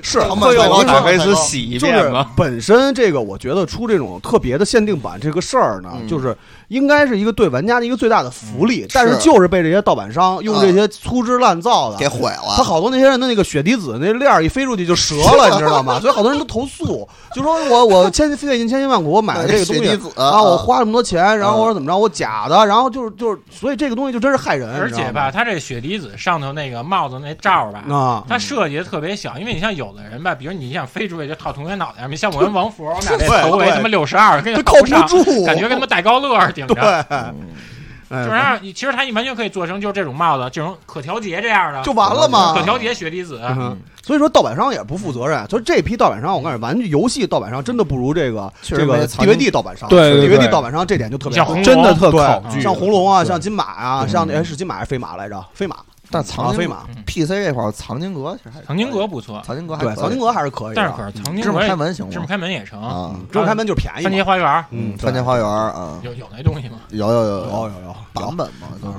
[SPEAKER 5] 是
[SPEAKER 3] 会
[SPEAKER 5] 有
[SPEAKER 3] 用海飞丝洗一
[SPEAKER 5] 就是
[SPEAKER 3] 遍吗？
[SPEAKER 5] 本身这个，我觉得出这种特别的限定版这个事儿呢，
[SPEAKER 2] 嗯
[SPEAKER 5] 就是应该是一个对玩家的一个最大的福利，但
[SPEAKER 2] 是
[SPEAKER 5] 是就是被这些盗版商用这些粗制滥造的
[SPEAKER 2] 给毁了。
[SPEAKER 5] 他好多那些人的那个血滴子那链儿一飞出去就折了，你知道吗？所以好多人都投诉，就说我我千费尽千辛万苦我买了这个东
[SPEAKER 2] 血滴
[SPEAKER 5] 西
[SPEAKER 2] 子
[SPEAKER 5] 啊，我花了那么多钱，
[SPEAKER 2] 啊
[SPEAKER 5] 然后我说怎么着，我假的，然后就是就是，所以这个东西就真是害人，
[SPEAKER 1] 而且吧，它这雪滴子上头那个帽子那罩儿吧
[SPEAKER 5] 你知，道吗，
[SPEAKER 1] 它设计的特别小，因为你像有的人吧，比如你想飞出去就套同学脑袋上面，像我跟王佛，我俩这头围他妈六十二，跟
[SPEAKER 5] 啊，
[SPEAKER 1] 你
[SPEAKER 5] 这
[SPEAKER 1] 头
[SPEAKER 5] 靠不
[SPEAKER 1] 上，
[SPEAKER 5] 住，
[SPEAKER 1] 感觉跟他妈戴高乐似的顶
[SPEAKER 5] 对，
[SPEAKER 1] 着。
[SPEAKER 2] 嗯
[SPEAKER 1] 就是
[SPEAKER 5] 哎
[SPEAKER 1] 让你，其实它完全可以做成就是这种帽子，这种可调节这样的，
[SPEAKER 5] 就完了嘛
[SPEAKER 1] 可。调节雪滴子。
[SPEAKER 5] 嗯所以说盗版商也不负责任，所以这批盗版商，我告诉你，玩具游戏盗版商真的不如这个
[SPEAKER 2] 确
[SPEAKER 5] 这
[SPEAKER 2] 实没
[SPEAKER 5] 个
[SPEAKER 2] 藏进
[SPEAKER 5] DVD 盗版商，
[SPEAKER 4] 对对对
[SPEAKER 5] DVD 盗版商这点就特别
[SPEAKER 1] 像
[SPEAKER 5] 好
[SPEAKER 1] 红
[SPEAKER 4] 真的特
[SPEAKER 5] 对
[SPEAKER 4] 考据，
[SPEAKER 5] 像红龙啊，像
[SPEAKER 4] 对
[SPEAKER 5] 金马啊，像
[SPEAKER 2] 嗯
[SPEAKER 5] 哎是金马还是飞马来着？飞马
[SPEAKER 2] 但
[SPEAKER 5] 啊，
[SPEAKER 2] 藏
[SPEAKER 5] 飞
[SPEAKER 2] 经
[SPEAKER 5] 马，
[SPEAKER 2] PC 这块儿藏经阁其实还是
[SPEAKER 1] 藏经阁不错，
[SPEAKER 2] 藏经阁还
[SPEAKER 5] 对，
[SPEAKER 2] 可以
[SPEAKER 5] 藏经阁还是可以的，啊
[SPEAKER 1] 但是可是藏经
[SPEAKER 2] 芝麻
[SPEAKER 1] 阁也
[SPEAKER 2] 开门行
[SPEAKER 1] 芝麻
[SPEAKER 2] 吗？
[SPEAKER 1] 开门也成，
[SPEAKER 2] 啊，
[SPEAKER 5] 这开门嗯就是便宜
[SPEAKER 1] 番
[SPEAKER 5] 嘛
[SPEAKER 1] 茄。花园
[SPEAKER 5] 嗯，
[SPEAKER 2] 番茄花园啊，
[SPEAKER 1] 有有那东西吗？
[SPEAKER 2] 有有有
[SPEAKER 5] 有有有
[SPEAKER 2] 版本嘛，都是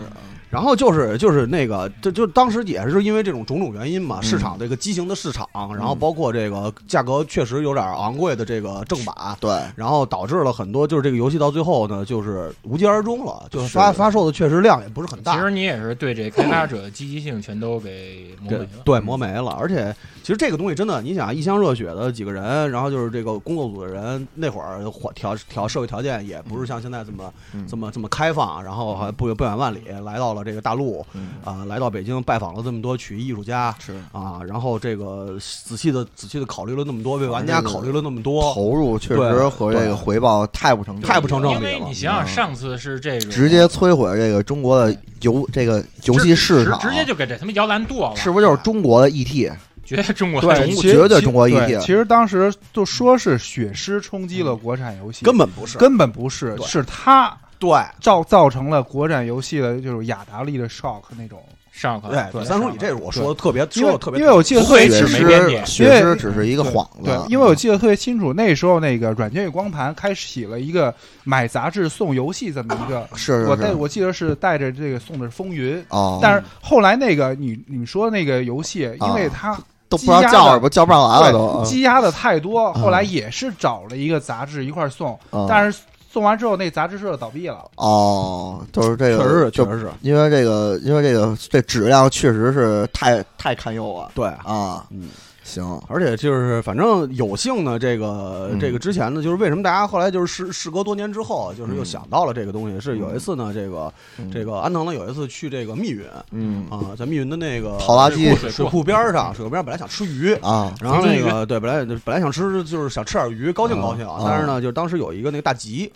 [SPEAKER 5] 然后就是就是那个，这就当时也是因为这种种种原因嘛，
[SPEAKER 2] 嗯
[SPEAKER 5] 市场这个畸形的市场，然后包括这个价格确实有点昂贵的这个正版，
[SPEAKER 2] 对，
[SPEAKER 5] 然后导致了很多就是这个游戏到最后呢，就是无疾而终了，就是发
[SPEAKER 2] 是
[SPEAKER 5] 发售的确实量也不是很
[SPEAKER 1] 其
[SPEAKER 5] 大
[SPEAKER 1] 实，你也是对这开发者积极性全都给磨没
[SPEAKER 5] 对
[SPEAKER 1] 了。
[SPEAKER 5] 对磨没了。而且其实这个东西真的，你想一腔热血的几个人，然后就是这个工作组的人，那会儿环条条社会条件也不是像现在这么
[SPEAKER 2] 嗯
[SPEAKER 5] 这么这么开放，然后还不不远万里来到了这个大陆，
[SPEAKER 2] 嗯
[SPEAKER 5] 啊、来到北京拜访了这么多曲艺艺术家
[SPEAKER 2] 是
[SPEAKER 5] 啊，然后这个仔细的仔细的考虑了那么多，为玩家考虑了那么多，
[SPEAKER 2] 投入确实和这个回报太不成正比了
[SPEAKER 5] 太不成正
[SPEAKER 1] 因
[SPEAKER 5] 比
[SPEAKER 1] 为
[SPEAKER 5] 了嗯
[SPEAKER 1] 你。想想，上次是这种
[SPEAKER 2] 直接摧毁这个中国的游这个游戏市场，
[SPEAKER 1] 直
[SPEAKER 5] 啊
[SPEAKER 1] 直接就给这他妈摇篮剁了，
[SPEAKER 2] 是不是就是中国的 ET？
[SPEAKER 1] 觉得中国
[SPEAKER 4] 对，
[SPEAKER 2] 中
[SPEAKER 4] 其实
[SPEAKER 2] 绝对
[SPEAKER 4] 其
[SPEAKER 2] 中国 E 一
[SPEAKER 4] 对
[SPEAKER 2] 体
[SPEAKER 4] 其实当时就说是血狮冲击了国产游戏，
[SPEAKER 5] 根本不是，
[SPEAKER 4] 根本啊不是，
[SPEAKER 5] 对
[SPEAKER 4] 是他
[SPEAKER 5] 对
[SPEAKER 4] 造造成了国产游戏的就是雅达利的 shock 那种。
[SPEAKER 1] 上款。
[SPEAKER 5] 对，三叔，你这是我说的特别
[SPEAKER 4] 因
[SPEAKER 5] 说
[SPEAKER 4] 为
[SPEAKER 5] 的特别，
[SPEAKER 4] 因为我记得
[SPEAKER 1] 不
[SPEAKER 4] 特
[SPEAKER 1] 会
[SPEAKER 4] 别
[SPEAKER 1] 对
[SPEAKER 2] 血
[SPEAKER 1] 只
[SPEAKER 4] 清
[SPEAKER 1] 没
[SPEAKER 2] 尸
[SPEAKER 1] 编辑
[SPEAKER 2] 血尸只是一个幌子
[SPEAKER 4] 对，，因为我
[SPEAKER 2] 嗯
[SPEAKER 4] 记得特别清楚，那时候那个软件与光盘开启了一个买杂志送游戏这么一个，
[SPEAKER 2] 是
[SPEAKER 4] 我
[SPEAKER 2] 是
[SPEAKER 4] 带
[SPEAKER 2] 是
[SPEAKER 4] 我记得是带着这个送的是风云，
[SPEAKER 2] 哦，
[SPEAKER 4] 但是后来那个你你说那个游戏，因为
[SPEAKER 2] 啊
[SPEAKER 4] 它
[SPEAKER 2] 都不知道叫什么，叫不上来了都。嗯
[SPEAKER 4] 对积压的太多，后来也是找了一个杂志一块儿送，
[SPEAKER 2] 嗯
[SPEAKER 4] 但是送完之后那杂志社倒闭了，
[SPEAKER 2] 哦，就是
[SPEAKER 5] 确
[SPEAKER 2] 这个，
[SPEAKER 5] 实是
[SPEAKER 2] 就
[SPEAKER 5] 确实是
[SPEAKER 2] 因为这个，因为这个这质量确实是太太堪忧了
[SPEAKER 5] 对。
[SPEAKER 2] 啊。
[SPEAKER 5] 嗯，
[SPEAKER 2] 行，
[SPEAKER 5] 而且就是，反正有幸呢，这个
[SPEAKER 2] 嗯
[SPEAKER 5] 这个之前呢，就是为什么大家后来就是事事隔多年之后，就是又
[SPEAKER 2] 嗯
[SPEAKER 5] 想到了这个东西，是有一次呢，这个
[SPEAKER 2] 嗯
[SPEAKER 5] 这个安藤呢有一次去这个密云
[SPEAKER 2] 嗯
[SPEAKER 5] 啊，在密云的那个
[SPEAKER 2] 跑垃圾
[SPEAKER 5] 水库水库边儿上，水库边儿本来想吃鱼，
[SPEAKER 2] 啊
[SPEAKER 5] 然后那个对，本来本来想吃就是想吃点鱼，高兴高兴啊
[SPEAKER 2] 啊，
[SPEAKER 5] 但是呢，就是当时有一个那个大集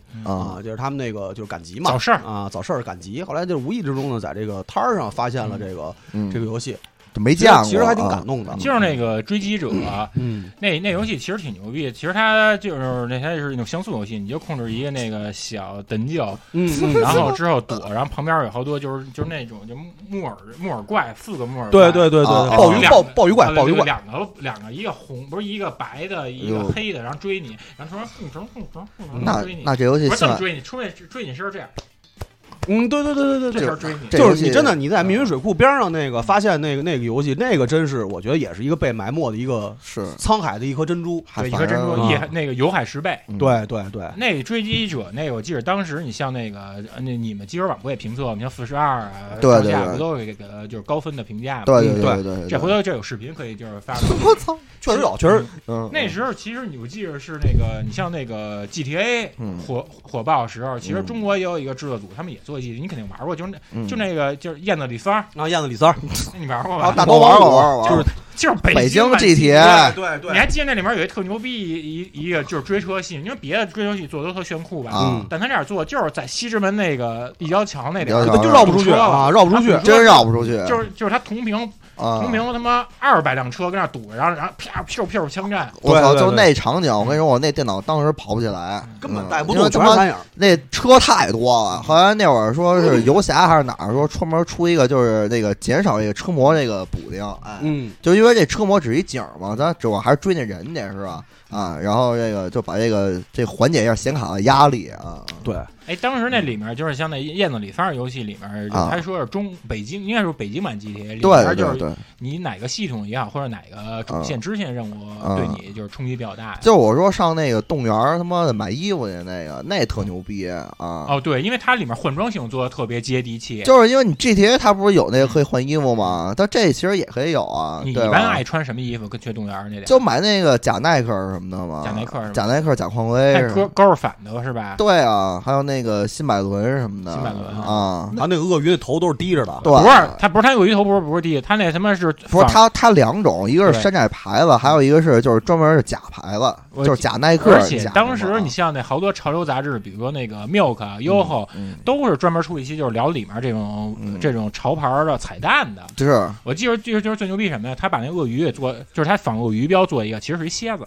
[SPEAKER 5] 啊，
[SPEAKER 2] 啊
[SPEAKER 5] 就是他们那个就是赶集嘛
[SPEAKER 1] 早事儿，
[SPEAKER 5] 啊，早市儿赶集，后来就无意之中呢，在这个摊儿上发现了这个
[SPEAKER 2] 嗯，
[SPEAKER 5] 这个游戏，
[SPEAKER 2] 就没
[SPEAKER 5] 其实
[SPEAKER 2] 见过，
[SPEAKER 5] 其实还挺
[SPEAKER 2] 啊
[SPEAKER 5] 感动的，
[SPEAKER 1] 就是那个追击者，
[SPEAKER 5] 嗯
[SPEAKER 1] 那那游戏其实挺牛逼的。其实它就是那它就是一种像素游戏，你就控制一个那个小等角，
[SPEAKER 5] 嗯嗯，
[SPEAKER 1] 然 后之后躲，然后旁边有好多就是就是那种就木耳木耳怪，四个木耳怪。
[SPEAKER 5] 对对对对，
[SPEAKER 2] 啊
[SPEAKER 5] 鲍鱼
[SPEAKER 1] 啊
[SPEAKER 5] 鲍鲍鱼怪
[SPEAKER 1] 啊
[SPEAKER 5] 鲍鱼
[SPEAKER 1] 对
[SPEAKER 5] 怪，哎
[SPEAKER 1] 两个两个，一个红不是一个白的，一个
[SPEAKER 2] 哟
[SPEAKER 1] 黑的，然后追你，然后突然蹦成蹦成蹦
[SPEAKER 2] 那
[SPEAKER 1] 成追你，
[SPEAKER 2] 那这游戏
[SPEAKER 1] 不是这
[SPEAKER 2] 现
[SPEAKER 1] 么
[SPEAKER 2] 在
[SPEAKER 1] 追你，出来追你时候这样，
[SPEAKER 5] 嗯，对对对对
[SPEAKER 1] 这
[SPEAKER 5] 对
[SPEAKER 1] 时候
[SPEAKER 5] 对。
[SPEAKER 1] 追你，
[SPEAKER 2] 这
[SPEAKER 5] 就
[SPEAKER 2] 游
[SPEAKER 5] 是
[SPEAKER 2] 戏
[SPEAKER 5] 你真的你在密云水库边上那个发现那个那个游戏，那个真是我觉得也是一个被埋没的一个
[SPEAKER 2] 是
[SPEAKER 5] 沧海的一颗珍珠。
[SPEAKER 2] 还
[SPEAKER 1] 对，一
[SPEAKER 2] 反
[SPEAKER 1] 个珍
[SPEAKER 2] 正
[SPEAKER 1] 珠
[SPEAKER 5] 啊
[SPEAKER 1] 也那个有海十倍。
[SPEAKER 2] 嗯
[SPEAKER 5] 对对对，
[SPEAKER 1] 那追击者，那个我记得当时你像那个，呃那你们记者网不也评测吗，你像四十二啊，
[SPEAKER 2] 对对对
[SPEAKER 1] 上下不都给给了就是高分的评价吗？
[SPEAKER 2] 对
[SPEAKER 5] 嗯
[SPEAKER 2] 对对对，
[SPEAKER 1] 这回头这有视频可以就是 发出去。
[SPEAKER 2] 我操，
[SPEAKER 5] 确实有，确实
[SPEAKER 2] 嗯
[SPEAKER 1] 那时候其实你我记得是那个，你像那个 GTA
[SPEAKER 2] 嗯
[SPEAKER 1] 火火爆的时候，其实
[SPEAKER 2] 嗯
[SPEAKER 1] 中国也有一个制作组，他们也做 G，你肯定玩过，就是那
[SPEAKER 2] 嗯
[SPEAKER 1] 就那个就是燕子李三儿，
[SPEAKER 5] 啊，燕子李三儿，
[SPEAKER 1] 你玩过
[SPEAKER 5] 然后
[SPEAKER 1] 吧？
[SPEAKER 5] 大刀
[SPEAKER 2] 我玩过
[SPEAKER 5] 王
[SPEAKER 2] 玩
[SPEAKER 5] 五，
[SPEAKER 2] 过
[SPEAKER 5] 就是
[SPEAKER 1] 就是
[SPEAKER 2] 啊北京
[SPEAKER 1] 京版
[SPEAKER 2] GTA
[SPEAKER 5] 对
[SPEAKER 1] 你还记得那里面有一特牛逼一一一个就是追车戏，因为别的追车戏做的都特炫酷吧？
[SPEAKER 2] 啊
[SPEAKER 5] 嗯，
[SPEAKER 1] 但他这样做就是在西直门那个立交桥那里
[SPEAKER 2] 立交
[SPEAKER 1] 边
[SPEAKER 2] 桥
[SPEAKER 5] 就绕不出去啊，绕不出去。
[SPEAKER 2] 真绕不出去，
[SPEAKER 1] 就是就是他同屏
[SPEAKER 2] 啊
[SPEAKER 1] 同。屏他妈二百辆车跟那儿堵着，然后然后啪屁股屁股枪战，
[SPEAKER 2] 我
[SPEAKER 5] 对
[SPEAKER 2] 操！
[SPEAKER 5] 对
[SPEAKER 2] 就
[SPEAKER 5] 对
[SPEAKER 2] 那场景，我跟你说，我那电脑当时跑不起来，
[SPEAKER 5] 根本
[SPEAKER 2] 嗯
[SPEAKER 5] 带不
[SPEAKER 2] 因为
[SPEAKER 5] 动，
[SPEAKER 2] 他
[SPEAKER 5] 全是
[SPEAKER 2] 妈
[SPEAKER 5] 残影。
[SPEAKER 2] 那车太多了。后来那会儿说是游侠还是哪儿说专门出一个，就是那个减少这个车模这个补丁，哎，
[SPEAKER 5] 嗯，
[SPEAKER 2] 就因为这车模只一景儿嘛，咱主要还是追那人去是吧？啊，然后这个就把这个这缓解一下显卡的压力啊，
[SPEAKER 5] 对，
[SPEAKER 1] 哎，当时那里面就是像那燕子李三儿游戏里面，就
[SPEAKER 2] 啊
[SPEAKER 1] 他说是中北京，应该是北京版 GTA，里
[SPEAKER 2] 对
[SPEAKER 1] 面就
[SPEAKER 2] 对对
[SPEAKER 1] 是
[SPEAKER 2] 对。
[SPEAKER 1] 你哪个系统也好，或者哪个主线支线任务
[SPEAKER 2] 啊
[SPEAKER 1] 对你就是冲击比较大。
[SPEAKER 2] 就我说上那个动物园儿他妈的买衣服去那个，那特牛逼啊！
[SPEAKER 1] 哦，对，因为它里面换装性做的特别接地气，
[SPEAKER 2] 就是因为你 GTA 它不是有那个可以换衣服吗？但这其实也可以有啊，
[SPEAKER 1] 嗯你一
[SPEAKER 2] 对
[SPEAKER 1] 般
[SPEAKER 2] 吧
[SPEAKER 1] 爱？穿什么衣服？跟去动物园儿那点儿
[SPEAKER 2] 就买那个假耐克儿什么的嘛，
[SPEAKER 1] 贾耐克是吧
[SPEAKER 2] 贾耐克、贾匡威
[SPEAKER 1] 但
[SPEAKER 2] 什么
[SPEAKER 1] 歌
[SPEAKER 2] 的
[SPEAKER 1] 歌是反的是吧？
[SPEAKER 2] 对啊，还有那个新百伦什么的，
[SPEAKER 1] 新百伦
[SPEAKER 2] 啊，
[SPEAKER 5] 然后那个鳄鱼的头都是低着的。
[SPEAKER 2] 对，
[SPEAKER 1] 不是，他不是他有一头不是不是地，他那他妈是
[SPEAKER 2] 不是
[SPEAKER 1] 仿，
[SPEAKER 2] 它它两种，一个是
[SPEAKER 1] 对嗯
[SPEAKER 2] 山寨牌子，还有一个是就是专门是假牌子，
[SPEAKER 1] 我
[SPEAKER 2] 就是假耐克。
[SPEAKER 1] 而且
[SPEAKER 2] 假
[SPEAKER 1] 当时
[SPEAKER 2] 什么
[SPEAKER 1] 你像那好多潮流杂志，比如说那个 Milk 啊、Yoho，
[SPEAKER 2] 嗯，
[SPEAKER 1] 都是专门出一期就是聊里面这种
[SPEAKER 2] 嗯
[SPEAKER 1] 这种潮牌的彩蛋的。
[SPEAKER 2] 就是
[SPEAKER 1] 我记得就是就是最牛逼什么呀？他把那鳄鱼也做，就是他仿鳄鱼标做一个，其实是一蝎子。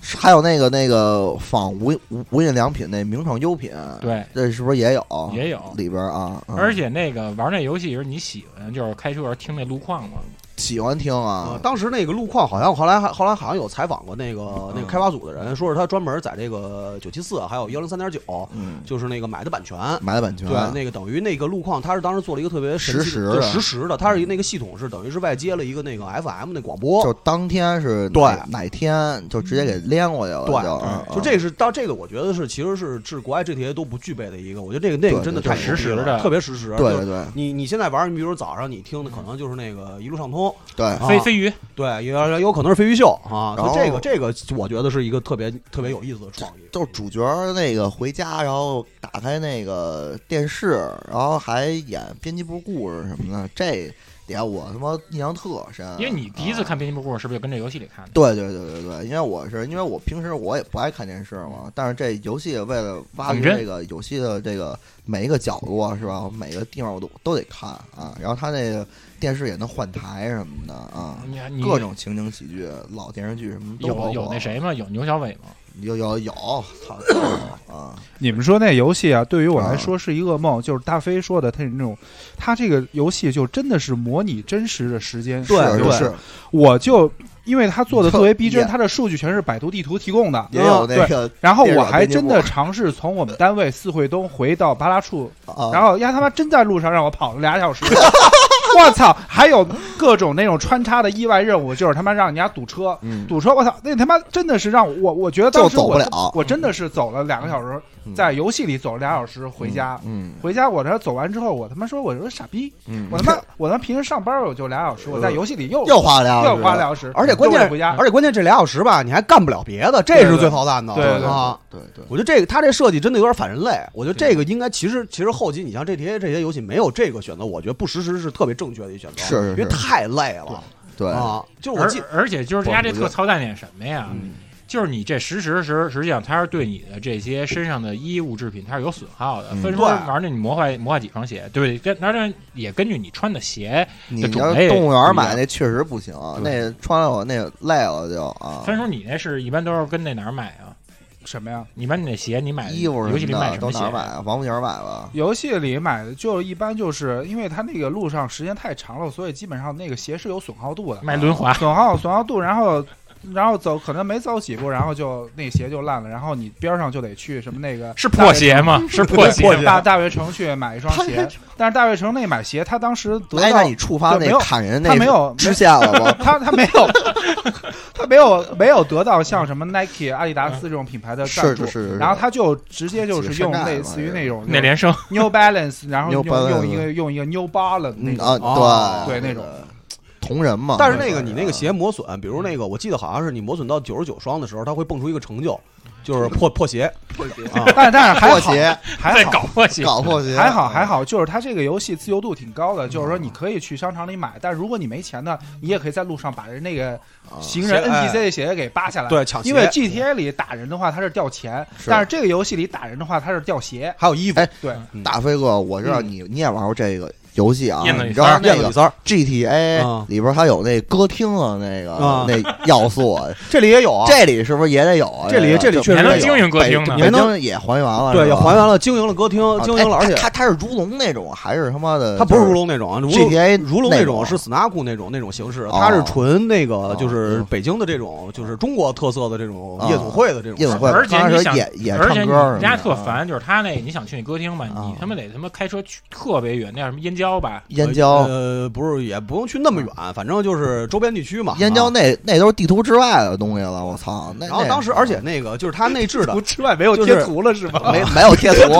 [SPEAKER 2] 还有那个那个仿无印无无印良品那名创优品，
[SPEAKER 1] 对，
[SPEAKER 2] 这是不是也有？
[SPEAKER 1] 也有。
[SPEAKER 2] 里边儿啊，嗯
[SPEAKER 1] 而且那个玩那游戏时你喜欢就是开车时候听那路况嘛，
[SPEAKER 2] 喜欢听
[SPEAKER 1] 哦
[SPEAKER 5] 啊
[SPEAKER 2] 啊，，
[SPEAKER 5] 当时那个路况好像后来还后来好像有采访过那个那个开发组的人，说是他专门在这个九七四啊还有幺零三点九，
[SPEAKER 2] 嗯，
[SPEAKER 5] 就是那个买的版权。
[SPEAKER 2] 买的版权
[SPEAKER 5] 对，那个等于那个路况，他是当时做了一个特别神奇
[SPEAKER 2] 实时
[SPEAKER 5] 对
[SPEAKER 2] 的
[SPEAKER 5] 实时的，他是一个那个系统是等于是外接了一个那个 FM 那广播，
[SPEAKER 2] 就当天是
[SPEAKER 5] 对
[SPEAKER 2] 哪哪天就直接
[SPEAKER 1] 嗯
[SPEAKER 2] 给连过去了，
[SPEAKER 5] 对
[SPEAKER 2] 就嗯
[SPEAKER 5] 就这是到这个，我觉得是其实是至国外 GTA 都不具备的一个，我觉得这个那个
[SPEAKER 2] 对
[SPEAKER 5] 真的
[SPEAKER 2] 对
[SPEAKER 5] 太
[SPEAKER 2] 对
[SPEAKER 5] 牛逼
[SPEAKER 1] 实时
[SPEAKER 5] 了
[SPEAKER 1] 的
[SPEAKER 5] 特别实时。
[SPEAKER 2] 嗯
[SPEAKER 5] 就
[SPEAKER 2] 对
[SPEAKER 5] 是
[SPEAKER 2] 对
[SPEAKER 5] 你你现在玩，你比如早上你听的可能就是那个一路上通，
[SPEAKER 2] 对，
[SPEAKER 5] 啊
[SPEAKER 1] 飞飞鱼。
[SPEAKER 2] 嗯
[SPEAKER 5] 对，有有可能是飞鱼秀啊。
[SPEAKER 2] 然后
[SPEAKER 5] 就这个这个，我觉得是一个特别特别有意思的创意。
[SPEAKER 2] 就是主角那个回家，然后打开那个电视，然后还演编辑部故事什么的，这点我他妈印象特深。
[SPEAKER 1] 因为你第一次
[SPEAKER 2] 啊
[SPEAKER 1] 看《编辑部故事》是不是就跟这游戏里看的？
[SPEAKER 2] 对对对对对，因为我是因为我平时我也不爱看电视
[SPEAKER 1] 嗯
[SPEAKER 2] 嘛，但是这游戏为了挖掘
[SPEAKER 1] 你这
[SPEAKER 2] 这个游戏的这个每一个角落是吧，每个地方我都都得看啊。然后它那个电视也能换台什么的啊，
[SPEAKER 1] 你你
[SPEAKER 2] 各种情景喜剧、老电视剧什么都
[SPEAKER 1] 有
[SPEAKER 2] 包
[SPEAKER 1] 有
[SPEAKER 2] 括
[SPEAKER 1] 那谁吗？有牛小伟吗？
[SPEAKER 2] 有有有， 操啊！
[SPEAKER 4] 你们说那游戏啊，对于我来说是一噩梦，就是大飞说的，他那种，他这个游戏就真的是模拟真实的时间。
[SPEAKER 5] 对
[SPEAKER 4] 是
[SPEAKER 2] 是
[SPEAKER 5] 对
[SPEAKER 2] 是，
[SPEAKER 4] 我就因为他 做的特别逼真，
[SPEAKER 2] 也
[SPEAKER 4] 他的数据全是百度地图提供的。
[SPEAKER 2] 也
[SPEAKER 1] 啊
[SPEAKER 2] 有那个
[SPEAKER 4] 然后
[SPEAKER 2] 电
[SPEAKER 4] 我
[SPEAKER 2] 脑
[SPEAKER 4] 还
[SPEAKER 2] 编辑
[SPEAKER 4] 真
[SPEAKER 2] 部
[SPEAKER 4] 的尝试从我们单位四惠东回到八大 处，
[SPEAKER 2] 啊，
[SPEAKER 4] 然后丫他妈真在路上让我跑了俩小时， 我操！还有各种那种穿插的意外任务，就是他妈让人家堵车，
[SPEAKER 2] 嗯，
[SPEAKER 4] 堵车，我操，那他妈真的是让我，我觉得当时
[SPEAKER 2] 就走不
[SPEAKER 4] 我
[SPEAKER 2] 了
[SPEAKER 4] 我真的是走了两个小时，
[SPEAKER 2] 嗯
[SPEAKER 4] 在游戏里走了俩小时回家。
[SPEAKER 2] 嗯
[SPEAKER 4] 回家，我这走完之后，我他妈说，我说傻逼，
[SPEAKER 2] 嗯，呃
[SPEAKER 4] 我他妈，我他妈平时上班我就俩小时，我在游戏里又
[SPEAKER 2] 又花了俩
[SPEAKER 4] 又
[SPEAKER 2] 小时，
[SPEAKER 4] 花俩小时，
[SPEAKER 5] 而且关
[SPEAKER 4] 又
[SPEAKER 5] 键
[SPEAKER 4] 得回家，
[SPEAKER 5] 而且关键这俩小时吧，你还干不了别的，这是最操蛋的
[SPEAKER 4] 对对对
[SPEAKER 5] 啊！
[SPEAKER 2] 对对，
[SPEAKER 5] 我觉得这个他这设计真的有点反人类。我觉得这个应该其实其实后期你像这些这些游戏没有这个选择，我觉得不实施是特别正确的一选择，
[SPEAKER 2] 是是
[SPEAKER 5] 因为
[SPEAKER 2] 是
[SPEAKER 5] 太累了
[SPEAKER 2] 对，
[SPEAKER 5] 啊！就是我
[SPEAKER 1] 而
[SPEAKER 5] 记
[SPEAKER 1] 而且就是
[SPEAKER 2] 我
[SPEAKER 1] 家这
[SPEAKER 2] 我觉
[SPEAKER 1] 特
[SPEAKER 2] 得
[SPEAKER 1] 操蛋点什么呀？
[SPEAKER 2] 嗯
[SPEAKER 1] 就是你这实时实实际上它是对你的这些身上的衣物制品它是有损耗的，
[SPEAKER 2] 嗯
[SPEAKER 1] 分说
[SPEAKER 5] 对
[SPEAKER 1] 玩那你磨坏磨坏几双鞋，对不对？跟当然也根据你穿的鞋，
[SPEAKER 2] 你
[SPEAKER 1] 这种
[SPEAKER 2] 要
[SPEAKER 1] 类
[SPEAKER 2] 是动物
[SPEAKER 1] 不
[SPEAKER 2] 园
[SPEAKER 1] 一
[SPEAKER 2] 买
[SPEAKER 1] 样
[SPEAKER 2] 那确实不行，那穿了我那累了就啊，
[SPEAKER 1] 分说你那是一般都是跟那哪儿买啊？
[SPEAKER 4] 什么呀？
[SPEAKER 1] 你把你那鞋你
[SPEAKER 5] 哎
[SPEAKER 1] 买
[SPEAKER 2] 衣服
[SPEAKER 1] 游
[SPEAKER 2] 什
[SPEAKER 1] 戏里
[SPEAKER 2] 么
[SPEAKER 1] 买
[SPEAKER 2] 的
[SPEAKER 1] 什
[SPEAKER 2] 都
[SPEAKER 1] 么鞋
[SPEAKER 2] 哪？儿买啊？王府井买吧，
[SPEAKER 4] 游戏里买的就一般就是因为他那个路上时间太长了，所以基本上那个鞋是有损耗度的，
[SPEAKER 1] 卖轮
[SPEAKER 2] 啊
[SPEAKER 1] 滑，
[SPEAKER 4] 损耗损耗度，然后然后走可能没走几步，然后就那鞋就烂了，然后你边上就得去什么那个
[SPEAKER 1] 是破鞋 吗？是破鞋吗。
[SPEAKER 4] 大大悦城去买一双鞋，但是大悦城那买鞋，他当时得
[SPEAKER 2] 哎，那
[SPEAKER 4] 到
[SPEAKER 2] 你触发
[SPEAKER 4] 对没
[SPEAKER 2] 那
[SPEAKER 4] 有
[SPEAKER 2] 砍人
[SPEAKER 4] 他
[SPEAKER 2] 那
[SPEAKER 4] 没有
[SPEAKER 2] 支线了 吗？
[SPEAKER 4] 他他没有他没有没有得到像什么 Nike、阿迪达斯这种品牌的赞
[SPEAKER 2] 是
[SPEAKER 4] 助
[SPEAKER 2] 是。是，
[SPEAKER 4] 然后他就直接就是
[SPEAKER 2] 几
[SPEAKER 4] 用
[SPEAKER 2] 个山寨
[SPEAKER 4] 类似于那种
[SPEAKER 1] 那连升
[SPEAKER 4] New Balance，然后
[SPEAKER 2] New
[SPEAKER 4] 用用
[SPEAKER 2] Balance
[SPEAKER 4] 一个用一个 New Balance 那
[SPEAKER 2] 嗯
[SPEAKER 4] 种
[SPEAKER 5] 哦
[SPEAKER 2] 啊，
[SPEAKER 4] 对
[SPEAKER 2] 对
[SPEAKER 4] 那种
[SPEAKER 2] 同人嘛，
[SPEAKER 5] 但是那个你
[SPEAKER 2] 嗯
[SPEAKER 5] 那个鞋磨损，比如那个我记得好像是你磨损到九十九双的时候，它会蹦出一个成就，就是破破鞋 啊。
[SPEAKER 4] 但但是还
[SPEAKER 2] 破
[SPEAKER 4] 好
[SPEAKER 2] 鞋
[SPEAKER 4] 还
[SPEAKER 1] 在
[SPEAKER 4] 好
[SPEAKER 1] 搞破鞋，
[SPEAKER 2] 搞嗯破鞋
[SPEAKER 4] 还好还好，就是它这个游戏自由度挺高的，
[SPEAKER 2] 嗯
[SPEAKER 4] 就是说你可以去商场里买，但如果你没钱呢，你也可以在路上把人那个
[SPEAKER 2] 啊
[SPEAKER 4] 行人
[SPEAKER 5] 鞋哎
[SPEAKER 4] NPC 的鞋给扒下
[SPEAKER 2] 哎
[SPEAKER 4] 来。，
[SPEAKER 5] 对，抢鞋
[SPEAKER 4] 因为 GTA 里打人的话它是掉钱，
[SPEAKER 2] 是
[SPEAKER 4] 但是这个游戏里打人的话它是掉鞋。
[SPEAKER 5] 还有衣服
[SPEAKER 2] 哎
[SPEAKER 4] 对，
[SPEAKER 2] 大飞哥，我知道
[SPEAKER 5] 嗯
[SPEAKER 2] 你你也玩过这个游戏啊，
[SPEAKER 1] 燕子
[SPEAKER 2] 你
[SPEAKER 1] 与
[SPEAKER 2] 知道
[SPEAKER 1] 三
[SPEAKER 2] 那
[SPEAKER 5] 燕子
[SPEAKER 2] 个
[SPEAKER 5] 李三儿，
[SPEAKER 2] GTA
[SPEAKER 1] 嗯
[SPEAKER 5] 啊
[SPEAKER 2] 里边它有那歌厅啊，那个
[SPEAKER 5] 啊
[SPEAKER 2] 那要 素，啊，
[SPEAKER 5] 这里也有啊。
[SPEAKER 2] 这里是不是也得有啊？
[SPEAKER 5] 这里这
[SPEAKER 2] 这个
[SPEAKER 5] 里
[SPEAKER 2] 就
[SPEAKER 5] 确
[SPEAKER 1] 你
[SPEAKER 5] 实
[SPEAKER 1] 还
[SPEAKER 5] 有
[SPEAKER 1] 能经营歌厅呢
[SPEAKER 5] 北你。还
[SPEAKER 2] 北
[SPEAKER 5] 能
[SPEAKER 2] 京也还原了，
[SPEAKER 5] 对，
[SPEAKER 2] 是
[SPEAKER 5] 也
[SPEAKER 2] 吧
[SPEAKER 5] 还原了，经营了歌厅，
[SPEAKER 2] 哎啊
[SPEAKER 5] 经营了，
[SPEAKER 2] 哎
[SPEAKER 5] 而且
[SPEAKER 2] 它它是如龙那种，还是他妈的？
[SPEAKER 5] 它不是如龙那种啊，如龙
[SPEAKER 2] GTA
[SPEAKER 5] 如龙
[SPEAKER 2] 那
[SPEAKER 5] 那
[SPEAKER 2] 种
[SPEAKER 5] 种是 snack 那种那种形式，
[SPEAKER 2] 啊哦
[SPEAKER 5] 它是纯那个
[SPEAKER 2] 哦
[SPEAKER 5] 就是
[SPEAKER 2] 嗯
[SPEAKER 5] 北京的这种就是中国特色的这种
[SPEAKER 2] 啊
[SPEAKER 5] 夜总会的这种呃
[SPEAKER 2] 夜总会，
[SPEAKER 1] 而且
[SPEAKER 2] 当
[SPEAKER 1] 你
[SPEAKER 2] 时
[SPEAKER 1] 想
[SPEAKER 2] 也也
[SPEAKER 1] 而且
[SPEAKER 2] 唱
[SPEAKER 1] 你
[SPEAKER 2] 歌什么
[SPEAKER 1] 们
[SPEAKER 2] 的，
[SPEAKER 1] 家特
[SPEAKER 2] 啊，
[SPEAKER 1] 烦，就是他那你想去你歌厅吧，
[SPEAKER 2] 啊
[SPEAKER 1] 你他妈得他妈开车去特别远，那叫什么燕郊吧？
[SPEAKER 2] 燕郊。嗯
[SPEAKER 5] 呃，不是也不用去那么远，反正就是周边地区嘛。
[SPEAKER 2] 燕郊
[SPEAKER 5] 啊。
[SPEAKER 2] 那那都是地图之外的东西了，我操！那
[SPEAKER 5] 然后
[SPEAKER 2] 那
[SPEAKER 5] 当时，而且那个就是它内置的
[SPEAKER 4] 不，之外没有
[SPEAKER 5] 就是
[SPEAKER 4] 贴图了是吗？
[SPEAKER 2] 没没有贴图，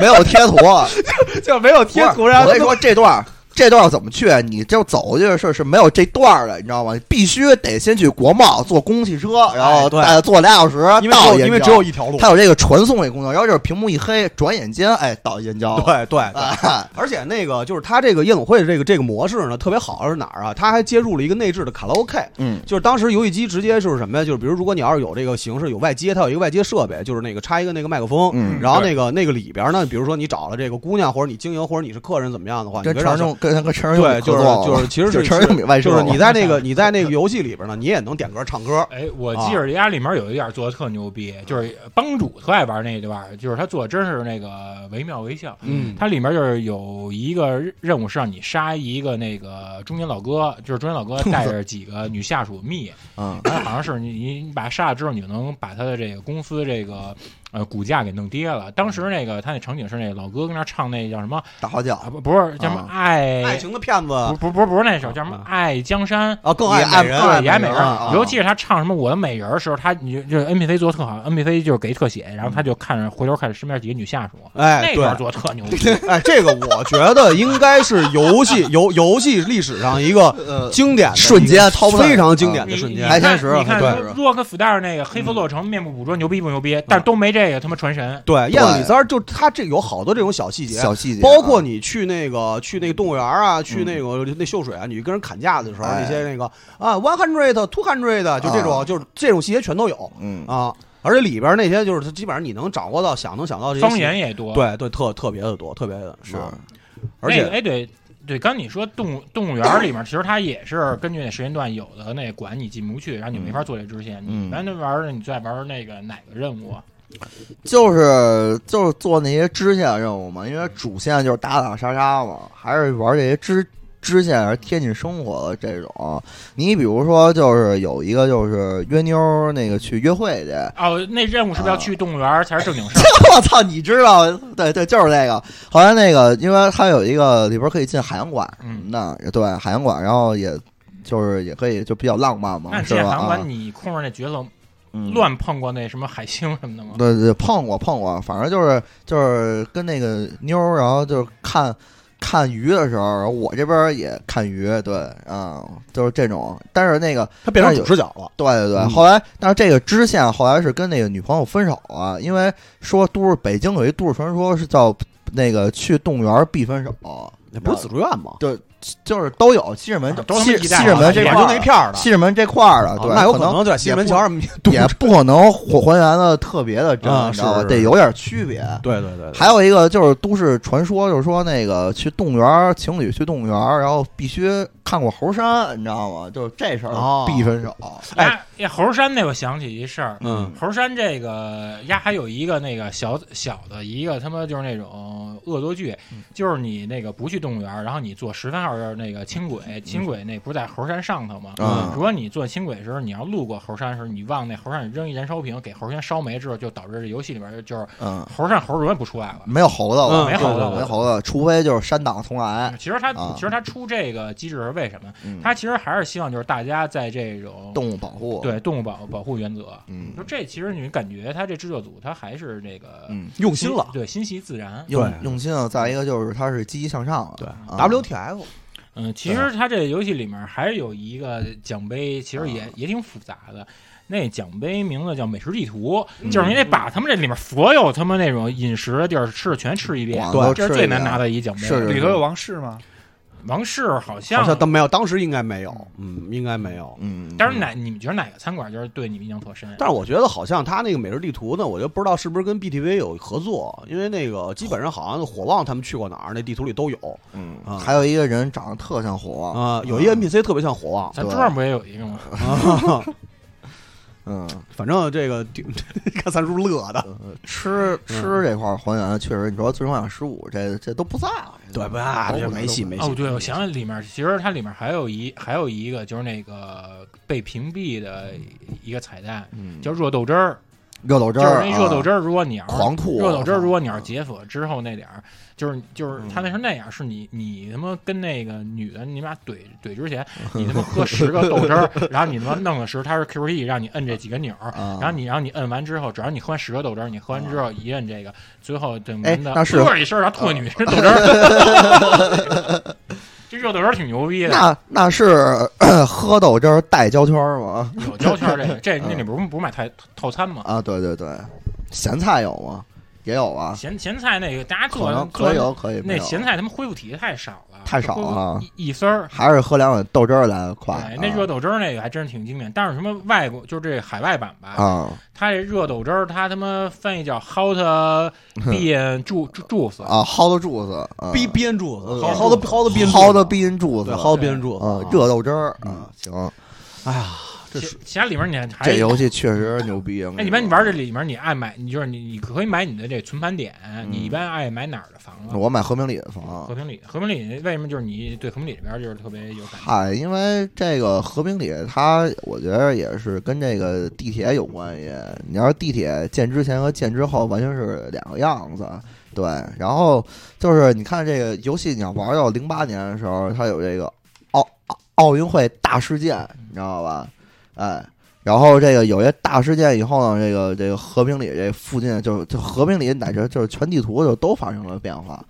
[SPEAKER 2] 没有贴 图，
[SPEAKER 4] 就没有贴图，然
[SPEAKER 2] 我
[SPEAKER 4] 后
[SPEAKER 2] 跟你说这段儿这段儿怎么去？啊你就走过去是是没有这段儿的，你知道吗？你必须得先去国贸坐公共汽车，然后
[SPEAKER 5] 哎对
[SPEAKER 2] 再坐俩小时
[SPEAKER 5] 因为只
[SPEAKER 2] 到
[SPEAKER 5] 有
[SPEAKER 2] 燕
[SPEAKER 5] 因为
[SPEAKER 2] 郊
[SPEAKER 5] 只有一条路。
[SPEAKER 2] 它有这个传送这功能，然后就是屏幕一黑，转眼间哎到燕郊了。
[SPEAKER 5] 对对对，
[SPEAKER 2] 哎
[SPEAKER 5] 而且那个就是它这个夜总会的这个这个模式呢，特别好是哪儿啊？它还接入了一个内置的卡拉 OK，
[SPEAKER 2] 嗯，
[SPEAKER 5] 就是当时游戏机直接就是什么呀？就是比如如果你要是有这个形式有外接，它有一个外接设备，就是那个插一个那个麦克风，
[SPEAKER 2] 嗯
[SPEAKER 5] 然后那个那个里边呢，比如说你找了这个姑娘或者你经营或者你是客人怎么样的话，你
[SPEAKER 2] 跟
[SPEAKER 5] 可以让小
[SPEAKER 2] 陈胜跟跟陈胜
[SPEAKER 5] 对，就是就是其实
[SPEAKER 2] 就是陈胜比外
[SPEAKER 5] 就是你
[SPEAKER 2] 在
[SPEAKER 5] 在那个你在那个游戏里边呢，你也能点歌唱歌。
[SPEAKER 1] 哎，我记
[SPEAKER 2] 啊
[SPEAKER 1] 着家里面有一点做的特牛逼，就是帮主特爱玩那玩意儿，就是他做的真是那个惟妙惟肖。
[SPEAKER 5] 嗯
[SPEAKER 1] 它里面就是有一个任务是让你杀一个那个中年老哥，就是中年老哥带着几个女下属蜜，
[SPEAKER 2] 嗯
[SPEAKER 1] 哎好像是你你你把他杀了之后，你就能把他的这个公司这个呃股价给弄跌了。当时那个他那场景是那个老哥跟那儿唱那叫什么
[SPEAKER 2] 打好脚
[SPEAKER 1] 啊？不不是叫什么
[SPEAKER 2] 啊
[SPEAKER 1] 爱
[SPEAKER 5] 爱情的骗子啊，
[SPEAKER 1] 不不不不是那首叫什么
[SPEAKER 5] 啊
[SPEAKER 1] 爱江山。
[SPEAKER 5] 更
[SPEAKER 2] 也
[SPEAKER 5] 爱
[SPEAKER 2] 爱
[SPEAKER 5] 美人，
[SPEAKER 2] 更爱
[SPEAKER 1] 对，也爱美人
[SPEAKER 5] 啊
[SPEAKER 1] 儿，尤其是他唱什么“我的美人”儿的时候，他你就就是 NPC 做的特好，NPC 就是给特写，然后他就看着回头看着身边几个女下属，
[SPEAKER 5] 哎，
[SPEAKER 1] 那
[SPEAKER 5] 对
[SPEAKER 1] 段，做的特 牛逼，
[SPEAKER 5] 哎，这个我觉得应该是游戏游游戏历史上一个
[SPEAKER 2] 呃
[SPEAKER 5] 经典的
[SPEAKER 2] 瞬间掏不
[SPEAKER 5] 非常经典
[SPEAKER 1] 你
[SPEAKER 5] 的瞬
[SPEAKER 1] 你
[SPEAKER 5] 间。
[SPEAKER 2] 哎
[SPEAKER 1] 看，
[SPEAKER 2] 白天时
[SPEAKER 1] 你看
[SPEAKER 2] 对
[SPEAKER 1] 说洛克福袋儿那个黑色洛城面部捕捉牛逼不牛逼？但是都没这个他妈传神。
[SPEAKER 5] 对，燕子李三儿就他这有好多这种小细节，
[SPEAKER 2] 小细节啊，嗯
[SPEAKER 5] 包括你去那个去那个动物园啊，去那个那秀水啊，你跟人砍价的时候，
[SPEAKER 2] 哎啊
[SPEAKER 5] 那些那个啊 one hundred two hundred 就这种，就是这种细节全都有
[SPEAKER 2] 嗯
[SPEAKER 5] 啊。而且里边那些就是基本上你能掌握到，想能想到这些
[SPEAKER 1] 方言也多，啊
[SPEAKER 5] 细，，
[SPEAKER 2] 啊
[SPEAKER 5] 对对，特特别的多，特别的
[SPEAKER 2] 是
[SPEAKER 5] 啊而且
[SPEAKER 1] 哎对，对，刚你说动物动物园里面，其实它也是根据那时间段有的那管你进不去，然后你没法做这支线。
[SPEAKER 2] 嗯
[SPEAKER 1] 你们那玩儿，你最爱玩儿那个哪个任务啊？
[SPEAKER 2] 就是就是做那些支线任务嘛，因为主线就是打打杀杀嘛，还是玩这些支支线，还是贴近生活的这种。啊你比如说，就是有一个就是约妞儿那个去约会去，
[SPEAKER 1] 哦，那任务是不是
[SPEAKER 2] 啊
[SPEAKER 1] 要去动物园儿才是正经事儿？
[SPEAKER 2] 我操，你知道？对对，就是那个。后来那个，因为它有一个里边可以进海洋馆什么的，对海洋馆，然后也就是也可以就比较浪漫嘛，
[SPEAKER 1] 那
[SPEAKER 2] 是
[SPEAKER 1] 剑
[SPEAKER 2] 吧？
[SPEAKER 1] 航
[SPEAKER 2] 啊
[SPEAKER 1] 管，你控制那角色
[SPEAKER 2] 嗯
[SPEAKER 1] 乱碰过那什么海星什么的吗？
[SPEAKER 2] 对对，碰过碰过，反正就是就是跟那个妞儿，然后就是看看鱼的时候，然后我这边也看鱼，对啊、就是这种。但是那个
[SPEAKER 5] 他变成
[SPEAKER 2] 那有
[SPEAKER 5] 主视角了。
[SPEAKER 2] 对对对，
[SPEAKER 5] 嗯
[SPEAKER 2] 后来但是这个支线后来是跟那个女朋友分手了，因为说都市北京有一都市传说是叫那个去动物园必分手，
[SPEAKER 5] 那
[SPEAKER 2] 啊
[SPEAKER 5] 不是紫竹院吗？
[SPEAKER 2] 就是都有西直门
[SPEAKER 1] 啊都他妈
[SPEAKER 2] 西
[SPEAKER 1] 一
[SPEAKER 2] 西
[SPEAKER 1] 代
[SPEAKER 2] 直门这
[SPEAKER 5] 也
[SPEAKER 1] 啊
[SPEAKER 2] 块
[SPEAKER 5] 就那
[SPEAKER 2] 儿，
[SPEAKER 5] 片儿的，
[SPEAKER 2] 西直门这块儿的，
[SPEAKER 5] 啊
[SPEAKER 2] 对，
[SPEAKER 5] 那有可
[SPEAKER 2] 能
[SPEAKER 5] 能对西门桥儿什么的都
[SPEAKER 2] 也不可能还还原的特别的真，
[SPEAKER 5] 啊
[SPEAKER 2] 你知道吧？
[SPEAKER 5] 是
[SPEAKER 2] 得有点区别。
[SPEAKER 5] 对对对，对
[SPEAKER 2] 还有一个就是都市传说，就是说那个去动物园儿，情侣去动物园儿，然后必须看过猴山，你知道吗？就是这事
[SPEAKER 5] 哦
[SPEAKER 2] 儿必分手。
[SPEAKER 5] 哎
[SPEAKER 1] 哎，那猴山那我想起一事儿，
[SPEAKER 5] 嗯
[SPEAKER 1] 猴山这个呀，还有一个那个小小的一个他妈就是那种恶作剧，就是你那个不去动物园，然后你坐十三号那个轻轨，轻轨那不是在猴山上头吗？
[SPEAKER 2] 嗯
[SPEAKER 1] 如果你坐轻轨的时候，你要路过猴山的时候，你往那猴山扔一燃烧瓶，给猴山烧没之后，就导致这游戏里边就是
[SPEAKER 2] 嗯，
[SPEAKER 1] 猴山猴永远不出来了。
[SPEAKER 2] 没有猴子了，
[SPEAKER 5] 嗯
[SPEAKER 1] 没猴子了
[SPEAKER 2] 没猴子，除非就是山挡重来。
[SPEAKER 1] 其实它
[SPEAKER 2] 啊
[SPEAKER 1] 其实它出这个机制是为什么？
[SPEAKER 2] 嗯，
[SPEAKER 1] 它其实还是希望就是大家在这种
[SPEAKER 2] 动物保护。，
[SPEAKER 1] 对动物保保护原则。
[SPEAKER 2] 嗯
[SPEAKER 1] 就这，其实你感觉它这制作组它还是那个
[SPEAKER 2] 嗯，
[SPEAKER 5] 用心了。
[SPEAKER 1] 对，心系自然。
[SPEAKER 2] 用
[SPEAKER 5] 对
[SPEAKER 2] 用心啊。再一个就是它是积极向上了。
[SPEAKER 5] 对
[SPEAKER 2] 啊
[SPEAKER 5] WTF
[SPEAKER 1] 嗯，其实它这游戏里面还有一个奖杯，其实
[SPEAKER 2] 啊
[SPEAKER 1] 也也挺复杂的。那奖杯名字叫美食地图，
[SPEAKER 2] 嗯
[SPEAKER 1] 就是你得把他们这里面所有他们那种饮食的地儿吃全吃一遍
[SPEAKER 2] 哇，都
[SPEAKER 1] 这
[SPEAKER 2] 吃
[SPEAKER 1] 是
[SPEAKER 2] 一
[SPEAKER 1] 最难
[SPEAKER 2] 遍
[SPEAKER 1] 拿的一奖杯。
[SPEAKER 2] 是是
[SPEAKER 4] 里头有王室吗？
[SPEAKER 1] 王室好
[SPEAKER 5] 好
[SPEAKER 1] 像，
[SPEAKER 5] 像都没有，当时应该没有，嗯，应该没有。
[SPEAKER 2] 嗯，
[SPEAKER 1] 但是哪你们觉得哪个餐馆就是对你们印象特深？
[SPEAKER 5] 但是我觉得好像他那个每日地图呢，我就不知道是不是跟 BTV 有合作，因为那个基本上好像火旺他们去过哪儿，那地图里都有
[SPEAKER 2] 嗯
[SPEAKER 5] 啊
[SPEAKER 2] 还有一个人长得特像猴啊，
[SPEAKER 5] 啊、有一 NPC 特别像火旺，
[SPEAKER 1] 咱
[SPEAKER 2] 对
[SPEAKER 1] 桌上不也有一个吗？
[SPEAKER 5] 啊、
[SPEAKER 2] 嗯，
[SPEAKER 5] 反正这个挺你 看三叔乐的，
[SPEAKER 2] 呃吃吃这块儿还原的确实，你说最终幻想十五这这都不在了，
[SPEAKER 5] 对吧？
[SPEAKER 2] 都
[SPEAKER 5] 这
[SPEAKER 2] 不
[SPEAKER 5] 没戏没戏。
[SPEAKER 1] 哦，对，
[SPEAKER 2] 嗯
[SPEAKER 1] 我想想里面，其实它里面还有一还有一个就是那个被屏蔽的一个彩蛋，
[SPEAKER 2] 嗯
[SPEAKER 1] 叫热豆汁儿。
[SPEAKER 2] 热豆汁
[SPEAKER 1] 就是
[SPEAKER 2] 儿啊，
[SPEAKER 1] 那热豆汁儿，如果你要是
[SPEAKER 2] 狂吐
[SPEAKER 1] 热豆汁儿，
[SPEAKER 2] 我操
[SPEAKER 1] 如果你要是解锁之后那点儿，就是就是他那是那样，是你你他妈跟那个女的你们俩怼怼之前，你他妈喝十个豆汁儿，然后你他妈弄了十，它是 QTE 让你摁这几个钮儿，
[SPEAKER 2] 啊
[SPEAKER 1] 然后你然后你摁完之后，只要你喝完十个豆汁儿，你喝完之后一摁这个，最后等
[SPEAKER 2] 哎
[SPEAKER 1] 门的
[SPEAKER 2] 那是啊
[SPEAKER 1] 咯一声，然后吐女是豆汁儿， 这热豆汁儿挺牛逼的。
[SPEAKER 2] 那那是 咳喝豆汁儿带胶圈儿吗？
[SPEAKER 1] 有胶圈儿这个，这那里不是不是买套套餐吗？
[SPEAKER 2] 啊，对对对，咸菜有吗？也有啊，
[SPEAKER 1] 咸咸菜那个大家做
[SPEAKER 2] 可能
[SPEAKER 1] 做
[SPEAKER 2] 可以有，可以
[SPEAKER 1] 那
[SPEAKER 2] 没有
[SPEAKER 1] 咸菜他们恢复体力太少了，
[SPEAKER 2] 太少了
[SPEAKER 1] 恢复一一丝儿。
[SPEAKER 2] 还是喝两碗豆汁儿来得快啊
[SPEAKER 1] 对，。哎那热豆汁儿那个还真是挺经典，但是什么外国就是这海外版吧，
[SPEAKER 2] 啊
[SPEAKER 1] 它这热豆汁儿它他妈翻译叫 hot bean ju- ju- juice，
[SPEAKER 2] 啊，薅的柱子，啊
[SPEAKER 5] 逼编柱子，
[SPEAKER 2] 呃
[SPEAKER 5] 嗯薅的薅的编
[SPEAKER 2] 薅的冰柱子
[SPEAKER 5] 对，，薅的嗯编柱子
[SPEAKER 2] 啊，热豆汁儿啊，行，
[SPEAKER 5] 哎呀，嗯这
[SPEAKER 1] 其
[SPEAKER 5] 是
[SPEAKER 1] 其他里面你还还
[SPEAKER 2] 这游戏确实牛逼。
[SPEAKER 1] 哎，一般你玩这里面你爱买，你就是你你可以买你的这存盘点，你一般爱买哪儿的房子？
[SPEAKER 2] 嗯我买和平里的房
[SPEAKER 1] 和，平里，和平里为什么就是你对和平里这边就是特别有感觉？
[SPEAKER 2] 嗨，因为这个和平里，它我觉得也是跟这个地铁有关系。你要是地铁建之前和建之后完全是两个样子，对。然后就是你看这个游戏，你要玩到零八年的时候，它有这个奥奥奥运会大事件，你知道吧？哎。然后这个有些大事件以后呢，这个这个和平里这附近就就和平里乃至就是全地图就都发生了变化，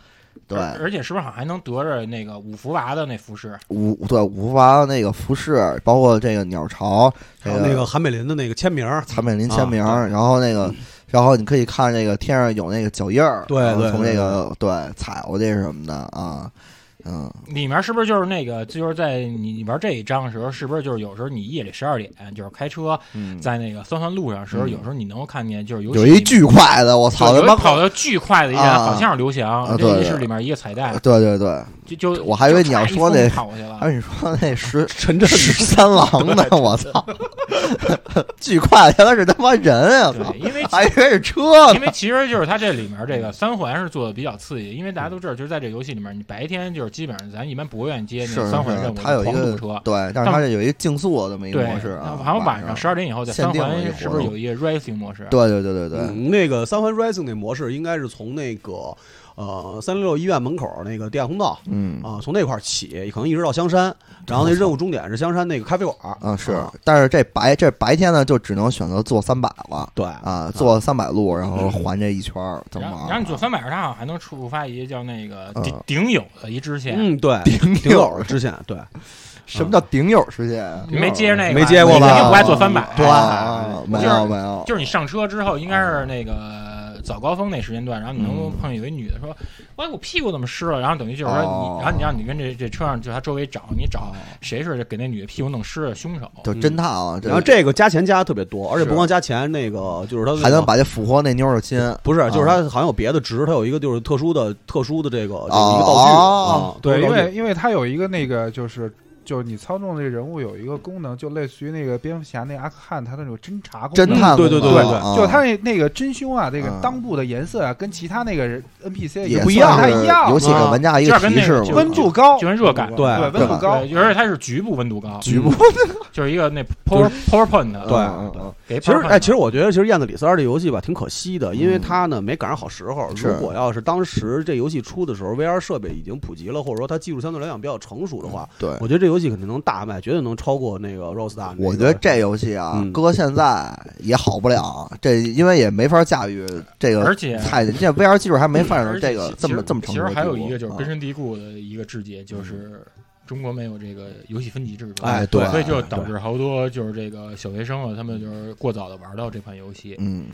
[SPEAKER 2] 对。
[SPEAKER 1] 而而且是不是好像还能得着那个五福娃的那服饰？
[SPEAKER 2] 五对五娃那个服饰，包括这个鸟巢，
[SPEAKER 5] 还有那个韩美林的那个签名儿，
[SPEAKER 2] 谭美林签名，
[SPEAKER 5] 啊
[SPEAKER 2] 然后那个，然后你可以看这个天上有那个脚印儿，
[SPEAKER 5] 对
[SPEAKER 2] 然后
[SPEAKER 5] 对
[SPEAKER 2] 从
[SPEAKER 5] 对
[SPEAKER 2] 这个对踩过去什么的啊，嗯，
[SPEAKER 1] 里面是不是就是那个，就是在你玩这一章的时候，是不是就是有时候你夜里十二点就是开车
[SPEAKER 2] 嗯
[SPEAKER 1] 在那个三环路上的时候，
[SPEAKER 2] 嗯
[SPEAKER 1] 有时候你能够看见就是游戏
[SPEAKER 2] 有
[SPEAKER 1] 里
[SPEAKER 2] 一
[SPEAKER 1] 面
[SPEAKER 2] 巨快的，我
[SPEAKER 1] 对
[SPEAKER 2] 操
[SPEAKER 1] 有
[SPEAKER 2] 他
[SPEAKER 1] 一
[SPEAKER 2] 妈
[SPEAKER 1] 跑的巨快的一人，
[SPEAKER 2] 啊
[SPEAKER 1] 好像是刘翔，
[SPEAKER 2] 啊
[SPEAKER 1] 这
[SPEAKER 2] 对
[SPEAKER 1] 是里面一个彩蛋。
[SPEAKER 2] 对对对，
[SPEAKER 1] 就就
[SPEAKER 2] 我还以为你要说那
[SPEAKER 1] 就差一风跑去了，
[SPEAKER 2] 哎，你说那十
[SPEAKER 5] 陈震
[SPEAKER 2] 十三郎呢？我操， 巨快，原来是他妈人啊！
[SPEAKER 1] 对，因为
[SPEAKER 2] 还以为是车呢
[SPEAKER 1] 因。为其实就是它这里面这个三环是做的比较刺激，因为大家都知道，就是在这游戏里面，你白天就是基本上咱一般不愿意接
[SPEAKER 2] 是
[SPEAKER 1] 那三环
[SPEAKER 2] 是
[SPEAKER 1] 任务，
[SPEAKER 2] 它有一
[SPEAKER 1] 狂堵
[SPEAKER 2] 个
[SPEAKER 1] 车。
[SPEAKER 2] 对，但是它这有一个竞速的这么一个
[SPEAKER 1] 对，
[SPEAKER 2] 模式啊，
[SPEAKER 1] 好像晚
[SPEAKER 2] 晚
[SPEAKER 1] 上十二点以后，在三
[SPEAKER 2] 限定了
[SPEAKER 1] 环
[SPEAKER 2] 一个
[SPEAKER 1] 是
[SPEAKER 2] 活
[SPEAKER 1] 不是
[SPEAKER 2] 动
[SPEAKER 1] 有一个 racing 模式？
[SPEAKER 2] 对对对对对，
[SPEAKER 5] 嗯，那个三环 Rising 那模式应该是从那个呃三六六医院门口那个地下通道
[SPEAKER 2] 嗯
[SPEAKER 5] 啊、从那块儿起，可能一直到香山，然后那任务终点是香山那个咖啡馆儿
[SPEAKER 2] 啊是，但是这白这白天呢，就只能选择坐三百了
[SPEAKER 5] 对
[SPEAKER 2] 啊，坐三百路，然后环这一圈儿，啊怎么
[SPEAKER 1] 然
[SPEAKER 2] 玩
[SPEAKER 1] 后
[SPEAKER 2] 儿？
[SPEAKER 1] 然后你做三百二，它好像还能触发一个叫那个
[SPEAKER 2] 嗯
[SPEAKER 1] 顶顶友的一支线。
[SPEAKER 5] 嗯，对，顶顶友支线，对，
[SPEAKER 2] 啊什么叫顶友世界？
[SPEAKER 1] 你没接着那个吧，
[SPEAKER 5] 没接过吧
[SPEAKER 1] 你肯定不爱做三百。
[SPEAKER 5] 对
[SPEAKER 2] 啊没有没有，
[SPEAKER 1] 就是你上车之后，应该是那个早高峰那时间段，然后你能
[SPEAKER 5] 嗯
[SPEAKER 1] 够碰见有一女的说：“喂，我屁股怎么湿了？”然后等于就是说
[SPEAKER 2] 哦
[SPEAKER 1] 你，然后你让你跟这这车上就他周围找，你
[SPEAKER 5] 哦
[SPEAKER 1] 找谁是给那女的屁股弄湿的凶手。
[SPEAKER 2] 就侦探啊，
[SPEAKER 5] 然后
[SPEAKER 2] 这
[SPEAKER 5] 这个加钱加的特别多，而且
[SPEAKER 2] 是
[SPEAKER 5] 不光加钱，那个就是它
[SPEAKER 2] 还能把这俘获那妞儿的心啊
[SPEAKER 5] 不是，就是它好像有别的值，它有一个就是特殊的特殊的这个这个一个道具
[SPEAKER 2] 哦
[SPEAKER 5] 啊，特
[SPEAKER 4] 对，
[SPEAKER 5] 殊
[SPEAKER 4] 因
[SPEAKER 5] 道具
[SPEAKER 4] 为因为它有一个那个就是。就是你操纵这人物有一个功能，就类似于那个蝙蝠侠那阿克汉他那种侦查功能，
[SPEAKER 2] 侦探
[SPEAKER 5] 对对
[SPEAKER 2] 功
[SPEAKER 5] 对
[SPEAKER 2] 能
[SPEAKER 5] 对
[SPEAKER 2] 啊
[SPEAKER 4] 就他那那个真凶啊，这个
[SPEAKER 2] 嗯
[SPEAKER 4] 裆部的颜色啊，跟其他那个人 NPC
[SPEAKER 2] 也
[SPEAKER 4] 不一
[SPEAKER 2] 算
[SPEAKER 4] 样，不太
[SPEAKER 2] 是
[SPEAKER 4] 一样，
[SPEAKER 2] 游戏给
[SPEAKER 5] 啊
[SPEAKER 2] 玩家一个
[SPEAKER 1] 就是跟
[SPEAKER 2] 提
[SPEAKER 1] 那
[SPEAKER 2] 示
[SPEAKER 1] 个
[SPEAKER 2] 嘛
[SPEAKER 1] 就，是
[SPEAKER 4] 温度高，
[SPEAKER 1] 就跟热感
[SPEAKER 5] 对
[SPEAKER 4] 对，温
[SPEAKER 2] 对
[SPEAKER 4] 度 高，
[SPEAKER 1] 对，而且它是局部温度高，
[SPEAKER 2] 局部
[SPEAKER 1] 就是一个那 power PowerPoint 的
[SPEAKER 5] 对
[SPEAKER 2] 嗯嗯
[SPEAKER 1] 给
[SPEAKER 5] 其实，哎，其
[SPEAKER 1] 实
[SPEAKER 5] 实我觉得，其实《燕子李三》这游戏吧，挺可惜的，因为
[SPEAKER 2] 嗯
[SPEAKER 5] 它呢没赶上好时候。
[SPEAKER 2] 是
[SPEAKER 5] 如果要是当时这游戏出的时候，VR 设备已经普及了，或者说它技术相对来讲比较成熟的话，
[SPEAKER 2] 嗯对。
[SPEAKER 5] 我觉得这游戏肯定能大卖，绝对能超过那个 Rockstar 那个。
[SPEAKER 2] 我觉得这游戏啊，
[SPEAKER 5] 嗯
[SPEAKER 2] 搁现在也好不了，这因为也没法驾驭这个
[SPEAKER 1] 而且
[SPEAKER 2] 菜，人家 VR 技术还没发展到
[SPEAKER 1] 嗯
[SPEAKER 2] 这
[SPEAKER 1] 而
[SPEAKER 2] 个
[SPEAKER 1] 且
[SPEAKER 2] 这
[SPEAKER 1] 其
[SPEAKER 2] 么
[SPEAKER 1] 实
[SPEAKER 2] 这么成
[SPEAKER 1] 其
[SPEAKER 2] 熟
[SPEAKER 1] 实
[SPEAKER 2] 的地步。
[SPEAKER 1] 还有一个就是根
[SPEAKER 2] 啊嗯
[SPEAKER 1] 深蒂固的一个症结，就是中国没有这个游戏分级制度，
[SPEAKER 5] 哎
[SPEAKER 2] 对
[SPEAKER 1] 所以就导致好多就是这个小学生啊，他们就是过早的玩到这款游戏，
[SPEAKER 2] 嗯，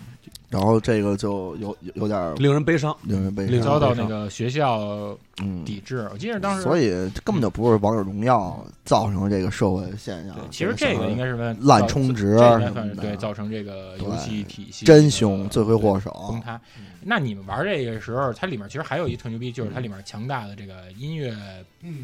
[SPEAKER 2] 然后这个就有有有点
[SPEAKER 5] 令人悲伤。
[SPEAKER 2] 令人悲
[SPEAKER 5] 令人
[SPEAKER 1] 遭
[SPEAKER 2] 伤，
[SPEAKER 1] 到那个学校
[SPEAKER 2] 嗯，
[SPEAKER 1] 抵制。我记得当时，
[SPEAKER 2] 所以这根本就不是王者荣耀造成的这个社会现象
[SPEAKER 1] 对。其实这个应
[SPEAKER 2] 该
[SPEAKER 1] 该是问
[SPEAKER 2] 滥充值啊
[SPEAKER 1] 这应该
[SPEAKER 2] 什
[SPEAKER 1] 算
[SPEAKER 2] 么
[SPEAKER 1] 是
[SPEAKER 2] 的
[SPEAKER 1] 对造成这个游戏体系
[SPEAKER 2] 真凶罪魁
[SPEAKER 1] 祸
[SPEAKER 2] 祸首
[SPEAKER 1] 崩，塌。那你们玩这个时候，它里面其实还有一特牛逼，就是它里面强大的这个音乐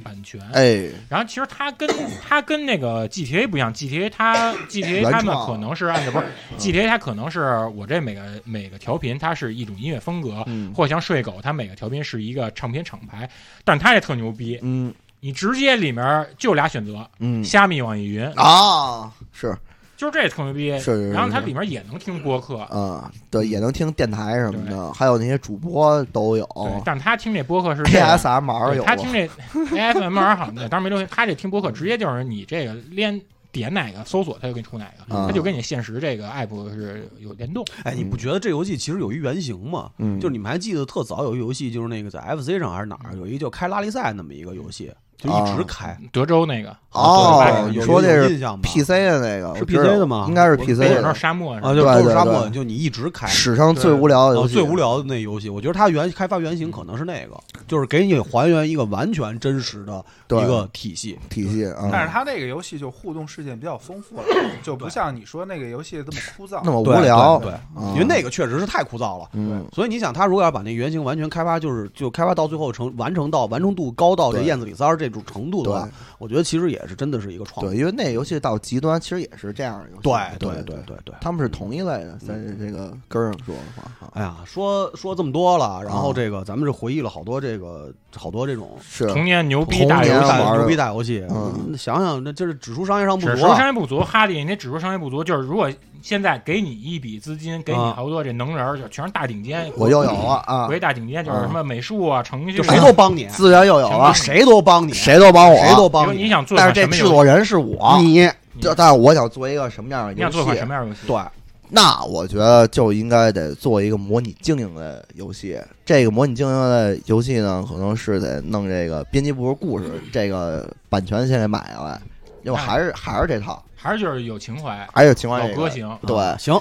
[SPEAKER 1] 版权。
[SPEAKER 2] 哎，
[SPEAKER 1] 然后其实它 跟它跟那个 GTA 不一样，GTA 它 GTA
[SPEAKER 2] 原
[SPEAKER 1] 他们
[SPEAKER 2] 创啊嗯
[SPEAKER 1] 可能是按照不是 GTA 它可能是我这每个每个调频它是一种音乐风格，
[SPEAKER 2] 嗯
[SPEAKER 1] 或者像睡狗它每个调频是一个唱片厂牌，但它这特牛逼，
[SPEAKER 2] 嗯
[SPEAKER 1] 你直接里面就俩选择，
[SPEAKER 2] 嗯
[SPEAKER 1] 虾米、网易云，
[SPEAKER 2] 啊，是
[SPEAKER 1] 就是这特牛逼。
[SPEAKER 2] 是是是
[SPEAKER 1] 然后它里面也能听播客，
[SPEAKER 2] 啊，对，也能听电台什么的，还有那些主播都有
[SPEAKER 1] 对，但是他听这播 客是这样。
[SPEAKER 2] ，ASMR
[SPEAKER 1] 对
[SPEAKER 2] 有啊
[SPEAKER 1] 他 听这 AFMR 好像当时没流行，他这听播客直接就是你这个连点哪个搜索，他就给你出哪个，
[SPEAKER 2] 嗯
[SPEAKER 1] 他就跟你现实这个 app 是有联动。
[SPEAKER 5] 哎，你不觉得这游戏其实有一原型吗？
[SPEAKER 2] 嗯
[SPEAKER 5] 就是你们还记得特早有一游戏，就是那个在 FC 上还是哪儿有一个叫开拉力赛那么一个游戏，就一直开。
[SPEAKER 2] 嗯
[SPEAKER 1] 德州那个
[SPEAKER 2] 啊哦
[SPEAKER 1] 啊
[SPEAKER 5] 有，
[SPEAKER 2] 你
[SPEAKER 5] 有
[SPEAKER 2] 说这
[SPEAKER 5] 有
[SPEAKER 2] 是
[SPEAKER 5] 印象吗
[SPEAKER 2] PC 的那个
[SPEAKER 5] 是
[SPEAKER 2] 我知道
[SPEAKER 5] PC 的吗
[SPEAKER 2] 应该是
[SPEAKER 5] 我
[SPEAKER 2] PC
[SPEAKER 1] 北
[SPEAKER 5] 对
[SPEAKER 1] 角那
[SPEAKER 2] 的
[SPEAKER 1] 儿，沙漠
[SPEAKER 5] 啊，
[SPEAKER 1] 上，
[SPEAKER 5] 就
[SPEAKER 2] 对
[SPEAKER 5] 都是
[SPEAKER 2] 对
[SPEAKER 5] 沙
[SPEAKER 2] 对
[SPEAKER 5] 漠，就你一直开。
[SPEAKER 2] 史上最无聊的游
[SPEAKER 5] 哦，
[SPEAKER 2] 戏，
[SPEAKER 5] 最无聊的那游戏，我觉得它原开发原型可能是那个，就是给你还原一个完全真实的
[SPEAKER 2] 对
[SPEAKER 5] 一个嗯体系。
[SPEAKER 2] 体系啊，
[SPEAKER 4] 但是它那个游戏就互动事件比较丰富了，就不像你说那个游戏这么枯燥。
[SPEAKER 2] 那么无
[SPEAKER 5] 对
[SPEAKER 2] 聊，
[SPEAKER 5] 对，
[SPEAKER 2] 啊
[SPEAKER 5] 因为那个确实是太枯燥了。
[SPEAKER 2] 嗯
[SPEAKER 5] 所以你想，他如果要把那原型完全开发，就是就开发到最后成完成到完成度高到这
[SPEAKER 2] 对
[SPEAKER 5] 燕子里三儿这种程度的话
[SPEAKER 2] 对，
[SPEAKER 5] 我觉得其实也是真的是一个创
[SPEAKER 2] 对，
[SPEAKER 5] 意。
[SPEAKER 2] 因为那游戏到极端其实也是这样的游戏，
[SPEAKER 5] 对
[SPEAKER 2] 对
[SPEAKER 5] 对嗯对对。
[SPEAKER 2] 他们是同一类的，在这个根儿上说的话，啊
[SPEAKER 5] 哎呀，说说这么多了，然后
[SPEAKER 2] 啊
[SPEAKER 5] 这个咱们是回忆了好多这个好多这种
[SPEAKER 2] 是
[SPEAKER 1] 童年牛逼
[SPEAKER 2] 童
[SPEAKER 1] 大
[SPEAKER 5] 大
[SPEAKER 1] 游
[SPEAKER 2] 年
[SPEAKER 1] 戏。
[SPEAKER 2] 玩
[SPEAKER 5] 大
[SPEAKER 2] 的
[SPEAKER 5] 牛逼大游戏，
[SPEAKER 2] 嗯
[SPEAKER 5] 嗯想想那就是指数商业上不
[SPEAKER 1] 指
[SPEAKER 5] 足
[SPEAKER 1] 数
[SPEAKER 5] 啊。
[SPEAKER 1] 商业不足，哈利，你那指数商业不足，就是如果现在给你一笔资金，给你
[SPEAKER 5] 啊
[SPEAKER 1] 好多这能人儿，就全是大顶尖，
[SPEAKER 2] 嗯我又有了啊
[SPEAKER 1] 回，大顶尖就是什么美术啊、程序
[SPEAKER 5] 就
[SPEAKER 1] 啊，
[SPEAKER 5] 谁都帮你，
[SPEAKER 2] 资源又有了，
[SPEAKER 5] 谁都帮你，
[SPEAKER 2] 呃谁都帮我，啊
[SPEAKER 5] 谁都
[SPEAKER 1] 比如
[SPEAKER 5] 帮
[SPEAKER 1] 你，想做
[SPEAKER 2] 但是
[SPEAKER 1] 款
[SPEAKER 2] 这
[SPEAKER 1] 什么
[SPEAKER 2] 制
[SPEAKER 1] 游戏，
[SPEAKER 2] 作人是我，
[SPEAKER 5] 你
[SPEAKER 2] 就但是我想做一个什么样的
[SPEAKER 1] 你
[SPEAKER 2] 游
[SPEAKER 1] 想
[SPEAKER 2] 戏
[SPEAKER 1] 做？
[SPEAKER 2] 啊
[SPEAKER 1] 款什么样的游戏？
[SPEAKER 5] 对，
[SPEAKER 2] 那我觉得就应该得做一个模拟经营的游戏。这个模拟经营的游戏呢，可能是得弄这个编辑部的故事，这个版权先给买下来，因为还是还是这套，
[SPEAKER 1] 还是就是有情怀，
[SPEAKER 2] 还是情况
[SPEAKER 1] 老
[SPEAKER 2] 这个
[SPEAKER 1] 歌型。
[SPEAKER 2] 对，
[SPEAKER 5] 行，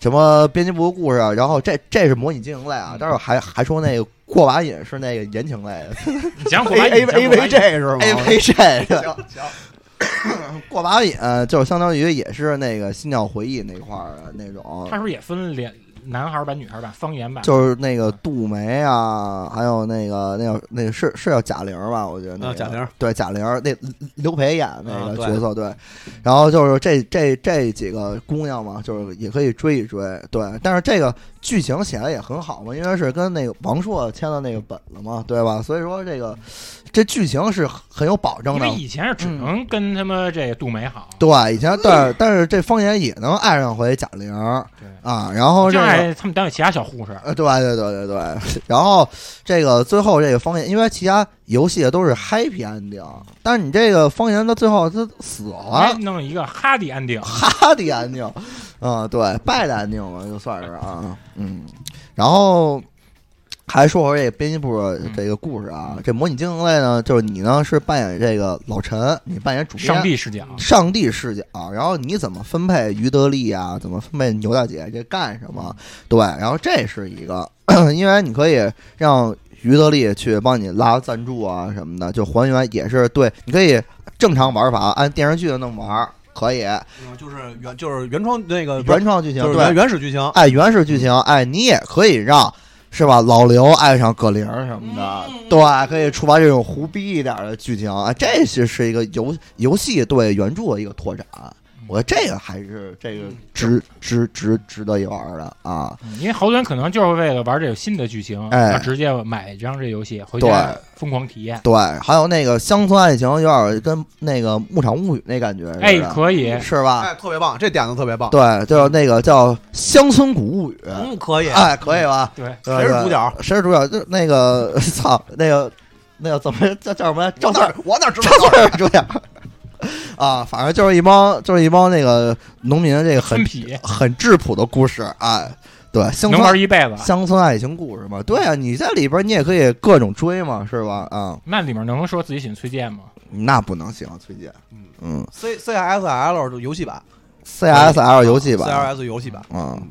[SPEAKER 2] 什么编辑部的故事啊，然后这这是模拟经营类啊，但是还还说那个过把瘾是那个言情类 的
[SPEAKER 1] 你讲过
[SPEAKER 5] A
[SPEAKER 1] 吧
[SPEAKER 5] A
[SPEAKER 1] 你讲
[SPEAKER 5] A
[SPEAKER 1] 过吧
[SPEAKER 5] V 这是吗
[SPEAKER 2] A V 这个。 过把瘾就相当于也是那个心跳回忆那块儿的那种
[SPEAKER 1] 它，是不是也分两男孩版、女孩版、方言版，
[SPEAKER 2] 哦就是那个杜梅啊，还有那个那叫那个是是叫贾玲吧？我觉得那
[SPEAKER 5] 啊
[SPEAKER 2] 个
[SPEAKER 5] 贾玲
[SPEAKER 2] 对贾玲，那刘培演那个
[SPEAKER 5] 啊对
[SPEAKER 2] 角色对，然后就是这这这几个姑娘嘛，就是也可以追一追，对。但是这个剧情写的也很好嘛，因为是跟那个王朔签了那个本了嘛，对吧？所以说这个这剧情是很有保证
[SPEAKER 1] 因
[SPEAKER 2] 的嗯
[SPEAKER 1] 为。以前是只能跟他妈这杜梅好，
[SPEAKER 2] 对，以前但是但是这方言也能爱上回贾玲
[SPEAKER 1] 对
[SPEAKER 2] 啊，然后这
[SPEAKER 1] 就
[SPEAKER 2] 个。
[SPEAKER 1] 爱他们单位其他小护士，
[SPEAKER 2] 呃，对对对对对，然后这个最后这个方言，因为其他游戏都是 happy ending，但是你这个方言到最后他死
[SPEAKER 1] 哎
[SPEAKER 2] 了，
[SPEAKER 1] 弄一个哈迪安定，
[SPEAKER 2] 哈的 ending，啊、对，bad ending 吧，就算是啊，嗯，然后还说说这个编辑部的这个故事啊，
[SPEAKER 1] 嗯
[SPEAKER 2] 这模拟经营类呢，就是你呢是扮演这个老陈，你扮演主编
[SPEAKER 1] 上帝视角，
[SPEAKER 2] 上帝视角，然后你怎么分配于德利啊？怎么分配牛大姐？这干什么？对，然后这是一个， 因为你可以让于德利去帮你拉赞助啊什么的，就还原也是对，你可以正常玩法，按电视剧的那么玩儿可以，
[SPEAKER 5] 嗯就是原就是原创那个
[SPEAKER 2] 原创剧情
[SPEAKER 5] 呃就是原
[SPEAKER 2] 对，
[SPEAKER 5] 原始剧情，
[SPEAKER 2] 哎，原始剧情哎，你也可以让。是吧？老刘爱上葛玲儿什么的，
[SPEAKER 1] 嗯
[SPEAKER 2] 对，可以触发这种胡逼一点儿的剧情啊。这是是一个游游戏对原著的一个拓展，
[SPEAKER 1] 嗯
[SPEAKER 2] 我觉得这个还是这个值值值值得一玩儿的啊。
[SPEAKER 1] 嗯因为好多人可能就是为了玩这个新的剧情，
[SPEAKER 2] 哎
[SPEAKER 1] 然后直接买一张这游戏回家疯狂体验，
[SPEAKER 2] 对，还有那个乡村爱情，有点儿跟那个《牧场物语》那感觉似的，
[SPEAKER 1] 哎，可以，
[SPEAKER 2] 是吧？
[SPEAKER 5] 哎，特别棒，这点子特别棒，
[SPEAKER 2] 对，就是那个叫《乡村古物语》，
[SPEAKER 5] 嗯，可以，
[SPEAKER 2] 哎，可以吧？
[SPEAKER 1] 对，
[SPEAKER 2] 对
[SPEAKER 5] 谁是主？角？
[SPEAKER 2] 对谁是主角？就那个 操，那个那个怎么叫叫什么来？赵
[SPEAKER 5] 我
[SPEAKER 2] 四
[SPEAKER 5] 哪
[SPEAKER 2] 儿
[SPEAKER 5] 儿，我哪知道
[SPEAKER 2] 赵？四儿是主角。啊，反正就是一帮就是一帮那个农民的这个很
[SPEAKER 1] 分批
[SPEAKER 2] 很质朴的故事，哎，对，乡村
[SPEAKER 1] 能玩一辈子。
[SPEAKER 2] 乡村爱情故事嘛，对啊，你在里边你也可以各种追嘛，是吧？啊、
[SPEAKER 1] 那里面能说自己喜欢崔健吗？
[SPEAKER 2] 那不能行，崔姐
[SPEAKER 5] 嗯，
[SPEAKER 2] 嗯
[SPEAKER 5] C C S L 游戏版
[SPEAKER 2] ，CSL 游戏
[SPEAKER 5] c
[SPEAKER 2] 吧，
[SPEAKER 5] L S 游戏版，
[SPEAKER 2] 嗯，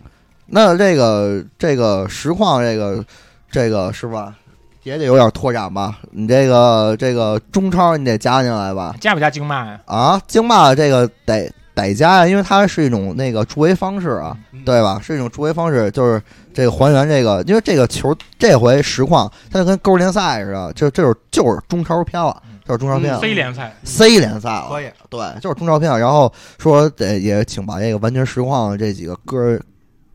[SPEAKER 2] 那这个这个实况这个这个是吧，也得有点拓展吧？你这个这个中超你得加进来吧？
[SPEAKER 1] 加不加经骂呀？
[SPEAKER 2] 啊，经骂这个得得加呀，因为它是一种那个助威方式啊，
[SPEAKER 5] 嗯
[SPEAKER 2] 对吧？是一种助威方式，就是这个还原这个，因为这个球这回实况它就跟勾联赛似的，就这就是就是中超片了，就是中超片了、
[SPEAKER 1] 嗯非联赛，
[SPEAKER 2] C 联赛了，
[SPEAKER 5] 可以，
[SPEAKER 2] 对，就是中照片，然后说得也请把这个完全实况这几个哥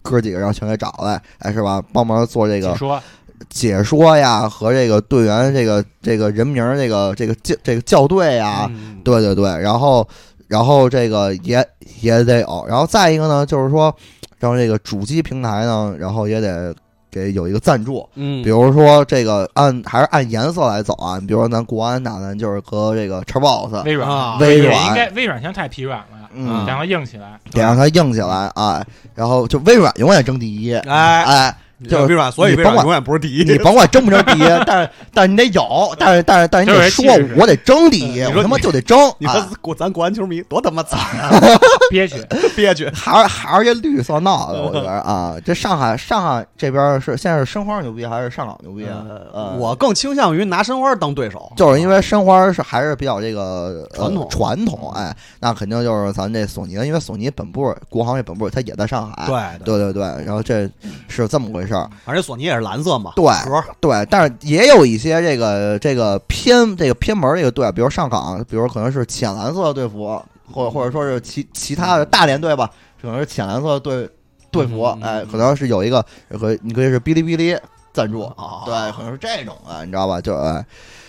[SPEAKER 2] 哥几个然后全给找来，哎，是吧？帮忙做这
[SPEAKER 1] 你
[SPEAKER 2] 个啊
[SPEAKER 1] 说
[SPEAKER 2] 解说呀，和这个队员这个这个人名儿这个这个校这个校队呀，
[SPEAKER 5] 嗯，
[SPEAKER 2] 对对对，然后然后这个也也得有，然后再一个呢，就是说让这个主机平台呢，然后也得给有一个赞助，
[SPEAKER 5] 嗯
[SPEAKER 2] 比如说这个按还是按颜色来走啊，你比如说咱国安打咱就是和这个 Xbox，
[SPEAKER 1] 微软，
[SPEAKER 5] 啊
[SPEAKER 2] 微
[SPEAKER 1] 软
[SPEAKER 2] 软
[SPEAKER 1] 应该微软现在太疲软了，
[SPEAKER 2] 嗯
[SPEAKER 1] 然后硬起来，
[SPEAKER 2] 得让它硬起来啊！然后就微软永远争第一，
[SPEAKER 5] 哎，
[SPEAKER 2] 哎，就是
[SPEAKER 5] 微软，所以
[SPEAKER 2] 你
[SPEAKER 5] 微
[SPEAKER 2] 甭
[SPEAKER 5] 软
[SPEAKER 2] 管
[SPEAKER 5] 永远不是 第一。
[SPEAKER 2] 你甭管争不争第一，但是但是你得有，但是但是但是你得说
[SPEAKER 1] 就是气势
[SPEAKER 2] 我得争第一，
[SPEAKER 5] 嗯你说
[SPEAKER 2] 我他妈就得争，
[SPEAKER 5] 你说
[SPEAKER 2] 啊
[SPEAKER 5] 国咱国安球迷多他妈惨，
[SPEAKER 2] 呃
[SPEAKER 1] 憋屈。
[SPEAKER 5] 憋 屈。
[SPEAKER 2] 还是还是这绿色闹的，我觉得啊，这上海上海这边是现在是申花牛逼还是上港牛逼
[SPEAKER 5] 嗯
[SPEAKER 2] 啊？呃
[SPEAKER 5] 我更倾向于拿申花当对手，
[SPEAKER 2] 就是因为申花是还是比较这个、呃
[SPEAKER 5] 传统
[SPEAKER 2] 传统，哎，那肯定就是咱这索尼的，因为索尼本部国行这本部它也在上海，
[SPEAKER 5] 对对，
[SPEAKER 2] 对对对，然后这是这么回事儿，
[SPEAKER 5] 而且索尼也是蓝色嘛，
[SPEAKER 2] 对，
[SPEAKER 5] 壳儿
[SPEAKER 2] 对，但是也有一些这个这个偏这个偏门儿这个队，比如上港，比如可能是浅蓝色的队服，或或者说是其其他的大连队吧，可能是浅蓝色的队队服，
[SPEAKER 5] 嗯嗯嗯
[SPEAKER 2] 哎，可能是有一个和你可以是哔哩哔哩赞助，
[SPEAKER 5] 啊，
[SPEAKER 2] 对，可能是这种啊，你知道吧？就哎，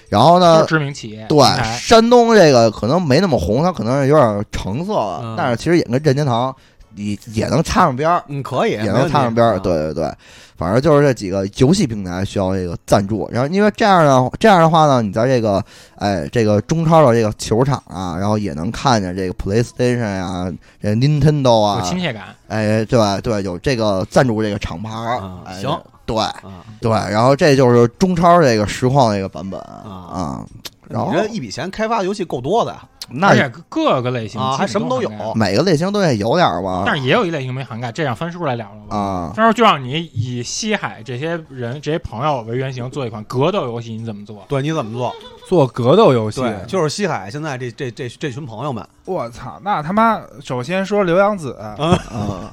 [SPEAKER 2] 然后
[SPEAKER 1] 都
[SPEAKER 2] 呢
[SPEAKER 1] 是，知名企业，
[SPEAKER 2] 呃对
[SPEAKER 1] 平，台
[SPEAKER 2] 山东这个可能没那么红，它可能是有点橙色了，
[SPEAKER 5] 嗯
[SPEAKER 2] 但是其实也跟任天堂也也能插上边儿，
[SPEAKER 5] 嗯，可以，
[SPEAKER 2] 也
[SPEAKER 5] 没问
[SPEAKER 2] 能
[SPEAKER 5] 题
[SPEAKER 2] 擦上边儿，
[SPEAKER 5] 啊
[SPEAKER 2] 对对对，反正就是这几个游戏平台需要这个赞助，然后因为这样呢，这样的话呢，你在这个哎这个中超的这个球场啊，然后也能看见这个 PlayStation 呀、这 Nintendo
[SPEAKER 1] 有
[SPEAKER 2] 啊，
[SPEAKER 1] 亲切感，
[SPEAKER 2] 哎对吧对，有这个赞助这个厂牌儿
[SPEAKER 5] 啊，
[SPEAKER 2] 哎
[SPEAKER 5] 行，
[SPEAKER 2] 对
[SPEAKER 5] 啊
[SPEAKER 2] 对，然后这就是中超这个实况这个版本啊，然后
[SPEAKER 5] 你这一笔钱开发游戏够多的呀，
[SPEAKER 2] 那
[SPEAKER 1] 而且各个类型
[SPEAKER 5] 啊
[SPEAKER 1] 基本
[SPEAKER 5] 还什么都有
[SPEAKER 1] 涵盖
[SPEAKER 2] 每个类型都得有点儿吧
[SPEAKER 1] 但是也有一类型没涵盖，这让翻书来聊聊吧。
[SPEAKER 2] 啊，
[SPEAKER 1] 翻书就让你以西海这些人、这些朋友为原型做一款格斗游戏，你怎么做？
[SPEAKER 5] 对，你怎么做？
[SPEAKER 4] 做格斗游戏，
[SPEAKER 5] 对，就是啊西海现在这这这这群朋友们，
[SPEAKER 4] 啊我操，那他妈首先说刘洋子，
[SPEAKER 2] 啊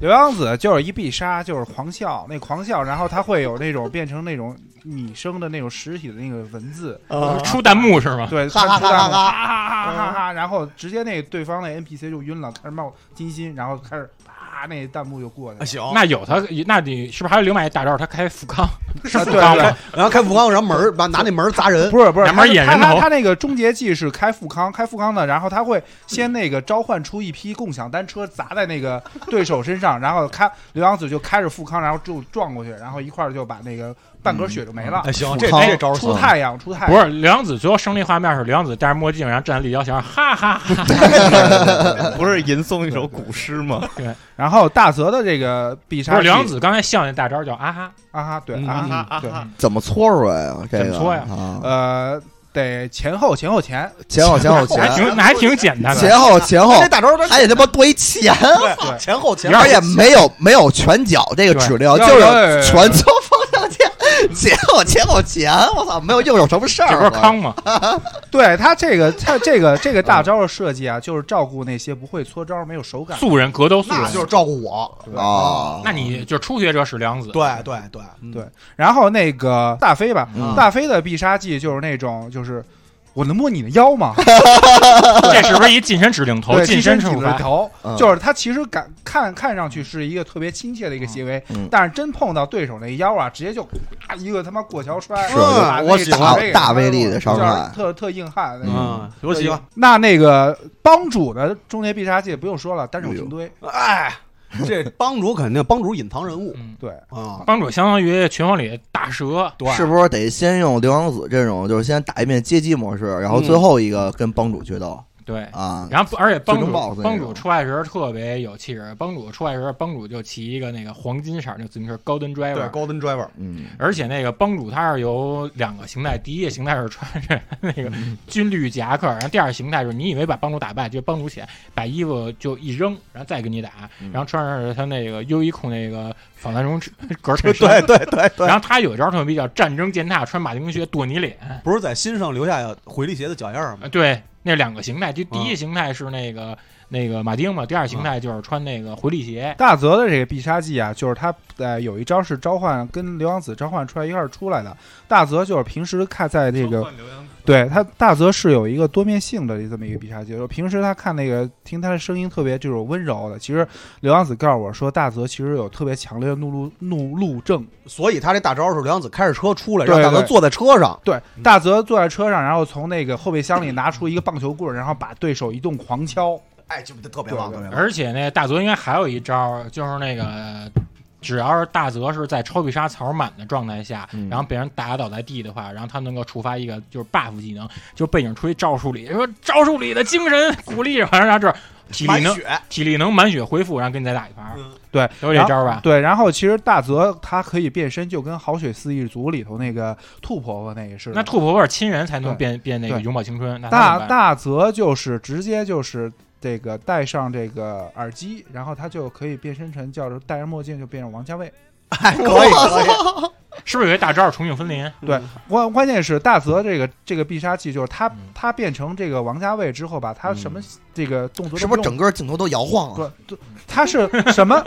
[SPEAKER 4] 刘洋子就是一必杀，就是狂笑，那狂笑，然后他会有那种变成那种拟声的那种实体的那个文字，
[SPEAKER 1] 出弹幕是吗？
[SPEAKER 4] 对，
[SPEAKER 2] 哈
[SPEAKER 4] 他
[SPEAKER 2] 哈
[SPEAKER 4] 出弹
[SPEAKER 2] 哈哈
[SPEAKER 4] 幕哈哈哈哈哈，然后直接那对方那 NPC 就晕了，开始冒金星，然后开始啪，那弹幕就过去
[SPEAKER 5] 啊
[SPEAKER 4] 了。
[SPEAKER 5] 行，
[SPEAKER 1] 那有他，那你是不是还有另外一大招？他开福康，是
[SPEAKER 4] 啊
[SPEAKER 1] 福
[SPEAKER 4] 对
[SPEAKER 1] 康
[SPEAKER 4] 对
[SPEAKER 1] 吗？
[SPEAKER 5] 然后开富康，然后门儿把拿那门儿砸人，
[SPEAKER 4] 不是不是，
[SPEAKER 1] 两边
[SPEAKER 4] 他
[SPEAKER 1] 演
[SPEAKER 4] 他
[SPEAKER 1] 人
[SPEAKER 4] 他
[SPEAKER 1] 头
[SPEAKER 4] 他那个终结技是开富康，开富康呢，然后他会先那个召唤出一批共享单车砸在那个对手身上，然后开刘洋子就开着富康，然后就撞过去，然后一块儿就把那个半格血就没了。
[SPEAKER 5] 哎行，
[SPEAKER 2] 富
[SPEAKER 5] 这
[SPEAKER 2] 康
[SPEAKER 5] 这招儿
[SPEAKER 4] 出
[SPEAKER 5] 行，
[SPEAKER 4] 太阳，出太阳，
[SPEAKER 1] 不是刘洋子最后胜利画面是刘洋子戴着墨镜，然后站在立交桥上，哈哈哈。
[SPEAKER 3] 不是吟诵一首古诗吗？
[SPEAKER 4] 然后大泽的这个必
[SPEAKER 1] 不
[SPEAKER 4] 杀
[SPEAKER 1] 是
[SPEAKER 4] 技
[SPEAKER 1] 刘洋子刚才笑那大招叫啊哈，
[SPEAKER 4] 啊哈，对
[SPEAKER 5] 嗯
[SPEAKER 4] 啊
[SPEAKER 5] 嗯
[SPEAKER 4] 哈，对，
[SPEAKER 2] 怎么搓出来啊？这
[SPEAKER 1] 怎
[SPEAKER 2] 个
[SPEAKER 1] 么搓呀
[SPEAKER 2] 啊，
[SPEAKER 4] 呃，得前后前后前，
[SPEAKER 2] 前后前后
[SPEAKER 1] 还
[SPEAKER 2] 前
[SPEAKER 1] 挺那还挺简单的。
[SPEAKER 2] 前后前后
[SPEAKER 5] 这，大招儿
[SPEAKER 2] 还得他妈堆钱，
[SPEAKER 5] 对前后前
[SPEAKER 1] 有
[SPEAKER 5] 后
[SPEAKER 2] 而且没有没有拳脚这个指令，
[SPEAKER 4] 对
[SPEAKER 2] 就是
[SPEAKER 4] 要要
[SPEAKER 2] 全搓方向键，前后前后前，我操，没有右手什么事
[SPEAKER 1] 这
[SPEAKER 2] 儿
[SPEAKER 1] 不是
[SPEAKER 2] 了。
[SPEAKER 1] 康吗？
[SPEAKER 4] 对他这个他这个这个大招的设计啊，就是照顾那些不会搓招、没有手感。
[SPEAKER 1] 素人格斗素
[SPEAKER 5] 那就是
[SPEAKER 1] 人，
[SPEAKER 5] 照顾我，
[SPEAKER 2] 啊，
[SPEAKER 1] 那你就初学者使刘洋子。
[SPEAKER 5] 对对对嗯
[SPEAKER 4] 对然后那个大飞吧，
[SPEAKER 2] 嗯
[SPEAKER 4] 大飞的必杀技就是那种就是。我能摸你的腰吗？
[SPEAKER 1] 这是不是一近身指令头？
[SPEAKER 4] 对，
[SPEAKER 1] 近
[SPEAKER 4] 身
[SPEAKER 1] 身
[SPEAKER 4] 体
[SPEAKER 1] 处
[SPEAKER 4] 的
[SPEAKER 1] 罚。
[SPEAKER 4] 头，
[SPEAKER 2] 嗯
[SPEAKER 4] 就是他其实感看看上去是一个特别亲切的一个行为，
[SPEAKER 2] 嗯
[SPEAKER 4] 但是真碰到对手那腰啊，直接就啪一个他妈过桥摔，
[SPEAKER 2] 是
[SPEAKER 4] 把那
[SPEAKER 5] 我
[SPEAKER 4] 个
[SPEAKER 5] 喜欢
[SPEAKER 4] 给
[SPEAKER 2] 大
[SPEAKER 4] 摔
[SPEAKER 2] 威
[SPEAKER 4] 落
[SPEAKER 2] 力的
[SPEAKER 4] 了
[SPEAKER 2] 伤
[SPEAKER 4] 就是
[SPEAKER 2] 害
[SPEAKER 4] 特特硬汉那种。
[SPEAKER 5] 嗯，我喜欢，
[SPEAKER 4] 那那个帮主的终结必杀技不用说了，单手平推，
[SPEAKER 5] 哎，这帮主肯定帮主隐藏人物
[SPEAKER 1] 嗯，
[SPEAKER 4] 对，
[SPEAKER 5] 啊，
[SPEAKER 1] 帮主相当于拳皇里大蛇，
[SPEAKER 5] 对，
[SPEAKER 2] 是不是得先用刘洋子这种，就是先打一遍街机模式，然后最后一个跟帮主决斗
[SPEAKER 1] 对。
[SPEAKER 2] 啊？
[SPEAKER 1] 然后，而且帮
[SPEAKER 2] 最终
[SPEAKER 1] 主
[SPEAKER 2] BOSS 那
[SPEAKER 1] 帮
[SPEAKER 2] 种
[SPEAKER 1] 主出来时候特别有气势，帮主出来时候，帮主就骑一个那个黄金色儿那自行车 Golden
[SPEAKER 5] 对
[SPEAKER 1] Driver，
[SPEAKER 5] ，Golden Driver，
[SPEAKER 2] 嗯，
[SPEAKER 1] 而且那个帮主他是有两个形态，第一个形态是穿着那个
[SPEAKER 5] 嗯
[SPEAKER 1] 军绿夹克，然后第二形态是你以为把帮主打败，就帮主起来把衣服就一扔，然后再跟你打，
[SPEAKER 2] 嗯
[SPEAKER 1] 然后穿上他那个优衣库那个防弹绒 衬格
[SPEAKER 5] 对
[SPEAKER 1] 衬衫，
[SPEAKER 5] 对对对，
[SPEAKER 1] 然后他有一招特别叫战争践踏，穿马丁 靴跺你脸，
[SPEAKER 5] 不是在心上留下回力鞋的脚印儿吗
[SPEAKER 1] 呃？对，那两个形态，就第
[SPEAKER 5] 嗯
[SPEAKER 1] 一形态是那个、那个马丁嘛，第二形态就是穿那个回力鞋，
[SPEAKER 4] 大泽的这个必杀技啊，就是他呃有一招是召唤跟刘洋子召唤出来一块儿出来的。大泽就是平时看在这个，对他大泽是有一个多面性的这么一个必杀技。就是平时他看那个听他的声音特别这种温柔的，其实刘洋子告诉我说，大泽其实有特别强烈的怒路怒路症。
[SPEAKER 5] 所以他这大招是刘洋子开着车出来，
[SPEAKER 4] 对
[SPEAKER 5] 让大哥
[SPEAKER 4] 对
[SPEAKER 5] 坐在车上，
[SPEAKER 4] 对，大泽坐在车上，然后从那个后备箱里拿出一个棒球棍儿，然后把对手一顿狂敲。
[SPEAKER 5] 哎，就特别棒，
[SPEAKER 4] 对
[SPEAKER 5] 特
[SPEAKER 4] 对
[SPEAKER 5] 别棒。
[SPEAKER 1] 而且那大泽应该还有一招，就是那个。只要是大泽是在超必杀槽满的状态下，
[SPEAKER 2] 嗯
[SPEAKER 1] 然后被人打倒在地的话，然后他能够触发一个就是 buff 技能，就是背景出一招数里说招数里的精神鼓励，反正他这体力
[SPEAKER 5] 满
[SPEAKER 1] 能
[SPEAKER 5] 血，
[SPEAKER 1] 体力能满血恢复，然后跟你再打一盘，
[SPEAKER 5] 嗯
[SPEAKER 4] 对，
[SPEAKER 1] 有这招吧？
[SPEAKER 4] 对，然后其实大泽他可以变身，就跟《好雪四一族》里头那个兔婆婆那个似的。
[SPEAKER 1] 那兔婆婆是亲人才能
[SPEAKER 4] 对
[SPEAKER 1] 变变那个
[SPEAKER 4] 对
[SPEAKER 1] 永葆青春，那她怎么
[SPEAKER 4] 大
[SPEAKER 1] 办
[SPEAKER 4] 大泽就是直接就是这个戴上这个耳机，然后他就可以变身成叫做戴着墨镜就变成王家卫。
[SPEAKER 5] 哎，可以 可以，
[SPEAKER 1] 是不是有一大招是重庆森林？
[SPEAKER 4] 对关关键是大泽这个这个必杀技就是他、
[SPEAKER 1] 嗯
[SPEAKER 4] 他变成这个王家卫之后吧，他什么
[SPEAKER 5] 嗯
[SPEAKER 4] 这个动作都
[SPEAKER 2] 是不是
[SPEAKER 4] 用
[SPEAKER 2] 整个镜头都摇晃了？
[SPEAKER 4] 不，对他是什么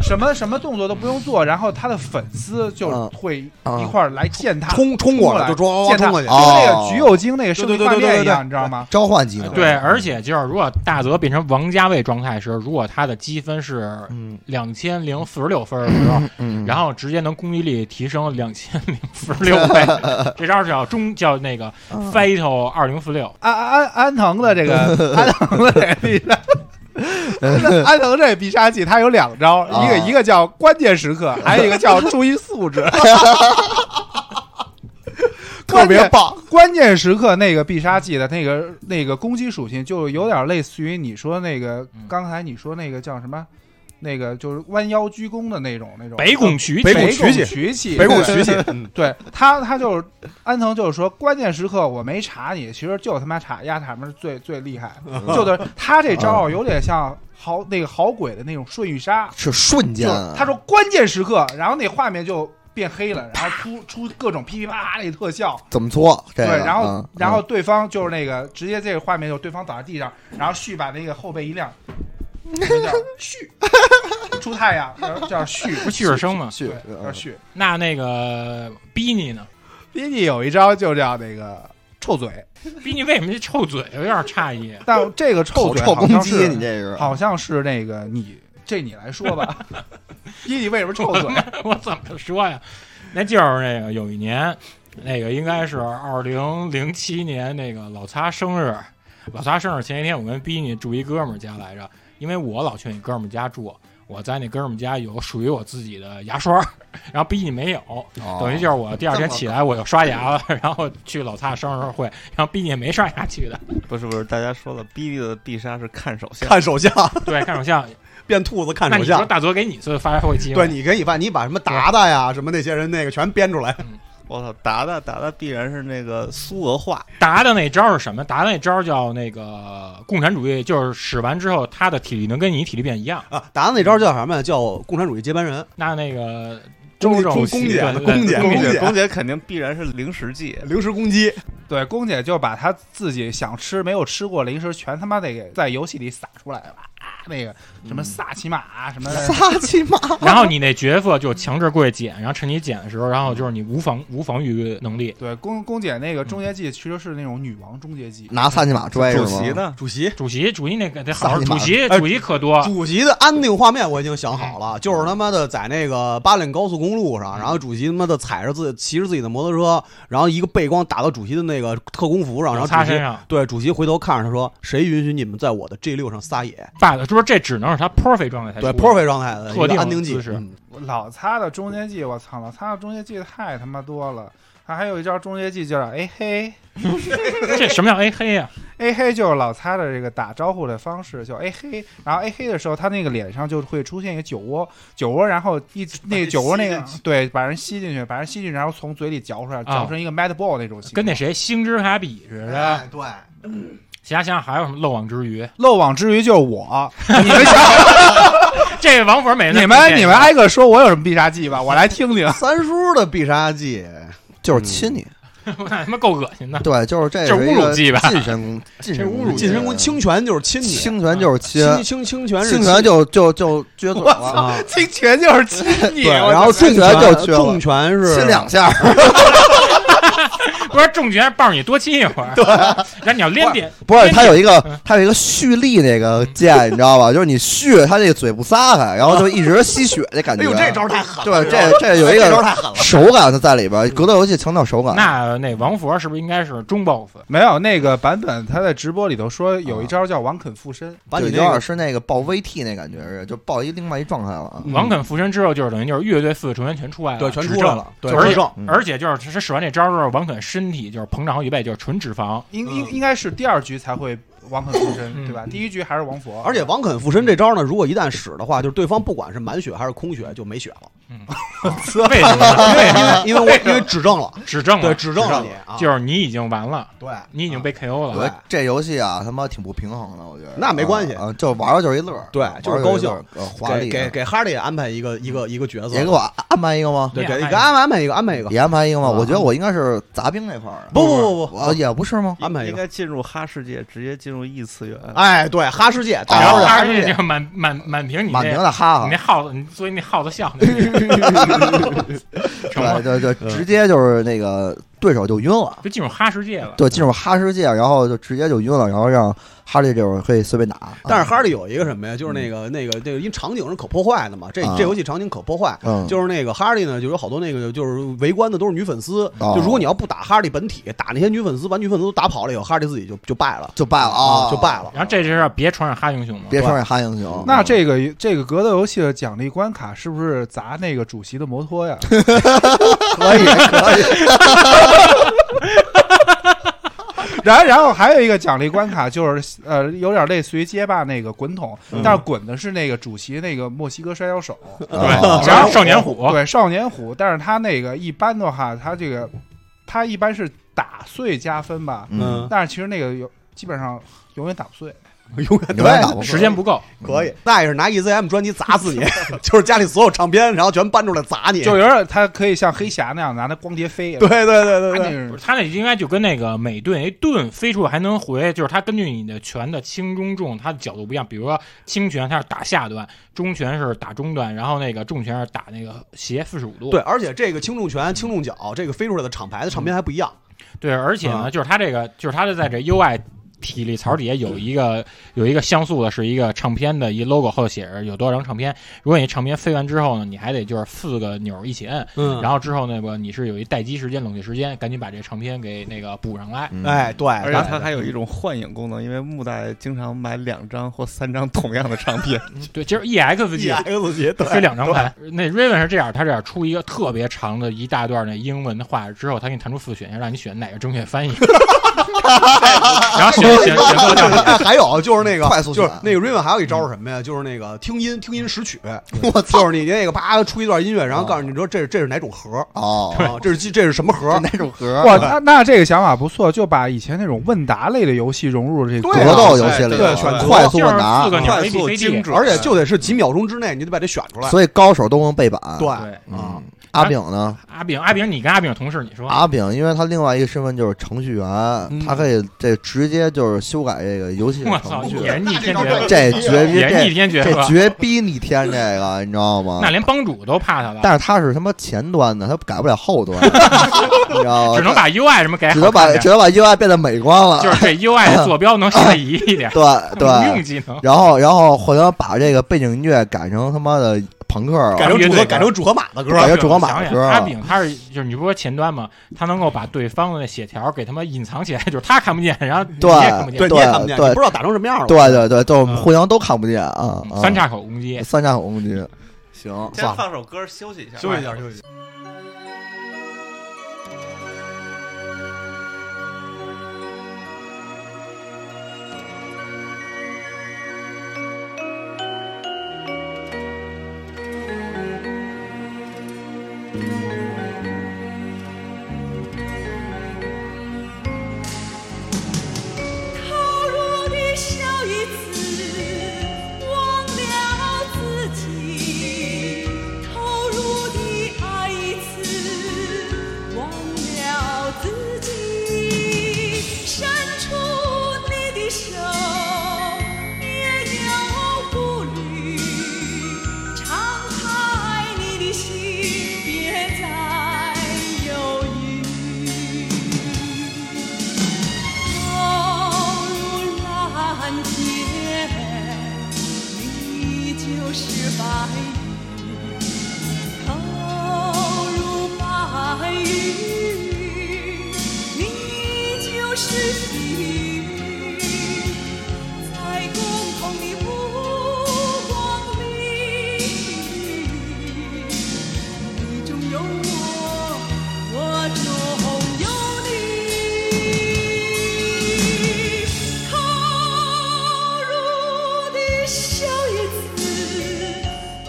[SPEAKER 4] 什么什么动作都不用做，然后他的粉丝就
[SPEAKER 2] 嗯
[SPEAKER 4] 会一
[SPEAKER 2] 啊，
[SPEAKER 4] 块儿来见他，
[SPEAKER 5] 冲冲过来就冲
[SPEAKER 4] 见
[SPEAKER 5] 冲
[SPEAKER 4] 他
[SPEAKER 5] 过去
[SPEAKER 4] 就，跟那
[SPEAKER 2] 哦
[SPEAKER 4] 个橘右京那个生
[SPEAKER 5] 对对对
[SPEAKER 4] 命画
[SPEAKER 5] 对对
[SPEAKER 4] 面一
[SPEAKER 5] 对
[SPEAKER 4] 样，你知道吗？
[SPEAKER 2] 召唤技能，
[SPEAKER 4] 嗯
[SPEAKER 1] 对，而且就是如果大泽变成王家卫状态时，如果他的积分是
[SPEAKER 2] 嗯
[SPEAKER 1] 两千零四十六分的时候，
[SPEAKER 2] 嗯，
[SPEAKER 1] 然后直接能攻击力提升两千零四十六 倍， 这招叫中叫那个
[SPEAKER 2] 嗯
[SPEAKER 1] Fatal 二零四
[SPEAKER 2] 哦
[SPEAKER 1] 六。
[SPEAKER 4] 安安安藤的这个安藤的这个必杀，安安藤这必杀技它有两招，一个
[SPEAKER 2] 啊
[SPEAKER 4] 一个叫关键时刻，还有一个叫注意素质，
[SPEAKER 5] 特别棒。
[SPEAKER 4] 关键时刻那个必杀技的那个那个攻击属性，就有点类似于你说那个
[SPEAKER 1] 嗯
[SPEAKER 4] 刚才你说那个叫什么，那个就是弯腰鞠躬的那种那种
[SPEAKER 1] 北拱渠
[SPEAKER 5] 北
[SPEAKER 4] 北
[SPEAKER 5] 拱
[SPEAKER 4] 拱
[SPEAKER 5] 渠去
[SPEAKER 4] 渠气
[SPEAKER 5] 北拱学习，嗯
[SPEAKER 4] 对他，他就是安藤，就是说关键时刻我没查你，其实就他妈查压他们是最最厉害，就是他这招有点像好那个好鬼的那种瞬玉杀，
[SPEAKER 2] 是瞬
[SPEAKER 4] 就
[SPEAKER 2] 间
[SPEAKER 4] 是，他说关键时刻，然后那画面就变黑了，然后出出各种噼噼啪啪那特效，
[SPEAKER 2] 怎么搓？这
[SPEAKER 4] 对，
[SPEAKER 2] 个
[SPEAKER 4] 然后
[SPEAKER 2] 嗯
[SPEAKER 4] 然后对方就是那个直接这个画面就对方倒在地上，然后旭把那个后背一亮，叫 旭，出太阳叫叫旭，不
[SPEAKER 1] 旭日升嘛
[SPEAKER 2] 旭
[SPEAKER 4] 对
[SPEAKER 2] 嗯
[SPEAKER 4] 叫旭。
[SPEAKER 1] 那那个逼你呢？
[SPEAKER 4] 编辑有一招就叫那个臭嘴，
[SPEAKER 1] 逼你为什么这臭嘴有点诧异？啊
[SPEAKER 4] 但这个臭
[SPEAKER 2] 口
[SPEAKER 4] 嘴
[SPEAKER 2] 臭
[SPEAKER 4] 好
[SPEAKER 2] 攻
[SPEAKER 4] 像
[SPEAKER 2] 击，
[SPEAKER 4] 是
[SPEAKER 2] 你这是
[SPEAKER 4] 好像是那个你这你来说吧，逼你为什么臭嘴？
[SPEAKER 1] 我怎么说呀？那就是那个有一年，那个应该是二零零七年那个老擦生日，老擦生日前一天，我跟逼你住一哥们儿家来着，因为我老去你哥们儿家住，我在那哥们儿家有属于我自己的牙刷，然后逼你没有，
[SPEAKER 5] 哦
[SPEAKER 1] 等于就是我第二天起来我就刷牙了，然后去老擦生日会，然后逼你也没刷牙去的，
[SPEAKER 3] 不是不是，大家说了，逼逼的必杀是看手相，
[SPEAKER 5] 看手相，
[SPEAKER 1] 对，看手相。
[SPEAKER 5] 变兔子看
[SPEAKER 1] 那
[SPEAKER 5] 手
[SPEAKER 1] 你说
[SPEAKER 5] 相。
[SPEAKER 1] 大泽给你次发挥机会，
[SPEAKER 5] 对你给你把你把什么达达呀，什么那些人那个全编出来，
[SPEAKER 3] 我操，达达达达必然是那个苏俄话，
[SPEAKER 1] 达的那招是什么？达的那招叫那个共产主义，就是使完之后，他的体力能跟你体力变一样。
[SPEAKER 5] 啊，达达那招叫什么呀？叫共产主义接班人。
[SPEAKER 1] 那那个周
[SPEAKER 5] 公
[SPEAKER 1] 正
[SPEAKER 5] 公
[SPEAKER 1] 熙
[SPEAKER 5] 公检
[SPEAKER 1] 对对
[SPEAKER 5] 公
[SPEAKER 1] 对
[SPEAKER 5] 检公
[SPEAKER 3] 姐
[SPEAKER 5] 检
[SPEAKER 3] 公姐肯定必然是零 食记，
[SPEAKER 5] 零食攻击，
[SPEAKER 4] 对，公姐就把她自己想吃没有吃过零食，全他妈得给在游戏里撒出来了。啊那个什
[SPEAKER 2] 嗯
[SPEAKER 4] 么萨琪玛啊什么
[SPEAKER 2] 撒起码
[SPEAKER 1] 然后你那角色就强制跪捡，然后趁你捡的时候，然后就是你无防无防御能力。
[SPEAKER 4] 对，宫宫姐那个终
[SPEAKER 2] 嗯
[SPEAKER 4] 结技其实是那种女王终结技，
[SPEAKER 2] 拿撒起码拽是
[SPEAKER 3] 主
[SPEAKER 2] 吗？
[SPEAKER 3] 席呢？
[SPEAKER 5] 主席。
[SPEAKER 1] 主席，主席那个得好好，
[SPEAKER 2] 萨利马
[SPEAKER 1] 主席
[SPEAKER 5] 哎
[SPEAKER 1] 主席可多，
[SPEAKER 5] 主席的安定画面我已经想好了，就是他妈的在那个巴岭高速公路上，
[SPEAKER 4] 嗯
[SPEAKER 5] 然后主席他妈的踩着自己骑着自己的摩托车，然后一个背光打到主席的那个特工服上，
[SPEAKER 4] 哦
[SPEAKER 5] 然后
[SPEAKER 1] 擦
[SPEAKER 5] 主
[SPEAKER 1] 身
[SPEAKER 5] 席
[SPEAKER 1] 上。
[SPEAKER 5] 对主席回头看着他说：“谁允许你们在我的 G 六上撒野
[SPEAKER 1] 爸的，是不是这只能是他 perfect 状态？”才
[SPEAKER 5] 对
[SPEAKER 1] 出
[SPEAKER 5] perfect 状态的一
[SPEAKER 1] 特定
[SPEAKER 5] 个安定技
[SPEAKER 1] 姿势
[SPEAKER 5] 嗯
[SPEAKER 4] 我老擦的终结技，我操，老擦的终结技太他妈多了。他还有一招终结技叫哎嘿，
[SPEAKER 1] 这什么叫 A 黑啊呀？
[SPEAKER 4] 哎嘿就是老擦的这个打招呼的方式，就哎嘿。然后哎嘿的时候，他那个脸上就会出现一个酒窝，酒窝，然后一直那个酒窝那个对，把人吸进去，把人吸进去，然后从嘴里嚼出来，嚼成一个 mad ball 那种形状。
[SPEAKER 1] 啊跟那谁星之卡比似的。
[SPEAKER 5] 哎对，
[SPEAKER 1] 其他想想还有什么漏网之鱼？
[SPEAKER 4] 漏网之鱼就是 我，你们想
[SPEAKER 1] 这王佛每
[SPEAKER 4] 你
[SPEAKER 1] 那
[SPEAKER 4] 们你们挨个说我有什么必杀技吧，我来听 听。
[SPEAKER 5] 三叔的必杀技
[SPEAKER 2] 就是亲你，
[SPEAKER 1] 那 他妈够恶心的。
[SPEAKER 2] 对，就是这
[SPEAKER 1] 嗯这是侮
[SPEAKER 2] 是一
[SPEAKER 1] 辱
[SPEAKER 2] 个
[SPEAKER 1] 技吧
[SPEAKER 2] 近身攻，
[SPEAKER 1] 这
[SPEAKER 2] 近身
[SPEAKER 1] 侮辱技
[SPEAKER 5] 近身攻
[SPEAKER 2] 侵
[SPEAKER 5] 清拳就是亲你，
[SPEAKER 2] 侵权就是亲，
[SPEAKER 5] 清清拳是
[SPEAKER 2] 侵权就就就撅嘴了，
[SPEAKER 5] 啊，
[SPEAKER 4] 侵权就是 亲你
[SPEAKER 5] 对，然后重
[SPEAKER 2] 侵权就缺了
[SPEAKER 5] 重拳是
[SPEAKER 2] 亲两下，
[SPEAKER 1] 不是重拳抱着你多亲一会儿， 对，然后你要连点，
[SPEAKER 2] 不是，
[SPEAKER 1] 连
[SPEAKER 2] 它有一
[SPEAKER 1] 嗯
[SPEAKER 2] 个，它有一个蓄力那个键，你知道吧？就是你蓄，它这个嘴不撒开，然后就一直吸血的感
[SPEAKER 5] 哎
[SPEAKER 2] 觉。
[SPEAKER 5] 呦，这招太狠了，
[SPEAKER 2] 对，这这有一
[SPEAKER 5] 这招
[SPEAKER 2] 个
[SPEAKER 5] 太狠了。
[SPEAKER 2] 手感它在里边，格斗游戏强调手感。
[SPEAKER 1] 那那王佛是不是应该是中 boss？
[SPEAKER 4] 没有那个版本，他在直播里头说有
[SPEAKER 1] 啊
[SPEAKER 4] 一招叫王肯附身，
[SPEAKER 5] 把你
[SPEAKER 2] 对
[SPEAKER 5] 那
[SPEAKER 2] 有
[SPEAKER 5] 个
[SPEAKER 2] 点是那个爆 VT 那感觉是，就爆一另外一状态了啊。
[SPEAKER 5] 嗯
[SPEAKER 1] 王肯附身之后，就是等于就是乐队四个成员全出来了，
[SPEAKER 5] 对，全
[SPEAKER 1] 执
[SPEAKER 5] 出来
[SPEAKER 1] 政。
[SPEAKER 5] 了，对，
[SPEAKER 1] 就而且
[SPEAKER 5] 正
[SPEAKER 2] 嗯
[SPEAKER 1] 而且就是他使完这招之后，王肯身体就是膨胀好几倍，就是纯脂 肪。
[SPEAKER 4] 应
[SPEAKER 5] 嗯
[SPEAKER 4] 应应该是第二局才会王肯附身，
[SPEAKER 1] 嗯
[SPEAKER 4] 对吧？第一局还是王佛，
[SPEAKER 5] 而且王肯附身这招呢，如果一旦使的话，就是对方不管是满血还是空血就没血了，
[SPEAKER 1] 为什么？
[SPEAKER 5] 因为因为因为
[SPEAKER 1] 哎
[SPEAKER 5] 我因为指正了，
[SPEAKER 1] 指正
[SPEAKER 5] 对，
[SPEAKER 1] 了，
[SPEAKER 5] 指正了你啊，
[SPEAKER 1] 就是你已经完了，
[SPEAKER 5] 对，
[SPEAKER 1] 你已经被 KO
[SPEAKER 2] 我
[SPEAKER 1] 了
[SPEAKER 2] 觉。得这游戏啊，他妈挺不平衡的，我觉得。
[SPEAKER 5] 那没关系
[SPEAKER 2] 啊，啊就玩玩就是一乐儿，
[SPEAKER 5] 对
[SPEAKER 2] 玩
[SPEAKER 5] 就是
[SPEAKER 2] 一
[SPEAKER 5] 高兴
[SPEAKER 2] 乐儿，呃华
[SPEAKER 5] 给
[SPEAKER 2] 丽。
[SPEAKER 5] 给给哈利安排一个一个一个角色，
[SPEAKER 2] 也给我安排一个吗？
[SPEAKER 5] 对，
[SPEAKER 1] 你
[SPEAKER 5] 给
[SPEAKER 1] 安排
[SPEAKER 5] 给安排安排一个安排一个
[SPEAKER 2] 也，安排一个吗？
[SPEAKER 5] 啊
[SPEAKER 2] 我觉得我应该是杂兵那块儿。
[SPEAKER 5] 不不不不
[SPEAKER 2] 我也不是吗？
[SPEAKER 5] 安排一
[SPEAKER 3] 应
[SPEAKER 5] 个，
[SPEAKER 3] 该进入哈世界，直接进入异次元。
[SPEAKER 5] 哎，对，哈世界，
[SPEAKER 1] 然后
[SPEAKER 5] 大
[SPEAKER 1] 他
[SPEAKER 5] 家
[SPEAKER 2] 啊
[SPEAKER 5] 都
[SPEAKER 1] 这就满满满屏你
[SPEAKER 2] 满
[SPEAKER 1] 那，
[SPEAKER 2] 屏
[SPEAKER 1] 你
[SPEAKER 2] 的哈哈
[SPEAKER 1] 那，耗子，你所以那耗子像 那个，成吗
[SPEAKER 2] 对？对对，
[SPEAKER 5] 嗯
[SPEAKER 2] 直接就是那个对手就晕了，
[SPEAKER 1] 就进入哈世界了。
[SPEAKER 2] 对，进入哈世界，然后就直接就晕了，然后让哈利这种可以随便打。
[SPEAKER 5] 但是哈利有一个什么呀？就是那个那个那个，因为场景是可破坏的嘛，这
[SPEAKER 2] 嗯啊
[SPEAKER 5] 这游戏场景可破坏。
[SPEAKER 2] 嗯，
[SPEAKER 5] 就是那个哈利呢，就有好多那个就是围观的都是女粉丝，
[SPEAKER 2] 哦
[SPEAKER 5] 就如果你要不打哈利本体，打那些女粉丝，把女粉丝都打跑了以后，哈利自己就就败了，
[SPEAKER 2] 就败了啊，
[SPEAKER 5] 嗯就败了。
[SPEAKER 1] 然后这就是别穿上哈英雄嘛，
[SPEAKER 2] 别说是哈英
[SPEAKER 5] 哦
[SPEAKER 2] 雄，
[SPEAKER 4] 那这个这个格斗游戏的奖励关卡是不是砸那个主席的摩托 呀？
[SPEAKER 2] 可以可以，
[SPEAKER 4] 然然后还有一个奖励关卡就是呃，有点类似于街霸那个滚筒，
[SPEAKER 5] 嗯
[SPEAKER 4] 但是滚的是那个主席那个墨西哥摔跤手，
[SPEAKER 2] 啊
[SPEAKER 1] 然后少年虎
[SPEAKER 4] 对少年虎，但是他那个一般的话，他这个他一般是打碎加分吧，
[SPEAKER 2] 嗯，
[SPEAKER 4] 但是其实那个有基本上永远打不碎，
[SPEAKER 5] 永远
[SPEAKER 2] 永远打
[SPEAKER 5] 对，
[SPEAKER 2] 不嗯
[SPEAKER 1] 时间不够，
[SPEAKER 5] 可以。那也是拿 EZM 专辑砸死你， 就是家里所有唱片，然后全搬出来砸你。
[SPEAKER 4] 就有点他可以像黑侠那样拿那光碟飞，
[SPEAKER 5] 对对对对对，
[SPEAKER 4] 对
[SPEAKER 1] 不是他那应该就跟那个美盾，哎，盾飞出来还能回，就是他根据你的拳的轻中重，它的角度不一样。比如说轻拳它是打下段，中拳是打中段，然后那个重拳是打那个斜四十五度。
[SPEAKER 5] 对，而且这个轻重拳、轻重脚，这个飞出来的厂牌的唱片还不一样。
[SPEAKER 1] 对，而且呢，就是它这个，就是它的在这 UI 体力槽底下有一个有一个像素的，是一个唱片的一 logo，后头写着有多少张唱片。如果你唱片飞完之后呢，你还得就是四个钮儿一起摁，
[SPEAKER 5] 嗯
[SPEAKER 1] 然后之后那个你是有一待机时间、冷却时间，赶紧把这唱片给那个补上来。
[SPEAKER 2] 嗯
[SPEAKER 5] 哎，对，
[SPEAKER 3] 而且它还有 一种幻影功能，因为木代经常买两张或三张同样的唱片，
[SPEAKER 1] 对，就是 EX 机
[SPEAKER 5] EX 节对
[SPEAKER 1] 飞两张盘。那 Raven 是这样，它这样出一个特别长的一大段那英文的话之后，它给你弹出四个选项，让你选哪个正确翻译，然后选选选 错掉。
[SPEAKER 5] 哎还有就是那个
[SPEAKER 2] 快速
[SPEAKER 5] 就是
[SPEAKER 2] 选
[SPEAKER 5] 那个 Raven 还有一招是什么呀？就是那个听音听音识曲，我操，就是你那个啪出一段音乐，然后告诉你说这是这是哪种盒儿
[SPEAKER 2] 哦，
[SPEAKER 5] 啊，这是这这是什么盒
[SPEAKER 2] 这
[SPEAKER 5] 儿？
[SPEAKER 2] 哪种 盒？
[SPEAKER 4] 哇，那那这个想法不错，就把以前那种问答类的游戏融入这个
[SPEAKER 5] 对啊
[SPEAKER 2] 格斗游戏里
[SPEAKER 3] 对
[SPEAKER 2] 了
[SPEAKER 3] 对全
[SPEAKER 1] 国
[SPEAKER 2] 快速
[SPEAKER 1] 就是
[SPEAKER 2] 问答
[SPEAKER 1] 四个，钮
[SPEAKER 5] 啊
[SPEAKER 3] 快速
[SPEAKER 1] ABCD
[SPEAKER 3] 精准，
[SPEAKER 5] 而且就得是几秒钟之内，你得把这选出来。
[SPEAKER 2] 所以高手都能背板。
[SPEAKER 5] 对，
[SPEAKER 1] 对，啊
[SPEAKER 2] 嗯，阿炳呢？
[SPEAKER 1] 阿炳，阿炳，你跟阿炳同事，你说
[SPEAKER 2] 阿炳，因为他另外一个身份就是程序员，他可以这直接就是修改这个游戏的
[SPEAKER 1] 嗯我操，
[SPEAKER 2] 程序。
[SPEAKER 1] 演逆天
[SPEAKER 5] 那
[SPEAKER 1] 绝，
[SPEAKER 2] 这绝逼
[SPEAKER 1] 演逆
[SPEAKER 2] 这
[SPEAKER 1] 天绝
[SPEAKER 2] 这
[SPEAKER 1] 吧？
[SPEAKER 2] 绝逼逆天这个，你知道吗
[SPEAKER 1] 那？连帮主都怕他了，
[SPEAKER 2] 但是他是他妈前端的，他改不了后 端，你知道吗？
[SPEAKER 1] 只能把 UI 什么改
[SPEAKER 2] 只
[SPEAKER 1] 好
[SPEAKER 2] 能
[SPEAKER 1] 看
[SPEAKER 2] 把
[SPEAKER 1] 点，
[SPEAKER 2] 只能把 UI 变得美观了。，
[SPEAKER 1] 就是这 UI 的坐标能下移一点
[SPEAKER 2] 对
[SPEAKER 1] 无用
[SPEAKER 2] 对，
[SPEAKER 1] 技能。
[SPEAKER 2] 然后然后或者把这个背景音乐改成他妈的朋克了，
[SPEAKER 5] 改成
[SPEAKER 1] 乐
[SPEAKER 5] 组
[SPEAKER 1] 队
[SPEAKER 5] 合
[SPEAKER 1] 吧
[SPEAKER 5] 改成组合码的歌
[SPEAKER 2] 改
[SPEAKER 5] 儿，
[SPEAKER 2] 成主播马
[SPEAKER 1] 想
[SPEAKER 2] 的
[SPEAKER 1] 想
[SPEAKER 2] 歌
[SPEAKER 1] 阿
[SPEAKER 2] 了。
[SPEAKER 1] 炳他是就是你不说前端嘛，他能够把对方的那血条给他们隐藏起来，就是他看不见，然后你也看不见，
[SPEAKER 5] 对，你也看不见，
[SPEAKER 2] 对
[SPEAKER 5] 你不知道打成什么样了。
[SPEAKER 2] 对对对，就是互相都看不见啊，
[SPEAKER 1] 嗯
[SPEAKER 2] 啊
[SPEAKER 1] 三岔口攻击。
[SPEAKER 2] 嗯三叉口攻击，行，
[SPEAKER 5] 算了
[SPEAKER 3] 放首歌休息一下
[SPEAKER 5] 休息一下，休息一下。
[SPEAKER 6] 投入的笑一次，忘了自己；投入的爱一次，忘了自己。伸出你的手，也有顾虑；敞开你的心，别再犹豫。投入蓝天，你就是白云；投入白云，你就是细雨。在共同的目光里，你中有我，我中有你。投入的笑一次，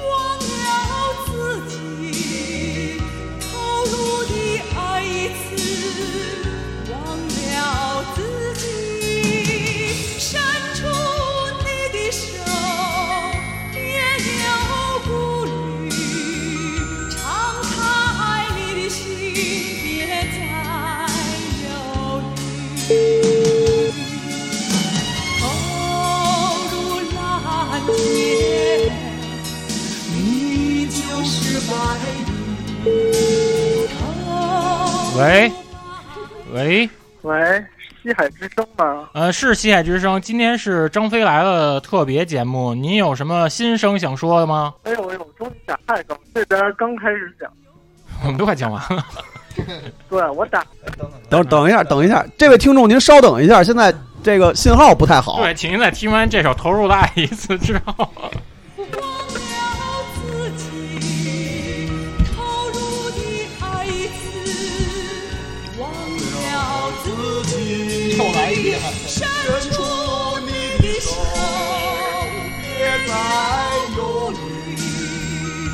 [SPEAKER 6] 忘了自己；投入的爱一次，忘了自己。伸出你的手，也有顾虑；敞开你的心，别再犹豫。投入蓝天，你就是白云。投入
[SPEAKER 1] 喂喂，
[SPEAKER 7] 喂，西海之声吗？
[SPEAKER 1] 呃，是西海之声，今天是张飞来了特别节目，您有什么心声想说的吗？
[SPEAKER 7] 哎呦哎呦，终于打太高，这边刚开始讲，
[SPEAKER 1] 我们都快讲完了，
[SPEAKER 7] 对我打
[SPEAKER 5] 等等一下，等一下，这位听众您稍等一下，现在这个信号不太好。
[SPEAKER 1] 对，请您在听完这首《投入的爱》一次之后，
[SPEAKER 6] 忘了自己，投入的爱一次，忘了自己。又来一遍，伸出你的手，别再犹豫，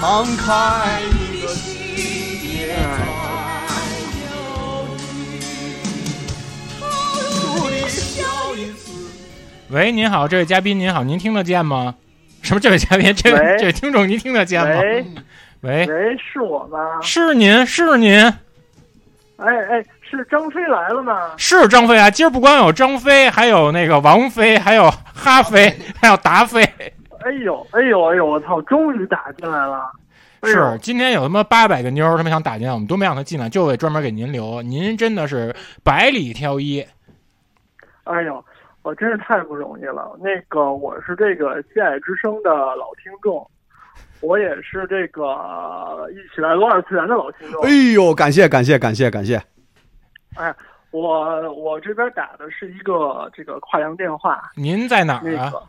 [SPEAKER 6] 敞开你的心，别再犹豫。投入的笑一次，
[SPEAKER 1] 喂，您好，这位嘉宾您好，您听得见吗？什么这位嘉宾，这位
[SPEAKER 7] 喂
[SPEAKER 1] 这位听众您听得见吗？
[SPEAKER 7] 喂
[SPEAKER 1] 喂，
[SPEAKER 7] 喂，是我吗？
[SPEAKER 1] 是您是您
[SPEAKER 7] 哎哎，是张飞来了吗？
[SPEAKER 1] 是张飞啊！今儿不光有张飞，还有那个王飞，还有哈飞，还有达飞。
[SPEAKER 7] 哎呦哎呦哎呦，我操，终于打进来了。哎呦
[SPEAKER 1] 是，今天有他妈八百个妞儿，他们想打进来，我们都没让他进来，就为专门给您留。您真的是百里挑一，
[SPEAKER 7] 哎呦，我真是太不容易了。那个，我是这个《西海之声》的老听众，我也是这个呃一起来撸二次元的老听众。
[SPEAKER 5] 哎呦，感谢感谢感谢感谢！
[SPEAKER 7] 我我这边打的是一个这个跨洋电话，
[SPEAKER 1] 您在哪
[SPEAKER 7] 那
[SPEAKER 1] 儿啊？
[SPEAKER 7] 个。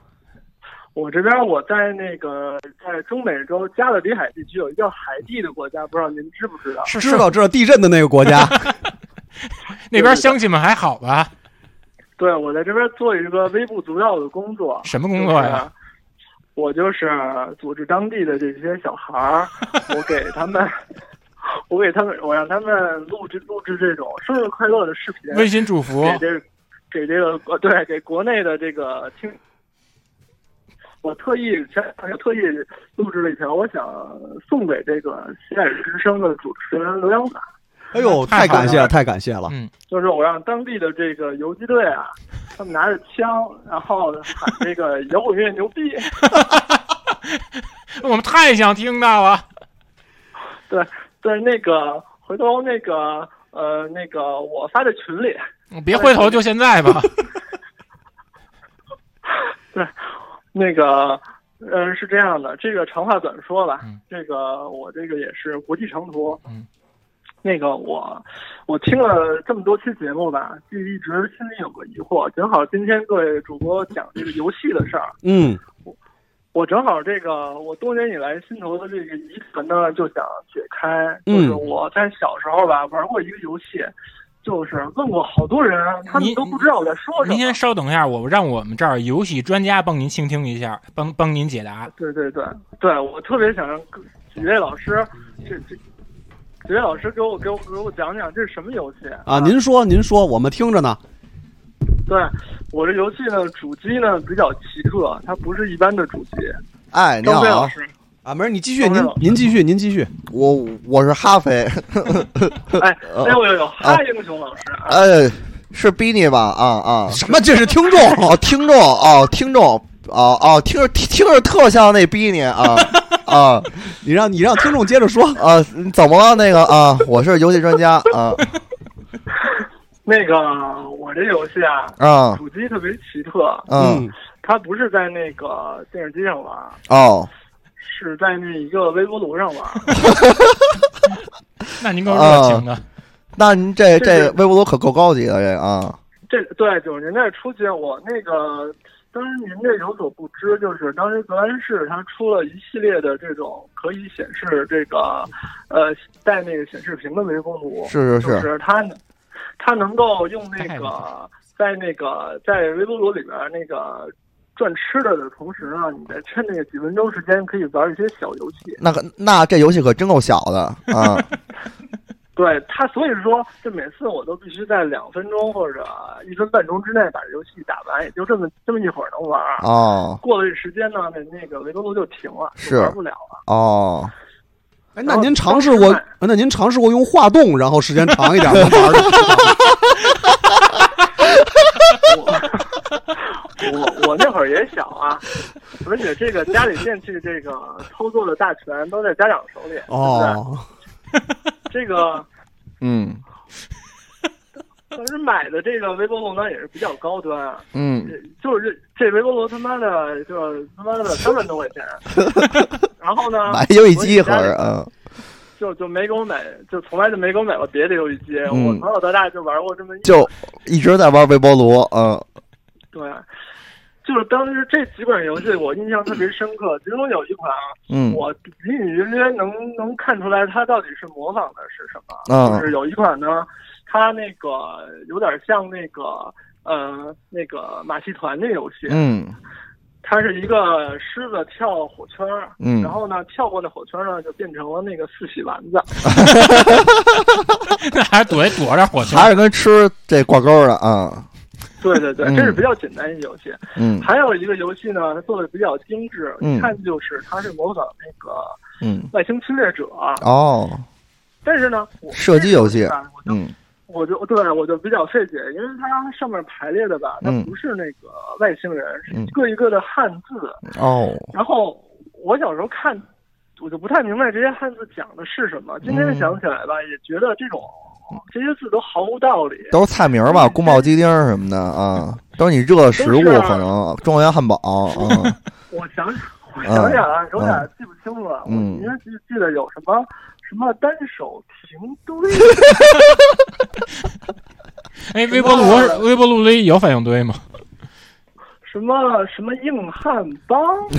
[SPEAKER 7] 我这边我在那个在中美洲加勒比海地区有一个叫海地的国家，不知道您知不知道？
[SPEAKER 1] 是
[SPEAKER 5] 知道知道地震的那个国 家，
[SPEAKER 1] 那边乡亲们还好吧？
[SPEAKER 7] 对，我在这边做一个微不足道的工作。
[SPEAKER 1] 什么工作呀？
[SPEAKER 7] 就是我就是组织当地的这些小孩 儿，我给他们， 我给他们，我让他们录制录制这种生日快乐的视频，
[SPEAKER 1] 温馨祝福。
[SPEAKER 7] 给这给这个国对给国内的这个听。我特意前两天特意录制了一条，我想送给这个《西海之声》的主持人刘洋法，
[SPEAKER 5] 哎呦，
[SPEAKER 1] 太好
[SPEAKER 5] 太
[SPEAKER 1] 了
[SPEAKER 5] 感谢了，太感谢了！
[SPEAKER 1] 嗯
[SPEAKER 7] 就是我让当地的这个游击队啊，他们拿着枪，然后喊这个摇滚乐牛逼，
[SPEAKER 1] 我们太想听到啊了。
[SPEAKER 7] 对，那个回头那个呃那个我发在群里，
[SPEAKER 1] 别回头，就现在 吧。
[SPEAKER 7] 那个呃是这样的，这个长话短说吧，
[SPEAKER 1] 嗯
[SPEAKER 7] 这个我这个也是国际长途，
[SPEAKER 1] 嗯，
[SPEAKER 7] 那个我我听了这么多期节目吧，就一直心里有个疑惑，正好今天各位主播讲这个游戏的事儿，
[SPEAKER 5] 嗯，
[SPEAKER 7] 我正好这个我多年以来心头的这个疑团呢，就想解开。就
[SPEAKER 5] 嗯
[SPEAKER 7] 是我在小时候吧玩过一个游戏，就是问过好多人，他们
[SPEAKER 1] 您
[SPEAKER 7] 都不知道我在说什
[SPEAKER 1] 您
[SPEAKER 7] 么
[SPEAKER 1] 先。稍等一下，我让我们这儿游戏专家帮您倾听一下，帮帮您解答。
[SPEAKER 7] 对对对对，我特别想让各几位老师，这这几位老师给我给我给我讲讲这是什么游戏
[SPEAKER 5] 啊，您说您说，我们听着呢。
[SPEAKER 7] 对我这游戏呢，主机呢比较奇特，它不是一般的主机。
[SPEAKER 2] 哎，你
[SPEAKER 7] 张飞老
[SPEAKER 2] 好，
[SPEAKER 7] 师，
[SPEAKER 5] 啊，没事，你继续，
[SPEAKER 7] 都没
[SPEAKER 5] 您
[SPEAKER 7] 有
[SPEAKER 5] 您继续，您继续。
[SPEAKER 2] 我我是哈飞，
[SPEAKER 7] 哎哎呦呦呦，哈英雄老师啊，
[SPEAKER 2] 呃，是逼你吧？啊啊，
[SPEAKER 5] 什么？这是听众？
[SPEAKER 2] 哦，听众哦，听众哦哦，听着听着特像那逼你啊啊
[SPEAKER 5] 你让你让听众接着说。
[SPEAKER 2] 啊！你怎么了？那个啊，我是游戏专家啊
[SPEAKER 7] 那个我这游戏啊，
[SPEAKER 2] 啊
[SPEAKER 7] 主机特别奇特，
[SPEAKER 2] 嗯，
[SPEAKER 7] 它不是在那个电视机上玩，
[SPEAKER 2] 哦
[SPEAKER 7] 是在那一个微波炉上玩。
[SPEAKER 1] 那您够
[SPEAKER 2] 啊
[SPEAKER 1] 热情的，
[SPEAKER 2] 那您这
[SPEAKER 7] 这
[SPEAKER 2] 这
[SPEAKER 7] 是
[SPEAKER 2] 微波炉可够高级的这个啊
[SPEAKER 7] 这对九十年代初期，我那个当时您这有所不知，就是当时格兰仕它出了一系列的这种可以显示这个呃带那个显示屏的微波炉，
[SPEAKER 2] 是是
[SPEAKER 7] 就是是它能它能够用那
[SPEAKER 1] 太厉害
[SPEAKER 7] 个在那个在微波炉里边那个。转吃的的同时呢，你再趁那个几分钟时间可以玩一些小游戏。
[SPEAKER 2] 那个那这游戏可真够小的啊
[SPEAKER 7] 对它，所以说，就每次我都必须在两分钟或者一分半钟之内把这游戏打完，也就这么这么一会儿能玩儿。
[SPEAKER 2] 哦
[SPEAKER 7] 过了这时间呢，那那个维多路就停了，
[SPEAKER 2] 是
[SPEAKER 7] 就玩不了了。
[SPEAKER 2] 哦，
[SPEAKER 5] 哎，那您尝试过
[SPEAKER 7] 然后？
[SPEAKER 5] 那您尝试过用话动，然后时间长一点能玩的？
[SPEAKER 7] 我我那会儿也小啊， 而且这个家里电器这个操作的大权都在家长手里。
[SPEAKER 5] 哦，
[SPEAKER 7] 对不对，这个
[SPEAKER 2] 嗯
[SPEAKER 7] 当时买的这个微波炉呢也是比较高端啊，
[SPEAKER 2] 嗯，
[SPEAKER 7] 就是这这微波炉他妈的就他妈的三万多块 钱，然后呢
[SPEAKER 2] 买游戏机盒
[SPEAKER 7] 盒
[SPEAKER 2] 儿啊
[SPEAKER 7] 就就没给我买，就从来就没给我买过别的游戏机。
[SPEAKER 2] 嗯
[SPEAKER 7] 我从小到大就玩过这么一
[SPEAKER 2] 就一直在玩微波炉嗯
[SPEAKER 7] 对，就是当时这几款游戏我印象特别深刻，其中有一款啊，
[SPEAKER 2] 嗯
[SPEAKER 7] 我隐隐约约能能看出来它到底是模仿的是什么。
[SPEAKER 2] 嗯
[SPEAKER 7] 就是有一款呢，它那个有点像那个呃那个马戏团那游戏，
[SPEAKER 2] 嗯
[SPEAKER 7] 它是一个狮子跳火圈儿，
[SPEAKER 2] 嗯
[SPEAKER 7] 然后呢跳过那火圈儿呢就变成了那个四喜丸子。
[SPEAKER 1] 那还是躲一躲着火球。
[SPEAKER 2] 还是跟吃这挂钩儿的啊
[SPEAKER 7] 对对对，
[SPEAKER 2] 嗯
[SPEAKER 7] 这是比较简单一个游戏。
[SPEAKER 2] 嗯
[SPEAKER 7] 还有一个游戏呢，它做的比较精致，
[SPEAKER 2] 嗯
[SPEAKER 7] 一看就是它是模仿那个
[SPEAKER 2] 嗯，
[SPEAKER 7] 外星侵略者，啊
[SPEAKER 2] 哦，
[SPEAKER 7] 但是呢，我
[SPEAKER 2] 射击游戏
[SPEAKER 7] 这个吧我就
[SPEAKER 2] 嗯
[SPEAKER 7] 我就对我就比较费解，因为它上面排列的吧，它
[SPEAKER 2] 嗯
[SPEAKER 7] 不是那个外星人，是
[SPEAKER 2] 嗯
[SPEAKER 7] 一个一个的汉字。
[SPEAKER 2] 哦，
[SPEAKER 7] 然后我小时候看，我就不太明白这些汉字讲的是什么。今
[SPEAKER 2] 嗯
[SPEAKER 7] 天想起来吧，也觉得这种这些字都毫无道理。
[SPEAKER 2] 都是菜名儿吧，宫保鸡丁儿什么的啊，都是你热食物，
[SPEAKER 7] 都是啊
[SPEAKER 2] 可能庄园汉堡 啊，
[SPEAKER 7] 我想我想想啊，有点记不清了。
[SPEAKER 2] 嗯
[SPEAKER 7] 我明记记得有什么什么单手停堆，
[SPEAKER 1] 哎，微波炉是微波炉里有反应堆吗？
[SPEAKER 7] 什么什么硬汉帮，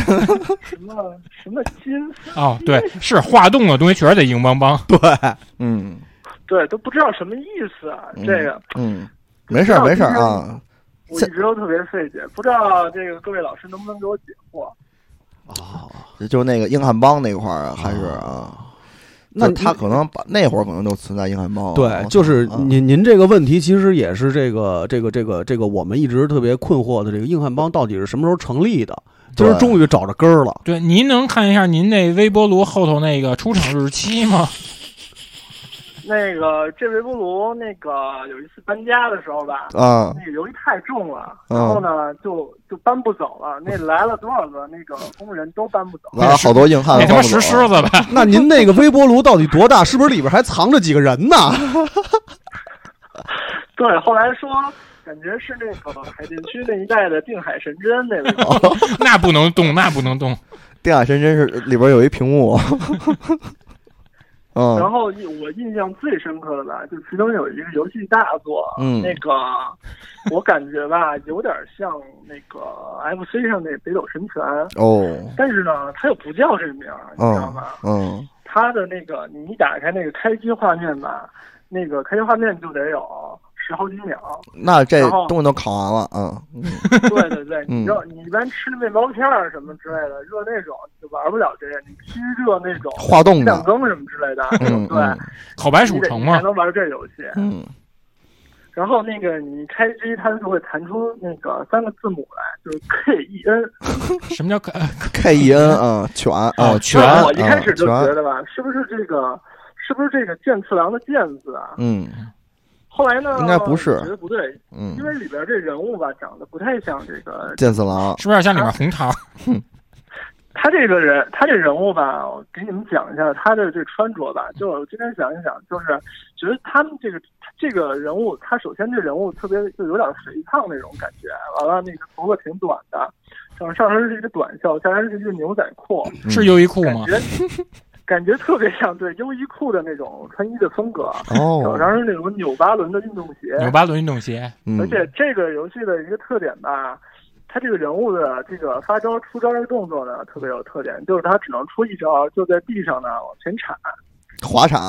[SPEAKER 7] 什么什么金丝，
[SPEAKER 1] 哦，对，是化冻的东西，确实得硬邦邦。
[SPEAKER 2] 嗯
[SPEAKER 7] 对，都不知道什么意思啊。
[SPEAKER 2] 嗯
[SPEAKER 7] 这个
[SPEAKER 2] 嗯，没事儿没事儿啊，
[SPEAKER 7] 我一直都特别费解，不知道这个各位老师能不能给我解惑。
[SPEAKER 5] 啊，
[SPEAKER 2] 就那个硬汉帮那块儿啊还是
[SPEAKER 7] 哦
[SPEAKER 2] 啊，
[SPEAKER 5] 那
[SPEAKER 2] 就他可能把那会儿可能就存在硬汉帮了，
[SPEAKER 5] 对，就是
[SPEAKER 2] 啊
[SPEAKER 5] 您您这个问题，其实也是这个这个这个这个我们一直特别困惑的，这个硬汉帮到底是什么时候成立的？今儿
[SPEAKER 2] 对
[SPEAKER 5] 终于找着根儿了。
[SPEAKER 1] 对，您能看一下您那微波炉后头那个出厂日期吗？
[SPEAKER 7] 那个这微波炉，那个有一次搬家的时候吧，
[SPEAKER 2] 啊
[SPEAKER 7] 那个由于太重了，
[SPEAKER 2] 嗯
[SPEAKER 7] 然后呢就就搬不走了。那来了多少个那个工人都搬不走，
[SPEAKER 2] 完了好多硬汉
[SPEAKER 1] 那他
[SPEAKER 2] 帮
[SPEAKER 1] 妈
[SPEAKER 2] 啊不
[SPEAKER 1] 石狮
[SPEAKER 2] 了
[SPEAKER 1] 子吧？
[SPEAKER 5] 那您那个微波炉到底多大？是不是里边还藏着几个人呢？
[SPEAKER 7] 对，后来说感觉是那个海淀区那一带的定海神针那个。
[SPEAKER 1] 那不能动，那不能动。
[SPEAKER 2] 定海神针哎是里边有一屏幕，啊
[SPEAKER 7] 然
[SPEAKER 2] 嗯
[SPEAKER 7] 后印我印象最深刻的吧，就其中有一个游戏大作，
[SPEAKER 2] 嗯
[SPEAKER 7] 那个我感觉吧，有点像那个 FC 上那《北斗神拳》，
[SPEAKER 2] 哦
[SPEAKER 7] 但是呢，它又不叫这名儿，你知道
[SPEAKER 2] 嗯
[SPEAKER 7] 吗？
[SPEAKER 2] 嗯
[SPEAKER 7] 它的那个你一打开那个开机画面吧，那个开机画面就得有十好几秒。
[SPEAKER 2] 那这
[SPEAKER 7] 然后
[SPEAKER 2] 东西都烤完了，嗯嗯
[SPEAKER 7] 对对对，
[SPEAKER 2] 嗯
[SPEAKER 7] 你要你一般吃面包片儿什么之类的，热那种就玩不了这个，你必须热那种
[SPEAKER 2] 化冻
[SPEAKER 7] 酱
[SPEAKER 2] 的，
[SPEAKER 7] 羹什么之类的，
[SPEAKER 2] 嗯
[SPEAKER 7] 对，
[SPEAKER 2] 嗯
[SPEAKER 1] 烤白
[SPEAKER 7] 你
[SPEAKER 1] 薯
[SPEAKER 7] 得
[SPEAKER 1] 成
[SPEAKER 7] 你才
[SPEAKER 1] 吗？
[SPEAKER 7] 能玩这游戏。
[SPEAKER 2] 嗯
[SPEAKER 7] 然后那个你开机，它就会弹出那个三个字母来，就是 K E N。
[SPEAKER 1] 什么叫 烤？
[SPEAKER 2] ，K E N 啊犬啊
[SPEAKER 1] 啊
[SPEAKER 2] 全
[SPEAKER 7] 那
[SPEAKER 2] 啊
[SPEAKER 7] 哦我一开始就觉
[SPEAKER 2] 全，
[SPEAKER 7] 得吧，是不是这个，是不是这个剑次郎的剑字啊？
[SPEAKER 2] 嗯
[SPEAKER 7] 后来呢，
[SPEAKER 2] 应该不是
[SPEAKER 7] 我觉得不对，
[SPEAKER 2] 嗯
[SPEAKER 7] 因，为里边这人物吧，长得不太像这个，
[SPEAKER 2] 剑四郎，
[SPEAKER 1] 是不是有点像里面红桃？
[SPEAKER 7] 他这个人，他这人物吧，我给你们讲一下他的这穿着吧。就我今天想一想，就是觉得他们这个这个人物，他首先这人物特别就有点肥胖那种感觉，完了那个头发挺短的，上上身是一个短袖，下身是一个牛仔裤，
[SPEAKER 2] 嗯
[SPEAKER 1] 是优衣库
[SPEAKER 7] 感
[SPEAKER 1] 吗？
[SPEAKER 7] 觉感觉特别像对优衣库的那种穿衣的风格，脚
[SPEAKER 2] 哦，
[SPEAKER 7] 上是那种纽巴伦的运动鞋，
[SPEAKER 1] 纽巴伦运动鞋，
[SPEAKER 2] 嗯
[SPEAKER 7] 而且这个游戏的一个特点吧，它这个人物的这个发招出招的动作呢，特别有特点，就是他只能出一招，就在地上呢往前铲。
[SPEAKER 2] 滑铲，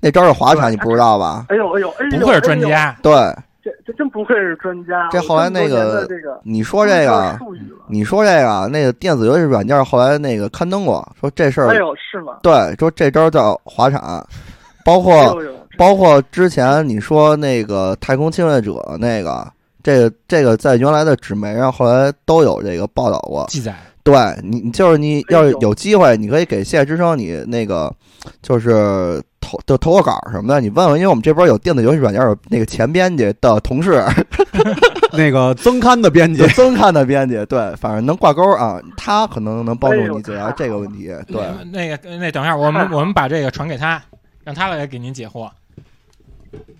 [SPEAKER 2] 那招是滑铲，你不知道吧？
[SPEAKER 7] 哎呦哎呦哎呦！
[SPEAKER 1] 不愧是专
[SPEAKER 7] 哎呦，
[SPEAKER 1] 家。
[SPEAKER 2] 对，
[SPEAKER 7] 这这真不愧是专家。
[SPEAKER 2] 这后来那
[SPEAKER 7] 个
[SPEAKER 2] 个
[SPEAKER 7] 这个
[SPEAKER 2] 你说这个
[SPEAKER 7] 都是
[SPEAKER 2] 啊，
[SPEAKER 7] 术语了。
[SPEAKER 2] 你说这个啊，那个电子游戏软件后来那个刊登过，说这事
[SPEAKER 7] 哎
[SPEAKER 2] 儿，
[SPEAKER 7] 呦是吗？
[SPEAKER 2] 对，说这招叫滑铲，包
[SPEAKER 7] 哎
[SPEAKER 2] 括
[SPEAKER 7] 呦呦！
[SPEAKER 2] 包括之前你说那个太空侵略者那个，这个这个在原来的纸媒上后来都有这个报道过，
[SPEAKER 1] 记载
[SPEAKER 2] 对你，你就是你
[SPEAKER 7] 哎
[SPEAKER 2] 要是有机会，你可以给《谢之声》你那个就是投就投个稿什么的，你问问，因为我们这边有电子游戏软件有那个前编辑的同事，
[SPEAKER 5] 那个增刊的 编辑
[SPEAKER 2] 有增刊的编辑，对，反正能挂钩啊，他可能能
[SPEAKER 5] 哎
[SPEAKER 2] 帮助你解答这个问题。对，
[SPEAKER 5] 嗯
[SPEAKER 1] 那个那等一下，我们我们把这个传给他，让他来给您解惑。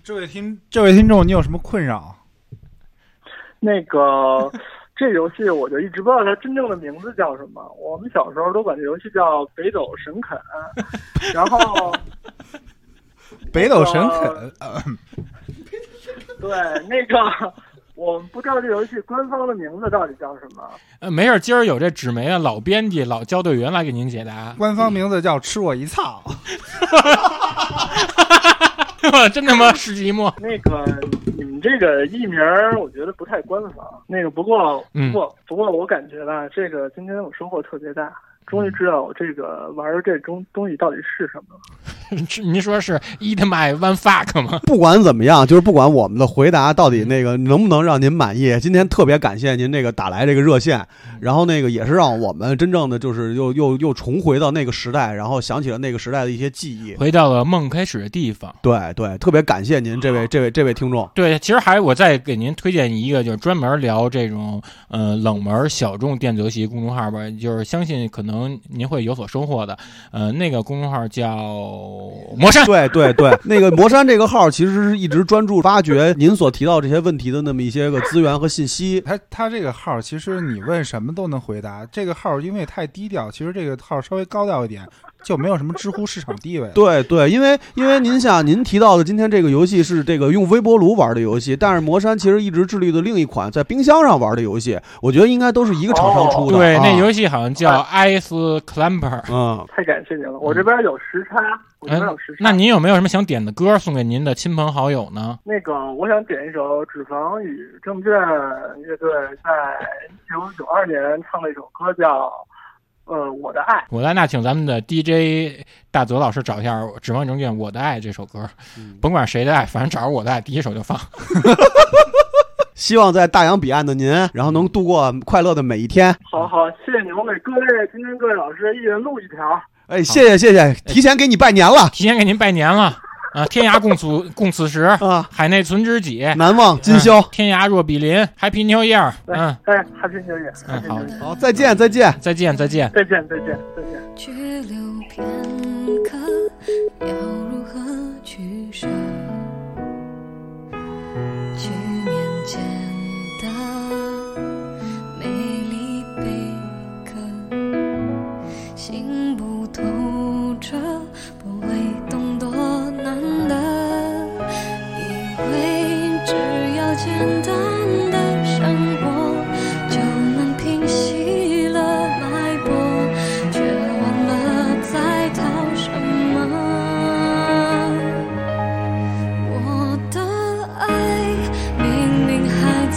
[SPEAKER 4] 这位听这位听众，你有什么困扰？
[SPEAKER 7] 那 个这游戏我就一直不知道它真正的名字叫什么。我们小时候都管这游戏叫《北斗神 肯》，然后。
[SPEAKER 4] 北斗神肯，呃
[SPEAKER 7] 对，那个我们不知道这游戏官方的名字到底叫什么。
[SPEAKER 1] 呃，没事儿，今儿有这纸媒的啊老编辑、老校对员来给您解答。
[SPEAKER 4] 官方名字叫“吃我一操
[SPEAKER 1] 啊 真他妈世纪末，
[SPEAKER 7] 那个你们这个艺名儿，我觉得不太官方。那个不过不
[SPEAKER 1] 嗯
[SPEAKER 7] 过不过，我感觉吧，这个
[SPEAKER 1] 嗯
[SPEAKER 7] 今天我收获特别大。终于知道我这个玩儿这东东西到底是什么了。”
[SPEAKER 1] 是您说是 eat my one fuck 吗？
[SPEAKER 5] 不管怎么样，就是不管我们的回答到底那个能不能让您满意，今天特别感谢您这个打来这个热线，然后那个也是让我们真正的就是又又又重回到那个时代，然后想起了那个时代的一些记忆。
[SPEAKER 1] 回到了梦开始的地方。
[SPEAKER 5] 对对，特别感谢您这位这位这位听众。
[SPEAKER 1] 对，其实还我再给您推荐一个，就是专门聊这种呃冷门小众电子游戏公众号吧，就是相信可能您会有所收获的。呃，那个公众号叫魔山，
[SPEAKER 5] 对对对，那个魔山这个号其实是一直专注挖掘您所提到这些问题的那么一些个资源和信息。
[SPEAKER 4] 他他这个号，其实你问什么都能回答。这个号因为太低调，其实这个号稍微高调一点，就没有什么知乎市场地位了。
[SPEAKER 5] 对对，因为因为您想，您提到的今天这个游戏是这个用微波炉玩的游戏，但是魔山其实一直致力的另一款在冰箱上玩的游戏，我觉得应该都是一个厂商出的。
[SPEAKER 1] 哦对，
[SPEAKER 5] 啊
[SPEAKER 1] 那游戏好像叫 Ice Climber。
[SPEAKER 5] 嗯，
[SPEAKER 7] 太感谢您了，我这边有时差，我这边有时差。
[SPEAKER 1] 哎那您有没有什么想点的歌送给您的亲朋好友呢？
[SPEAKER 7] 那个，我想点一首脂肪与证券乐队在一九九二年唱的一首歌，叫《呃我的爱》。
[SPEAKER 1] 我来那请咱们的 DJ 大泽老师找一下《指望证券我的爱》这首歌，甭管谁的爱，反正找着我的爱第一首就放。
[SPEAKER 5] 希望在大洋彼岸的您，然后能度过快乐的每一天。
[SPEAKER 7] 好
[SPEAKER 1] 嗯
[SPEAKER 7] 好，谢谢你们给各位今天各位老师一人录一条。
[SPEAKER 5] 哎，谢谢谢谢，提前给你拜年了
[SPEAKER 1] 提前给您拜年了啊！天涯共此 共此时，
[SPEAKER 5] 啊！
[SPEAKER 1] 海内存知己，嗯
[SPEAKER 5] 难忘今宵。
[SPEAKER 1] 天涯若比邻，Happy New Year！嗯，
[SPEAKER 7] 哎，哈皮牛爷，
[SPEAKER 1] 嗯好
[SPEAKER 5] 好，再见再见。
[SPEAKER 1] 再见，再见。
[SPEAKER 7] 再见，再见，再见。
[SPEAKER 6] 拘留片刻，要如何取舍？局面简单，美丽贝壳，行不透彻，不会懂多难得，以为只要简单的生活就能平息了脉搏。却忘了在逃什么。我的爱明明还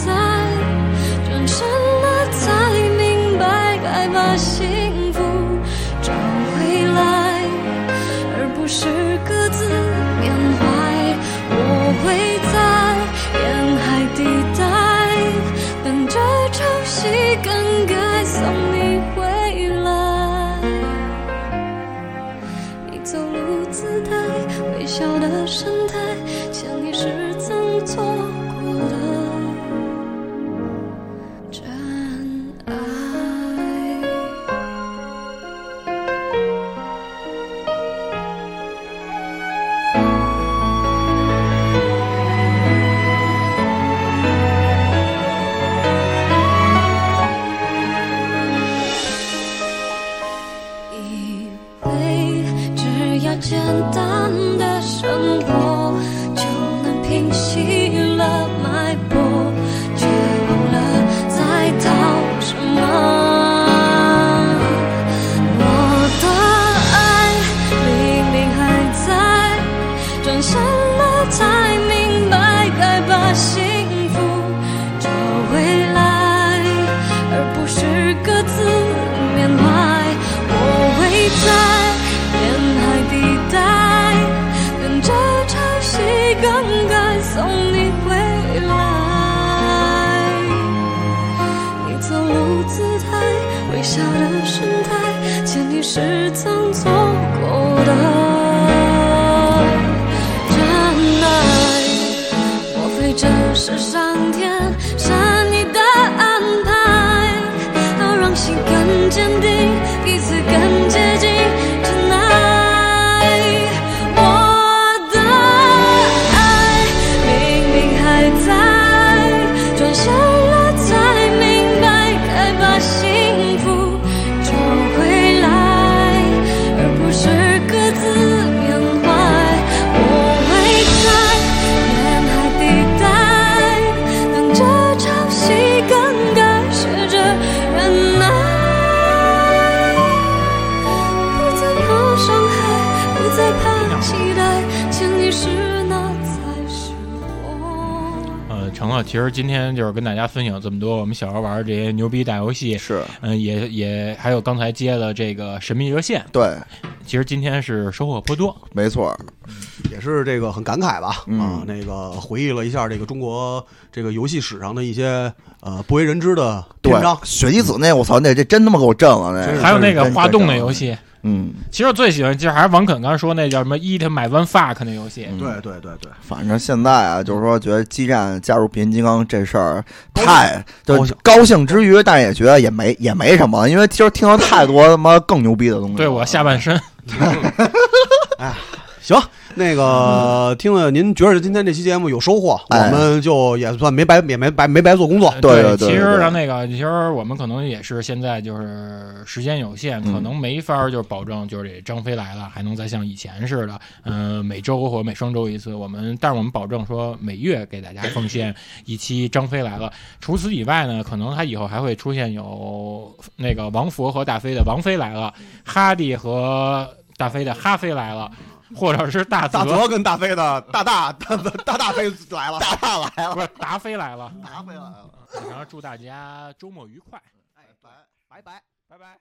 [SPEAKER 1] 呢，呃啊其实今天就是跟大家分享这么多我们小时候玩的这些牛逼大游戏，
[SPEAKER 2] 是
[SPEAKER 1] 嗯，也也还有刚才接的这个神秘热线，
[SPEAKER 2] 对，
[SPEAKER 1] 其实今天是收获颇多。
[SPEAKER 2] 没错，
[SPEAKER 5] 也是这个很感慨吧，
[SPEAKER 2] 嗯
[SPEAKER 5] 啊，那个回忆了一下这个中国这个游戏史上的一些呃不为人知的
[SPEAKER 2] 对
[SPEAKER 5] 篇章，，
[SPEAKER 2] 血滴子那我操，那这真他妈给我震了，
[SPEAKER 5] 真
[SPEAKER 2] 那
[SPEAKER 5] 是
[SPEAKER 1] 还有那个滑动的游，戏，
[SPEAKER 2] 嗯，
[SPEAKER 1] 其实我最喜欢，其实还是王肯刚才说那叫什么 “eat my one fuck” 那游戏，
[SPEAKER 2] 嗯
[SPEAKER 5] 对对对对，
[SPEAKER 2] 反正现在啊，就是说觉得基站加入变形金刚这事儿
[SPEAKER 5] 高兴
[SPEAKER 2] 太就
[SPEAKER 5] 高
[SPEAKER 2] 是
[SPEAKER 5] 兴
[SPEAKER 2] 高兴之余，但是也觉得也没也没什么，因为其实听到太多他妈更牛逼的东西了。啊
[SPEAKER 1] 对我下半身。
[SPEAKER 5] 行，那个听了您觉得今天这期节目有收获，我
[SPEAKER 2] 哎
[SPEAKER 5] 们就也算没白也没白没白做工作，
[SPEAKER 2] 对对对
[SPEAKER 1] 呃其
[SPEAKER 2] 对
[SPEAKER 1] 实
[SPEAKER 2] 对
[SPEAKER 1] 上那个，其实我们可能也是现在就是时间有限，可
[SPEAKER 2] 嗯
[SPEAKER 1] 能没法儿就是保证就是这张飞来了还能再像以前似的，嗯、每周或每双周一次。我们但是我们保证说每月给大家奉献一期张飞来了。除此以外呢，可能他以后还会出现有那个王佛和大飞的王飞来了，哈迪和大飞的哈飞来了，或者是大
[SPEAKER 5] 大
[SPEAKER 1] 泽
[SPEAKER 5] 泽跟大飞的大大大大大飞来了，大大来了，
[SPEAKER 1] 不是达飞来了。
[SPEAKER 5] 大飞来了，
[SPEAKER 1] 然后祝大家周末愉快，
[SPEAKER 5] 哎，拜拜拜。
[SPEAKER 1] 拜拜。